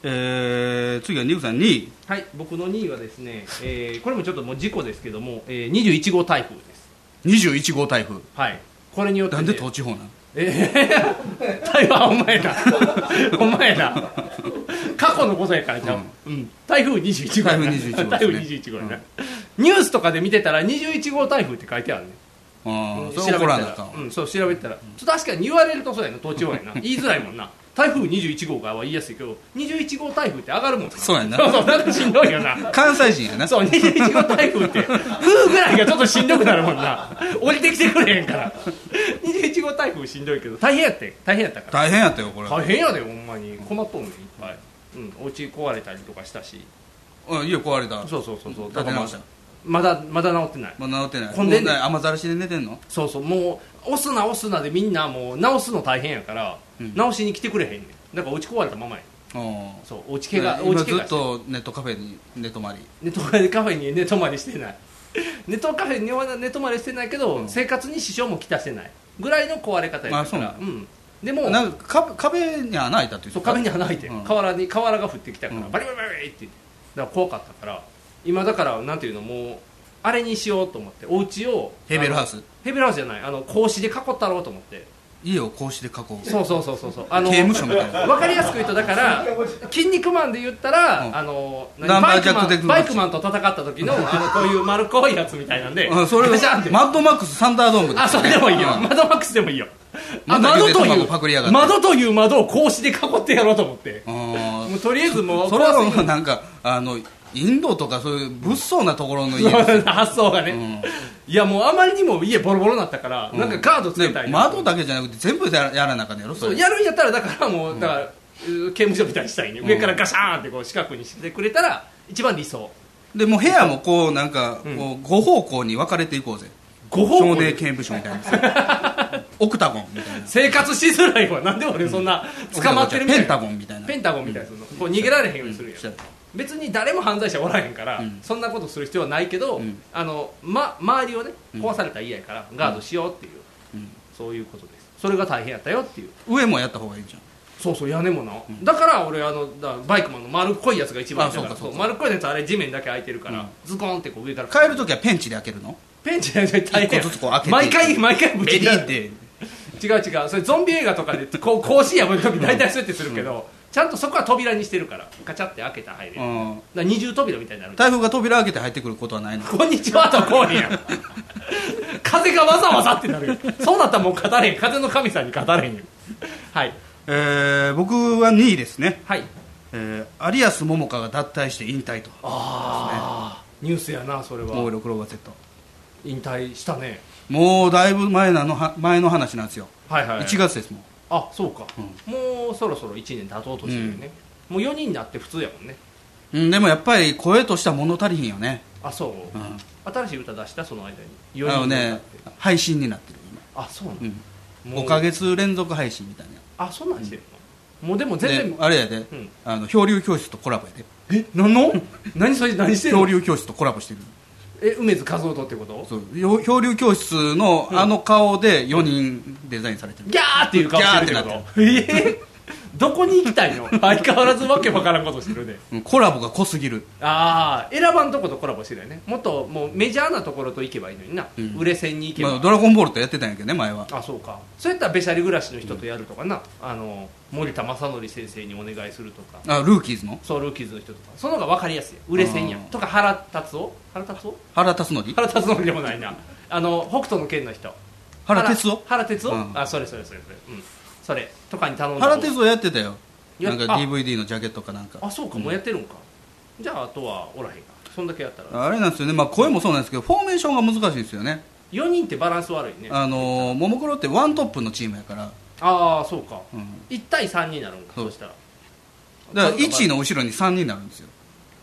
Speaker 3: えー、次はニグさん2位
Speaker 2: はい僕の2位はですね、えーこれもちょっともう事故ですけども、えー、21号台風です
Speaker 3: 21号台風
Speaker 2: はいこれによって
Speaker 3: な
Speaker 2: ね、
Speaker 3: んで東地方なの
Speaker 2: ええ台風はお前 *laughs* だお前だ過去のことやからじゃん、うん台風21号
Speaker 3: 台風21号ですね
Speaker 2: 台風21号やなニュースとかで見てたら21号台風って書いてあるね
Speaker 3: ああ
Speaker 2: 調
Speaker 3: そ
Speaker 2: べ
Speaker 3: れ怒
Speaker 2: てた、
Speaker 3: らなあから
Speaker 2: うん、そう調べてたら、ちょ確かに言われるとそうやな東地方や *laughs* な言いづらいもんな台風21号がは言いやすいけど21号台風って上がるもんな
Speaker 3: そうやな
Speaker 2: そうそうなんかしんどいよな
Speaker 3: 関西人やな
Speaker 2: そう21号台風って風ぐらいがちょっとしんどくなるもんな降りてきてくれへんから21号台風しんどいけど大変やって大変やったから
Speaker 3: 大変やったよこれ
Speaker 2: 大変やでほんまに困っとんねんいっぱい、うん、お家壊れたりとかしたし
Speaker 3: うん家壊れた
Speaker 2: そうそうそうそう
Speaker 3: 建て直した
Speaker 2: まだまだ治ってない
Speaker 3: まだ治ってない
Speaker 2: ほんで
Speaker 3: もうな雨ざらしで寝てんの
Speaker 2: そうそうもう押すな押すなでみんなもう直すの大変やから、直しに来てくれへんねんだからお家壊れたままや
Speaker 3: ああ
Speaker 2: そうお家怪我お
Speaker 3: 今ず
Speaker 2: 家怪我
Speaker 3: っ
Speaker 2: して
Speaker 3: とネットカフェに寝泊まり
Speaker 2: 寝泊まりカフェに寝泊まりしてない寝泊カフェには寝泊まりしてないけど、生活に支障もきたしてないぐらいの壊れ方や
Speaker 3: あ
Speaker 2: った
Speaker 3: そ
Speaker 2: か
Speaker 3: う
Speaker 2: ら
Speaker 3: な
Speaker 2: うんでも
Speaker 3: なんか壁壁に穴開いたっていう
Speaker 2: そう壁に穴開いて、
Speaker 3: うん
Speaker 2: 瓦に瓦が降ってきたから、バリバリバリバリって言ってだから怖かったから今だからなんていうのもうあれにしようと思ってお家を
Speaker 3: ヘーベルハウス
Speaker 2: あのヘーベルハウスじゃないあの格子で囲ったろうと思って
Speaker 3: 家を格子で囲う
Speaker 2: そうそうそうそうそう
Speaker 3: 刑務所みたいな
Speaker 2: 分かりやすく言うとだから「筋肉マン」で言ったら、あの何
Speaker 3: ナンバ
Speaker 2: バ
Speaker 3: ー
Speaker 2: イ
Speaker 3: ジャ
Speaker 2: ク
Speaker 3: ッ
Speaker 2: マ
Speaker 3: クデ
Speaker 2: ン
Speaker 3: ク
Speaker 2: バ
Speaker 3: マッ
Speaker 2: イ
Speaker 3: チ
Speaker 2: クマンと戦った時のあのこういう丸っこいやつみたいなんで
Speaker 3: *laughs* うんそれ
Speaker 2: *laughs* ガシャンって
Speaker 3: マッドマックスサンダードームですね
Speaker 2: あそれでもいいよ
Speaker 3: うん
Speaker 2: マッドマックスでもいいよあ
Speaker 3: またゆ
Speaker 2: 窓
Speaker 3: で
Speaker 2: とい
Speaker 3: 卵
Speaker 2: う
Speaker 3: パクりやがって
Speaker 2: 窓という窓を格子で囲ってやろうと思って
Speaker 3: あ
Speaker 2: もうとりあえずも
Speaker 3: あ
Speaker 2: う
Speaker 3: それは
Speaker 2: 怖すぎ
Speaker 3: もう
Speaker 2: る
Speaker 3: なんかあのインドとかそういう物騒なところの家
Speaker 2: そう発想がね、いやもうあまりにも家ボロボロになったから、なんかガードつけたい
Speaker 3: ね
Speaker 2: な
Speaker 3: 窓だけじゃなくて全部やらやらなあかんねやろそ
Speaker 2: そう
Speaker 3: れ
Speaker 2: やるんやったらだからもう、だからう刑務所みたいにしたいね、
Speaker 3: うん
Speaker 2: 上からガシャーンってこう四角にしてくれたら一番理想
Speaker 3: でもう部屋もこうなんかこう五方向に分かれていこうぜ
Speaker 2: 五方向に
Speaker 3: 少年刑務所みたいなオクタゴンみたいな
Speaker 2: 生活しづらいわなんで俺そんな捕まってるみた
Speaker 3: ペ
Speaker 2: いな
Speaker 3: ンタゴンみたいな
Speaker 2: ペンタゴンみたいなそのこう逃げられへんようにするやん、別に誰も犯罪者おらへんから、そんなことする必要はないけど、あのま、周りをね壊された家やからガードしようっていう、そういうことですそれが大変やったよっていう
Speaker 3: 上もやった方がいいじゃん
Speaker 2: そうそう屋根もな、だから俺あのだバイクマンの丸っこいやつが一番いいんだから
Speaker 3: あそうかそうか
Speaker 2: 丸っこいやつあれ地面だけ開いてるから、ズコンってこう上から
Speaker 3: 帰る時はペンチで開けるの
Speaker 2: ペンチで大変
Speaker 3: 一個ずつこう開けて
Speaker 2: 毎回毎回ぶ
Speaker 3: ベ
Speaker 2: ち
Speaker 3: リ
Speaker 2: 切られ
Speaker 3: ー
Speaker 2: る
Speaker 3: って
Speaker 2: 違う違うそれゾンビ映画とかで *laughs* こう甲子園破る時大体そうやってするけど、ちゃんとそこは扉にしてるからガチャって開けたら入れる、だから二重扉みたいになる
Speaker 3: 台風が扉開けて入ってくることはないの
Speaker 2: こんにちはとこうへんやん風がわざわざってなるよそうなったらもう語れへん風の神さんに語れへんよはい
Speaker 3: えー僕は2位ですね
Speaker 2: はい
Speaker 3: えー有安桃香が脱退して引退と
Speaker 2: ああ、ニュースやなそれは
Speaker 3: オールクローバー Z
Speaker 2: 引退したね
Speaker 3: もうだいぶ前なのは前の話なんですよ
Speaker 2: はいはい
Speaker 3: 1月ですもん
Speaker 2: あそうか、もうそろそろ1年経とうとしてるよね、もう4人になって普通やもんね
Speaker 3: うんでもやっぱり声としては物足りひんよね
Speaker 2: あそう、新しい歌出したその間に4
Speaker 3: あ
Speaker 2: 人
Speaker 3: のね配信になってる
Speaker 2: あそうなの、
Speaker 3: 今
Speaker 2: もう
Speaker 3: 5か月連続配信みたいな
Speaker 2: あそんなんしてるの、もうでも全
Speaker 3: で
Speaker 2: 然
Speaker 3: あれやで、
Speaker 2: うん
Speaker 3: あの漂流教室とコラボやで
Speaker 2: え何の何それ何してんの
Speaker 3: *laughs* 漂流教室とコラボしてる
Speaker 2: え梅津和夫とってこと
Speaker 3: そうよ漂流教室のあの顔で4人デザインされてる、
Speaker 2: ギャーっていう顔してる
Speaker 3: ギャ
Speaker 2: け
Speaker 3: ーってな
Speaker 2: ど
Speaker 3: っ
Speaker 2: えーどこに行きたいの *laughs* 相変わらずわけわからんことしてるね
Speaker 3: うんコラボが濃すぎる
Speaker 2: ああ選ばんとことコラボしてるよねもっともうメジャーなところと行けばいいのにな、
Speaker 3: ん
Speaker 2: 売れ線に行けば、
Speaker 3: まあ、ドラゴンボールとやってたんやけどね前は
Speaker 2: あそうかそうやったらべしゃり暮らしの人とやるとかな、あの森田正則先生にお願いするとか
Speaker 3: あルーキーズの
Speaker 2: ソウルーキーズの人とかその方が分かりやすい売れ線やん
Speaker 3: あー
Speaker 2: とか原達夫原達夫
Speaker 3: 原辰徳
Speaker 2: 原達夫でもないなあの北斗の拳の人
Speaker 3: 原哲夫
Speaker 2: 原哲夫、
Speaker 3: うん
Speaker 2: あそれそれそれそれうんそれとかに頼んだ
Speaker 3: 原哲夫やってたよ
Speaker 2: や
Speaker 3: なんか
Speaker 2: あ
Speaker 3: DVD のジャケットかなんか
Speaker 2: あそうかもうやってるんか、じゃああとはおらへんかそんだけやったら
Speaker 3: あれなんですよね、まあ、声もそうなんですけどフォーメーションが難しいんですよね
Speaker 2: 4人ってバランス悪いね
Speaker 3: あのーももクロってワントップのチームやから
Speaker 2: ああそうか、
Speaker 3: ん
Speaker 2: 1対3になるんか
Speaker 3: そう
Speaker 2: そしたら
Speaker 3: だから1位の後ろに3人になるんですよ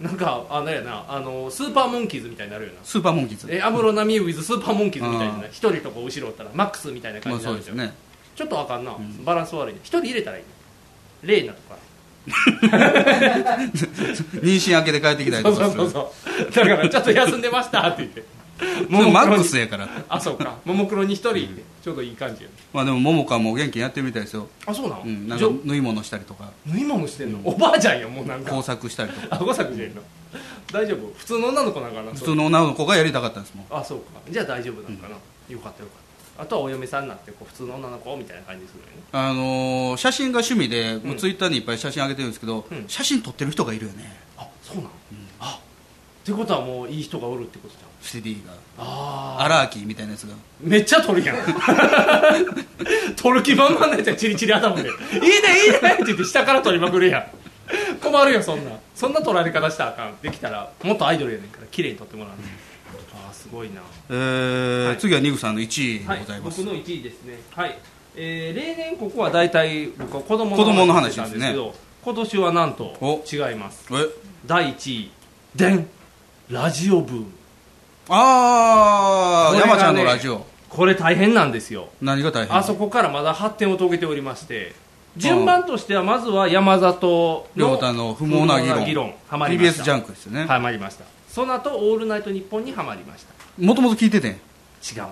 Speaker 2: なんかあのやなあのスーパーモンキーズみたいになるよな
Speaker 3: スーパーモンキーズ
Speaker 2: え安室奈美恵 with スーパーモンキーズみたいな
Speaker 3: あー
Speaker 2: 一人とこう後ろおったらマックスみたいな感
Speaker 3: まあ
Speaker 2: じにな
Speaker 3: そうで
Speaker 2: るじ
Speaker 3: す
Speaker 2: ゃん、
Speaker 3: ね *laughs*
Speaker 2: ちょっとあかんな、バランス悪いね一人入れたらいいねレイナとか
Speaker 3: 妊娠明けで帰ってきたり
Speaker 2: そ
Speaker 3: と
Speaker 2: うそ
Speaker 3: か
Speaker 2: う
Speaker 3: す
Speaker 2: そう
Speaker 3: る
Speaker 2: そうだからちょっと休んでましたって言
Speaker 3: *laughs*
Speaker 2: って
Speaker 3: もうマック
Speaker 2: に
Speaker 3: スやから
Speaker 2: あそうかももクロに一人いてちょうどいい感じやね
Speaker 3: まあでも桃香も元気にやってるみたいですよ
Speaker 2: あそうなの、
Speaker 3: うん、なん
Speaker 2: じ
Speaker 3: か
Speaker 2: ゃ
Speaker 3: 縫い物したりとか
Speaker 2: 縫い物してんのおばあちゃんやもうなんか
Speaker 3: 工作したりとか
Speaker 2: あごさくじゃいの大丈夫普通の女の子なんかな
Speaker 3: 普通の女の子がやりたかったんですもん
Speaker 2: あそうかじゃあ大丈夫なのかな、よかったよかっあとはお嫁さんになってこう普通の女の子みたいな感じするよね
Speaker 3: あのー写真が趣味で、もううんツイッターにいっぱい写真上げてるんですけど、写真撮ってる人がいるよね
Speaker 2: そうなの、あってことはもういい人がおるってことじゃん
Speaker 3: CD が
Speaker 2: あ
Speaker 3: アラーキーみたいなやつが
Speaker 2: めっちゃ撮るやん *laughs* 撮る気満々なやつはチリチリ頭で「いいねいいね」って言って下から撮りまくるやん困るよそんなそんな撮られ方したらあかんできたらもっとアイドルやねんから綺麗に撮ってもらうああすごいな
Speaker 3: えー次はニグさんの1位でございます、
Speaker 2: はい、僕の1位ですね、はいえー例年ここは大体僕は子供
Speaker 3: 子供の話ですね
Speaker 2: なんけど今年はなんと違います第1位でんラジオブーム
Speaker 3: ああ、
Speaker 2: これがね
Speaker 3: 山ちゃんのラジオ
Speaker 2: これ大変なんですよ
Speaker 3: 何が大変
Speaker 2: あそこからまだ発展を遂げておりまして順番としてはまずは山里
Speaker 3: 両
Speaker 2: の
Speaker 3: 太の不毛な議論
Speaker 2: 不毛ハマりました
Speaker 3: TBS ジャンクですよね
Speaker 2: はまりましたその後オールナイトニッポン」にはまりました
Speaker 3: もともと聞いててん
Speaker 2: 違う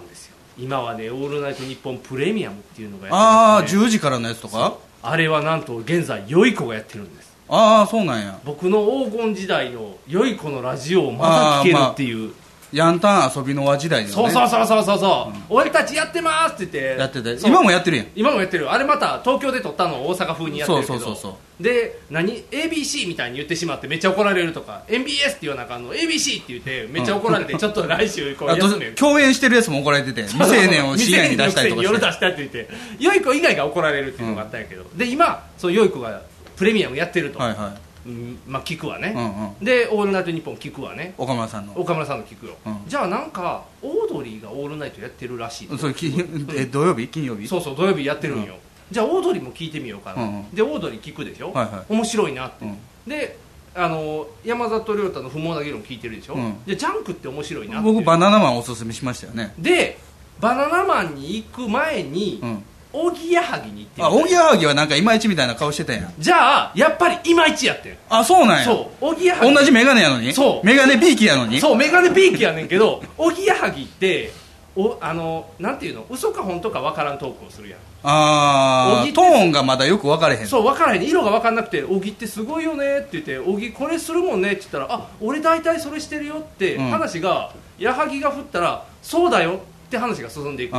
Speaker 2: んですよ今はね「オールナイトニッポンプレミアム」っていうのがやって
Speaker 3: ああ
Speaker 2: ま
Speaker 3: ー、
Speaker 2: すね
Speaker 3: 10時からのやつとか
Speaker 2: あれはなんと現在良い子がやってるんです
Speaker 3: ああそうなんや
Speaker 2: 僕の黄金時代の良い子のラジオをまだ聞けるっていう、
Speaker 3: ヤンタン遊びの輪時代のね
Speaker 2: そうそうそうそうそうそう、俺たちやってますって言って
Speaker 3: やってて
Speaker 2: そう
Speaker 3: 今もやってるやん
Speaker 2: 今もやってるあれまた東京で撮ったのを大阪風にやってるけ
Speaker 3: そう
Speaker 2: ど
Speaker 3: そうそうそ
Speaker 2: で何 ABC みたいに言ってしまってめっちゃ怒られるとか MBS って言わなあかんの ABC って言ってめっちゃ怒られて、
Speaker 3: うん
Speaker 2: ちょっと来週こう
Speaker 3: あと
Speaker 2: 休め
Speaker 3: 共演してるやつも怒られ
Speaker 2: *laughs*
Speaker 3: てて未成年を深夜に出したりとか
Speaker 2: 未成年のくせに夜
Speaker 3: して
Speaker 2: 出したって言って良い子以外が怒られるっていうのがあったんやけど、で今その良い子がプレミアムやってると、
Speaker 3: はいは
Speaker 2: うんまあ聞くわ
Speaker 3: い、
Speaker 2: ね、
Speaker 3: うんうん、
Speaker 2: で「オールナイトニッポン」聞くわね
Speaker 3: 岡村さんの
Speaker 2: 岡村さんの聞くよ、
Speaker 3: うん
Speaker 2: じゃあなんかオードリーが「オールナイト」やってるらしいと
Speaker 3: それ金 *laughs* え土曜日金曜日
Speaker 2: そうそう土曜日やってるんよ、じゃあオードリーも聞いてみようかな、
Speaker 3: うんうん
Speaker 2: でオードリー聞くでしょ、
Speaker 3: はいはい
Speaker 2: 面白いなっ
Speaker 3: う
Speaker 2: て、
Speaker 3: ん
Speaker 2: であの山里亮太の不毛な議論聞いてるでしょ、
Speaker 3: うん
Speaker 2: でジャンクって面白いなって
Speaker 3: 僕バナナマンおすすめしましたよね
Speaker 2: でバナナマンに行く前に
Speaker 3: うん
Speaker 2: おぎやはぎに行ってみ
Speaker 3: あ
Speaker 2: た
Speaker 3: おぎやはぎはなんかいまいちみたいな顔してたやん
Speaker 2: じゃあやっぱりいまいちやってん
Speaker 3: あそうなんや
Speaker 2: そうおぎやはぎ
Speaker 3: 同じメガネやのに
Speaker 2: そう
Speaker 3: メガネビーキやのに
Speaker 2: そうメガネビーキやねんけどおぎやはぎっておあのなんていうの嘘か本当かわからんトークをするやん
Speaker 3: あ
Speaker 2: おぎ
Speaker 3: あトーンがまだよく分かれへん
Speaker 2: そう分からへん色が分かんなくて「小木ってすごいよね」って言って「小木これするもんね」って言ったら「あ俺大体それしてるよ」って
Speaker 3: うん
Speaker 2: 話が、矢作が振ったら「そうだよ」って話が進んでいく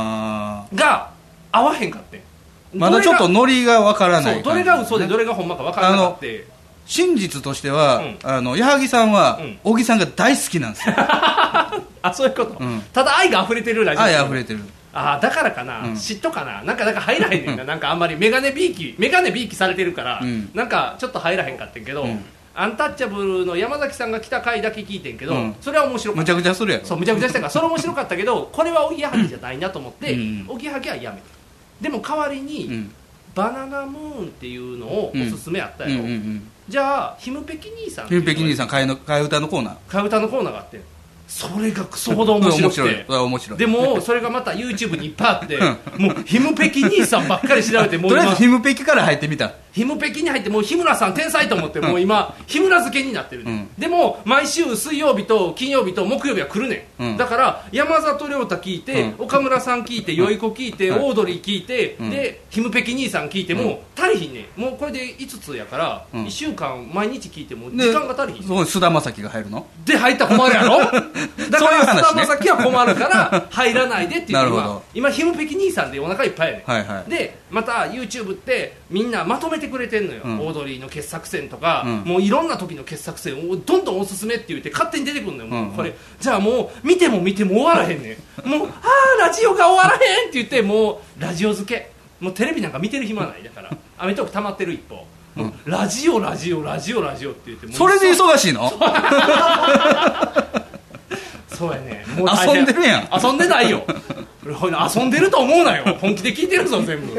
Speaker 3: あ
Speaker 2: が合わへんかって
Speaker 3: ーまだちょっと
Speaker 2: どれが
Speaker 3: ノリが分からない
Speaker 2: そうどれが嘘でどれがほんまか分からなかって
Speaker 3: 真実としては、あの矢作さんは小木、さんが大好きなん
Speaker 2: *laughs*
Speaker 3: ですよ、
Speaker 2: あそういうこと、
Speaker 3: うん、
Speaker 2: ただ愛が溢れてるラジオ
Speaker 3: 愛あふれてる
Speaker 2: あーだからかな、
Speaker 3: うん
Speaker 2: 嫉妬かななんかなんか入らへんねんななんかあんまりメガネビーキメガネビーキされてるから、
Speaker 3: うん
Speaker 2: なんかちょっと入らへんかってんけど、アンタッチャブルの山崎さんが来た回だけ聞いてんけど、
Speaker 3: うん
Speaker 2: それは面白か
Speaker 3: む
Speaker 2: っ
Speaker 3: ちゃ
Speaker 2: た
Speaker 3: くちゃするやろ
Speaker 2: そうむちゃくちゃしたからそれ面白かった
Speaker 3: *laughs*
Speaker 2: けどこれはおぎやはぎじゃないなと思って、
Speaker 3: うん
Speaker 2: おぎやはぎはやめたでも代わりに、
Speaker 3: うん
Speaker 2: バナナムーンっていうのをおすすめあったやろ、
Speaker 3: うんうんうん
Speaker 2: じゃあひむぺき兄さんって
Speaker 3: ピ
Speaker 2: い
Speaker 3: ン
Speaker 2: うのが
Speaker 3: ペキ兄さん替えの替え歌のコーナー
Speaker 2: 替え歌のコーナーがあってそれがクソほど面白く
Speaker 3: 面白い *laughs*
Speaker 2: て
Speaker 3: それは面白い
Speaker 2: でもそれがまた YouTube にいっぱいあってもうひむぺき兄さんばっかり調べてもう
Speaker 3: とりあえ
Speaker 2: 今
Speaker 3: ずヒムペキから入ってみた
Speaker 2: ひむぺきに入ってもう日村さん天才と思ってもう今日村漬けになってるね、でも毎週水曜日と金曜日と木曜日は来るねん、
Speaker 3: うん
Speaker 2: だから山里亮太聞いて、岡村さん聞いてよい子聞いて、
Speaker 3: うん
Speaker 2: オードリー聞いて、
Speaker 3: うん
Speaker 2: でひむぺき兄さん聞いて
Speaker 3: うん
Speaker 2: も足りひんねんもうこれで5つやから、
Speaker 3: うん
Speaker 2: 1週間毎日聞いても
Speaker 3: で
Speaker 2: 時間が足りひん
Speaker 3: そこに菅田将暉が入るの
Speaker 2: で入ったら困るや
Speaker 3: *laughs*
Speaker 2: ろだから
Speaker 3: 話ね
Speaker 2: 菅田将暉は困る
Speaker 3: *laughs*
Speaker 2: から入らないでっていうの
Speaker 3: なるほ
Speaker 2: は
Speaker 3: ど
Speaker 2: 今ひむぺき兄さんでお腹いっぱいやねん
Speaker 3: はいはい
Speaker 2: でまた YouTube ってみんなまとめてくれてんのよ、
Speaker 3: うん
Speaker 2: オードリーの傑作選とか、
Speaker 3: うん
Speaker 2: もういろんな時の傑作選をどんどんおすすめって言って勝手に出てくるのよ、もう
Speaker 3: うんうん
Speaker 2: これじゃあもう見ても見ても終わらへんねんもうああラジオが終わらへんって言ってもうラジオ漬けもうテレビなんか見てる暇ないだから『アメトーーク』溜まってる一方もうラジオラジオラジオラジオって言ってもう
Speaker 3: それで忙しいの
Speaker 2: そうやね大変
Speaker 3: 遊んでるやん
Speaker 2: 遊んでないよほら遊んでると思うなよ本気で聞いてるぞ全部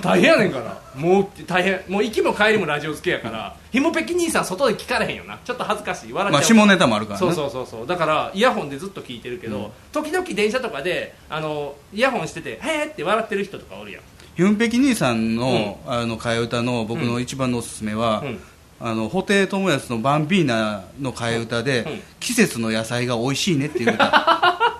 Speaker 2: 大変やねんからもう大変もう行きも帰りもラジオ付けやからひもぺき兄さん外で聞かれへんよなちょっと恥ずかしい笑っちゃう、
Speaker 3: まあ下ネタもあるからね
Speaker 2: そうそうそうそうだからイヤホンでずっと聞いてるけど、時々電車とかであのイヤホンしてて「へーって笑ってる人とかおるやん
Speaker 3: ヒムペキ兄さんの,、あの替え歌の僕の一番のおすすめは、あの布袋寅泰の「バンビーナ」の替え歌で、季節の野菜が美味しいね」っていう歌
Speaker 2: *laughs* あ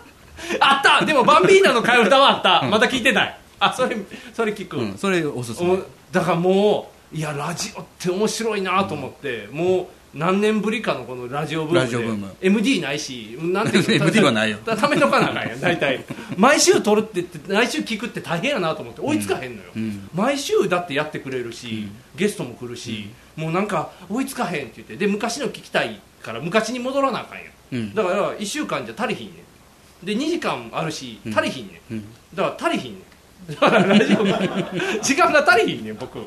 Speaker 2: ったでもバンビーナの替え歌はあった、まだ聞いてないあそれそれ聞く、
Speaker 3: それおすすめ
Speaker 2: おだからもういやラジオって面白いなと思って、もう何年ぶりかのこのラジオブームで
Speaker 3: ラジオブーム
Speaker 2: MD ないしなん
Speaker 3: *laughs*
Speaker 2: ていうの
Speaker 3: MD はないよ
Speaker 2: 畳めとかなあかんやん大体毎週撮るって言って毎週聞くって大変やなと思って追いつかへんのよ、
Speaker 3: うん
Speaker 2: 毎週だってやってくれるし、ゲストも来るし、もうなんか追いつかへんって言ってで昔の聞きたいから昔に戻らなあかんやん
Speaker 3: うん
Speaker 2: だから1週間じゃ足りひんねんで2時間あるし足りひんねん、
Speaker 3: うん
Speaker 2: だから足りひん *laughs* ねんだからラジオが時間が足りひんねん僕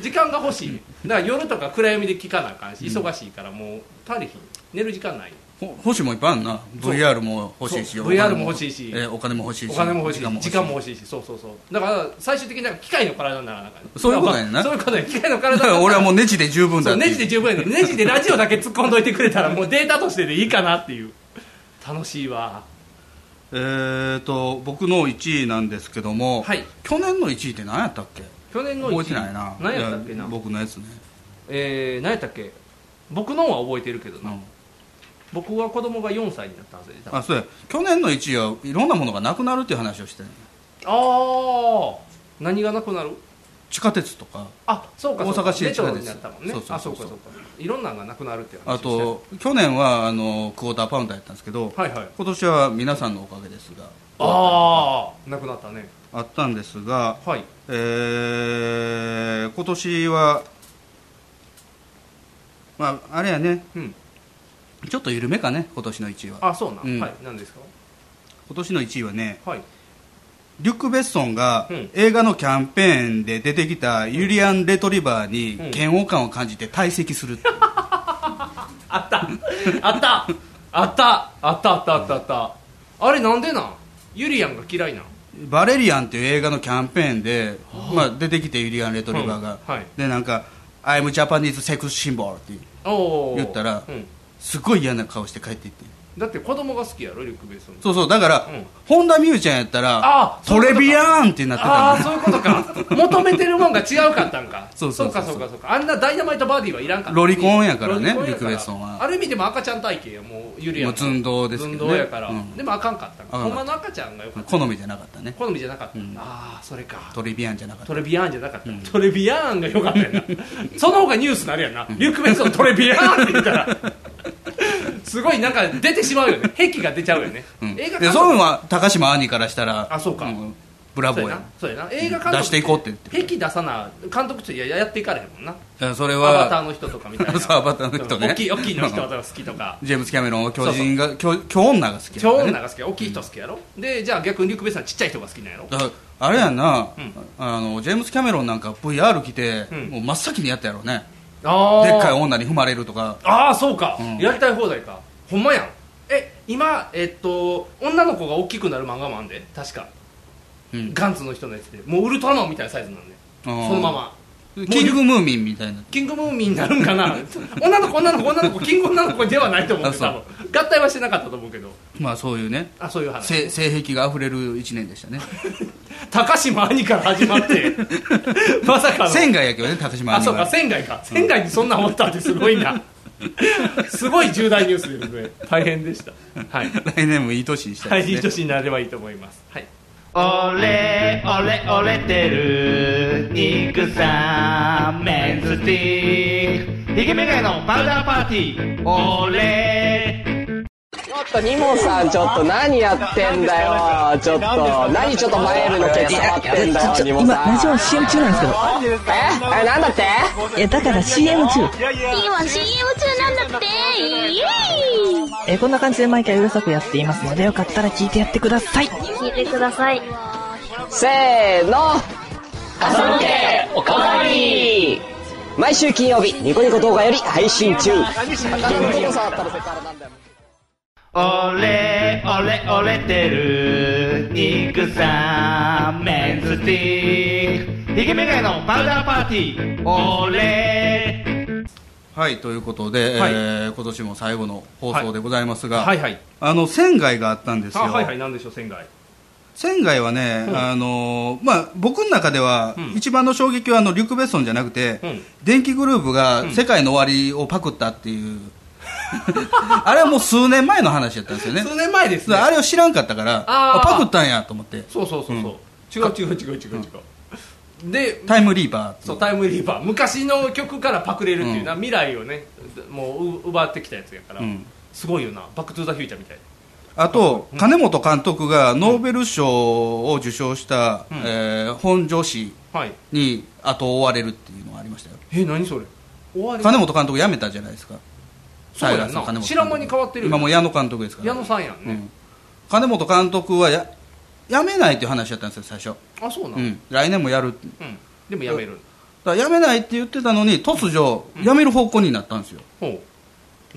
Speaker 2: 時間が欲しいねんだから夜とか暗闇で聞かなあかんし忙しいからもう足りひん寝る時間ない
Speaker 3: ほ欲しいもんいっぱいあるな
Speaker 2: そう
Speaker 3: VR も欲しいし
Speaker 2: そう
Speaker 3: お金
Speaker 2: VR も欲しいし
Speaker 3: えーお金も欲しいし
Speaker 2: お金も欲しいし時間も
Speaker 3: 欲し
Speaker 2: 欲しいしそうそうそうだから最終的になんか機械の体にならなあかんねん
Speaker 3: そういうことやねんな
Speaker 2: そういうことや機械の
Speaker 3: いだ
Speaker 2: 体
Speaker 3: から *laughs* 俺はもうネジで十分だ
Speaker 2: そう
Speaker 3: って
Speaker 2: ネジで十分やねんネジでラジオだけ突っ込んどいてくれたらもうデータとしてでいいかなっていう楽しいわ
Speaker 3: えーと僕の1位なんですけども、去年の1位って何やったっけ
Speaker 2: 去年の
Speaker 3: 覚えて
Speaker 2: 1位
Speaker 3: ないな
Speaker 2: 何やったっけない
Speaker 3: 僕のやつね
Speaker 2: えー、何やったっけ僕のは覚えてるけどな、僕は子供が4歳になったはずで多分
Speaker 3: あそうや去年の1位はいろんなものがなくなるっていう話をしてんの
Speaker 2: ああ何がなくなる
Speaker 3: 地下鉄とか
Speaker 2: あそうかそうか
Speaker 3: 大阪市営地下鉄
Speaker 2: レトロになったもんね
Speaker 3: そうそうそうそう
Speaker 2: あそうかそうかいろんなのがなくなるって話
Speaker 3: あと去年はあのクォーターパウンダーやったんですけど、今年は皆さんのおかげですが
Speaker 2: ああなくなったね
Speaker 3: あったんですが、えー今年は、まあ、あれやね、ちょっと緩めかね今年の1位は
Speaker 2: あそうなん、
Speaker 3: ん
Speaker 2: はい何ですか
Speaker 3: 今年の1位はね、
Speaker 2: はい
Speaker 3: リュック・ベッソンが映画のキャンペーンで出てきたユリアン・レトリバーに
Speaker 2: うん
Speaker 3: 嫌悪感を感じて退席
Speaker 2: *laughs*
Speaker 3: するっていう
Speaker 2: あったあったあったあったあったあったあれなんでなんユリアンが嫌いなん
Speaker 3: バレリアンっていう映画のキャンペーンで、まあ、出てきてユリアン・レトリバーが、
Speaker 2: うんはい
Speaker 3: でなんか「I'm Japanese sex symbol」って
Speaker 2: おー
Speaker 3: 言ったら、
Speaker 2: うん
Speaker 3: すごい嫌な顔して帰っていって
Speaker 2: だって子供が好きやろリュック・ベースの
Speaker 3: そうそうだから、
Speaker 2: ん
Speaker 3: 本田望結ちゃんやったら
Speaker 2: あ
Speaker 3: 「
Speaker 2: そ
Speaker 3: ト
Speaker 2: うい
Speaker 3: レ
Speaker 2: うことか
Speaker 3: ビアーン!」ってなって
Speaker 2: ああ
Speaker 3: た
Speaker 2: そういうことか求めてるもんが違うかったんか
Speaker 3: そうそうそう
Speaker 2: かそうかそうかあんなダイナマイトバディはいらんかった
Speaker 3: ロリコンやからね
Speaker 2: ロリコン
Speaker 3: リ
Speaker 2: やから
Speaker 3: クベソンは
Speaker 2: ある意味でも赤ちゃん体型やもうゆりや
Speaker 3: もう寸胴ですけ
Speaker 2: 寸
Speaker 3: どね
Speaker 2: 胴やから、
Speaker 3: うん
Speaker 2: でもあかんかったんか
Speaker 3: あか
Speaker 2: ほ
Speaker 3: ん
Speaker 2: ん
Speaker 3: か
Speaker 2: ま
Speaker 3: った
Speaker 2: の赤ちゃんがよかっ
Speaker 3: *laughs*
Speaker 2: た
Speaker 3: 好みじゃなかったね
Speaker 2: 好みじゃなかった、ああそれか
Speaker 3: トレビアンじゃなかった
Speaker 2: トレビアーンじゃなかった、トレビアーンが良かったよなその方がニュースになるやんな、リュック・ベンソントレビアーンって言ったらすごいなんか出てしまうよね癖が出ちゃうよね、
Speaker 3: うん
Speaker 2: 映画
Speaker 3: でそういうのは高島兄からしたら
Speaker 2: あそうか、
Speaker 3: んブラボーや
Speaker 2: そうやな映画監督
Speaker 3: 出していこうって言って
Speaker 2: 癖出さな監督っていややっていかれへんもんな
Speaker 3: えそれ
Speaker 2: アバター
Speaker 3: は
Speaker 2: の人とかみたい
Speaker 3: *laughs*
Speaker 2: な
Speaker 3: そうアバターの人ね
Speaker 2: 大きい大きいの人が好きと
Speaker 3: *laughs*
Speaker 2: か
Speaker 3: ジェームズ・キャメロンは巨人が巨巨女が好きや
Speaker 2: 超
Speaker 3: からね
Speaker 2: 女が好きや大きい人好きやろ、でじゃあ逆にリュック・ベースはちっちゃい人が好きなんやろ
Speaker 3: だからあれやな、あのジェームズ・キャメロンなんか VR 来て、もう真っ先にやったやろうね
Speaker 2: あー
Speaker 3: でっかい女に踏まれるとか
Speaker 2: ああそうか、
Speaker 3: うん
Speaker 2: やりたい放題かほんまやんえ今えっと女の子が大きくなる漫画もあんで確か、
Speaker 3: うん
Speaker 2: ガンツの人のやつでもうウルトラマンみたいなサイズなんで
Speaker 3: そ
Speaker 2: そのまま
Speaker 3: キングムーミンみたいな
Speaker 2: キングムーミンになるんか
Speaker 3: *laughs*
Speaker 2: な女の子女の子女の子キング女の子ではないと思うけど
Speaker 3: あ
Speaker 2: 多分合体はしてなかったと思うけど
Speaker 3: まあそういうね
Speaker 2: あそういう話
Speaker 3: 性性癖があふれる一年で
Speaker 2: *laughs*
Speaker 3: したね
Speaker 2: 高島兄から始まって
Speaker 3: *laughs*
Speaker 2: まさかの
Speaker 3: 仙台やけどね高島
Speaker 2: あ
Speaker 3: 兄
Speaker 2: そう
Speaker 3: は
Speaker 2: か仙台か仙台にそんなんおったってすごいなすごい重大ニュースですね大変でした
Speaker 3: *laughs*
Speaker 2: はい
Speaker 3: 来年もいい年にした
Speaker 2: はいいいい
Speaker 3: ですね、
Speaker 2: 年になればいいと思いますはい
Speaker 4: オレオレオレてる肉さメンズティーヒゲメガネのパウダーパーティーオレ
Speaker 14: ちょっとニモさんちょっと何やってんだよちょっと何ちょっと前ルの毛触ってんだよニモ
Speaker 15: 今
Speaker 14: さん
Speaker 15: ラジオ CM 中なんですけど
Speaker 14: ええなんだって
Speaker 15: えだから CM 中
Speaker 13: 今 CM 中なんだってイエーイ
Speaker 15: えこんな感じで毎回うるさくやっていますのでよかったら聞いてやってください
Speaker 13: 聞いてください
Speaker 14: せーの朝向けおかわり毎週金曜日ニコニコ動画より配信中
Speaker 4: オレオレオレてる肉さメンズティーヒゲメガネのパウダーパーティーオレ
Speaker 3: はいということで、
Speaker 2: はい
Speaker 3: えー今年も最後の放送でございますが、
Speaker 2: はいはいはい
Speaker 3: あの仙台があったんですよ、
Speaker 2: あはいはいなんでしょう仙台
Speaker 3: 仙台はね、
Speaker 2: うん
Speaker 3: あのまあ、僕の中では、一番の衝撃はあのリュック・ベッソンじゃなくて、電気グループが「世界の終わり」をパクったっていう、 *laughs* あれはもう数年前の話やったんですよね
Speaker 2: 数年前ですね
Speaker 3: あれを知らんかったから
Speaker 2: あー
Speaker 3: あパクったんやと思って
Speaker 2: そうそうそうそう、違う違う違う違う違う、で
Speaker 3: タイムリーバ
Speaker 2: そうタイムリーバー昔の曲からパクれるっていうな、未来をねもうう奪ってきたやつやから、
Speaker 3: ー、うん
Speaker 2: すごいよなバック・トゥ・ザ・フューチャーみたい
Speaker 3: あと、金本監督がノーベル賞を受賞した、
Speaker 2: うん
Speaker 3: えー本女子
Speaker 2: はい
Speaker 3: に後を追われるっていうのがありましたよ
Speaker 2: え何それ終わり
Speaker 3: 金本監督辞めたじゃないですか
Speaker 2: そうや
Speaker 3: 平さん金
Speaker 2: な
Speaker 3: 本
Speaker 2: 知らん間に変わってるよ
Speaker 3: 今もう矢野監督ですから
Speaker 2: 矢野さんやんね、
Speaker 3: 金本監督はや辞めないっていう話だったんですよ最初、
Speaker 2: あそうなん、
Speaker 3: うん、来年もやる
Speaker 2: うんでもやめる
Speaker 3: だから辞めないって言ってたのに突如辞める方向になったんですよだか
Speaker 2: ほ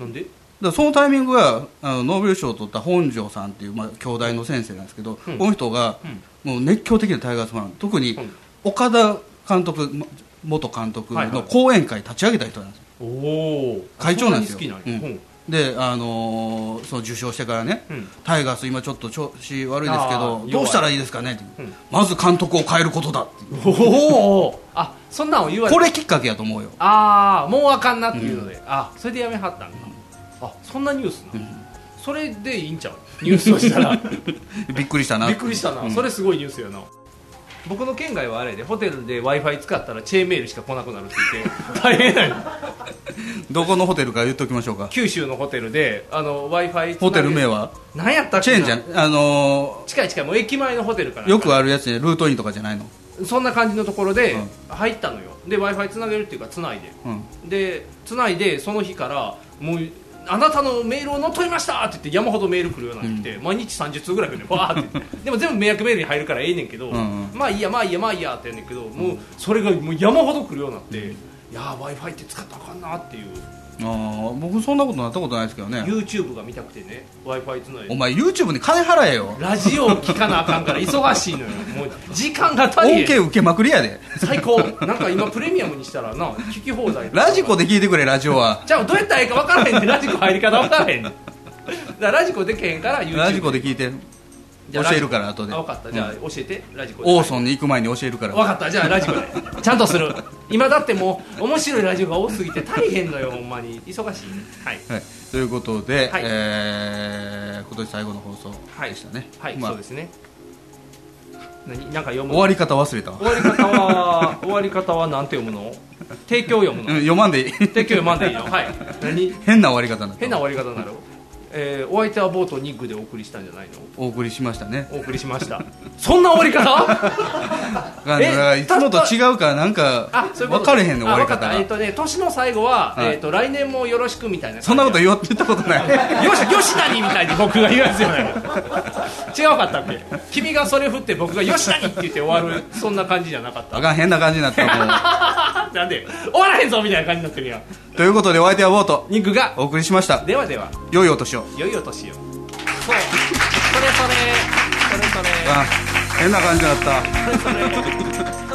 Speaker 2: うなんで
Speaker 3: らそのタイミングがあのノーベル賞を取った本庄さんっていう、まあ、兄弟の先生なんですけど、
Speaker 2: うん
Speaker 3: この人が
Speaker 2: うん
Speaker 3: もう熱狂的なタイガースファン特に岡田監督ま元監督
Speaker 2: はいは
Speaker 3: の
Speaker 2: い
Speaker 3: 後援会立ち上げた人なんですよ、
Speaker 2: おお
Speaker 3: 会長なんですよ
Speaker 2: 好きなんや、
Speaker 3: うんで、あのーその受賞してからね、
Speaker 2: うん
Speaker 3: タイガース今ちょっと調子悪いですけ
Speaker 2: あ
Speaker 3: ど
Speaker 2: ー
Speaker 3: どうしたらいいですかねって
Speaker 2: うん
Speaker 3: まず監督を変えることだって
Speaker 2: おおあそんなんを言われ
Speaker 3: これきっかけやと思うよ
Speaker 2: ああもうあかんなっていうので、あそれでやめはったんか、あそんなニュースな、それでいいんちゃうニュースをしたら
Speaker 3: びっくりしたな
Speaker 2: びっくりしたな、
Speaker 3: うん
Speaker 2: それすごいニュースやな僕の県外はあれでホテルで w i f i 使ったらチェーンメールしか来なくなるって言って大変なんよ
Speaker 3: どこのホテルか言っておきましょうか
Speaker 2: 九州のホテルで w i f i
Speaker 3: ホテル名は
Speaker 2: 何やったっ
Speaker 3: チ
Speaker 2: けな
Speaker 3: ェーンじゃん、あの
Speaker 2: 近い近いもう駅前のホテルから
Speaker 3: ーよくあるやつねルートインとかじゃないの、
Speaker 2: そんな感じのところで入ったのよ、で w i f i つなげるっていうかつないで
Speaker 3: うん、
Speaker 2: でつないでその日からもうあなたのメールを乗っ取りましたって言って山ほどメール来るようになってきて、毎日30通ぐらい来るねわーって
Speaker 3: *laughs*
Speaker 2: でも全部迷惑メールに入るからええねんけど、
Speaker 3: うん
Speaker 2: まあいいやまあいいやまあいいやってやんねんけどもうそれがもう山ほど来るようになって、いや w i f i って使ったらあかんなっていう
Speaker 3: あー僕そんなことなったことないですけどね
Speaker 2: YouTube が見たくてね w i f i つない
Speaker 3: お
Speaker 2: で
Speaker 3: 前 YouTube に金払えよ
Speaker 2: ラジオを聞かなあかんから忙しいのよもう時間が足り
Speaker 3: 恩
Speaker 2: へ
Speaker 3: 恵
Speaker 2: ん
Speaker 3: 受けまくりやで
Speaker 2: 最高なんか今プレミアムにしたらな聞き放題
Speaker 3: ラジコで聞いてくれラジオは
Speaker 2: じゃあどうやったらええか分からへんねんラジコ入り方分からへんねんだからラジコでけへんから YouTube
Speaker 3: ラジコで聞いて教えるから後で
Speaker 2: あ分かったじゃあ
Speaker 3: うん
Speaker 2: 教えて、ラジコで
Speaker 3: オーソンに行く前に教えるから
Speaker 2: 分かったじゃあラジコでちゃんとする今だってもう面白いラジオが多すぎて大変だよほんまに忙しいはい
Speaker 3: はい、ということで、
Speaker 2: はい
Speaker 3: えー今年最後の放送でしたね、
Speaker 2: はい、
Speaker 3: まあ
Speaker 2: そうですね何なんか読む
Speaker 3: 終わり方忘れたわ
Speaker 2: 終わり方は終わり方はなんて読む
Speaker 3: *laughs*
Speaker 2: の提供読む
Speaker 3: うん
Speaker 2: の
Speaker 3: *laughs* 読まんでいい
Speaker 2: 提供読まんでいいのはい何
Speaker 3: 変な終わり方な
Speaker 2: 変な終わり方になる、えー、お相手はボート2区でお送りしたんじゃないの
Speaker 3: お送りしましたね
Speaker 2: お送りし
Speaker 3: *laughs*
Speaker 2: ましたそんな終わり方
Speaker 3: あのだからいつもと違うからなんか
Speaker 2: あそういうこと
Speaker 3: 分かれへんねん終わり
Speaker 2: あ分か
Speaker 3: 方
Speaker 2: ったえっ、
Speaker 3: が
Speaker 2: とね年の最後は、
Speaker 3: はい
Speaker 2: えっ、と来年もよろしくみたいな
Speaker 3: そんなこと言わ言ったことない
Speaker 2: *laughs* よしよしなにみたいに僕が言うやつじゃないの違うかったっけ君がそれ振って僕がよしなにって言って終わるそんな感じじゃなかっ
Speaker 3: *laughs* あかん変な感じになったも
Speaker 2: *laughs*
Speaker 3: う
Speaker 2: たなんで終わらへんぞみたいな感じになってるやん
Speaker 3: ということでお相手はボート
Speaker 2: 肉が
Speaker 3: お送りしました
Speaker 2: ではでは
Speaker 3: 良いお年を
Speaker 2: 良いお年をそうそれそれそれそれそれ
Speaker 3: あ変な感じだった
Speaker 2: それそれ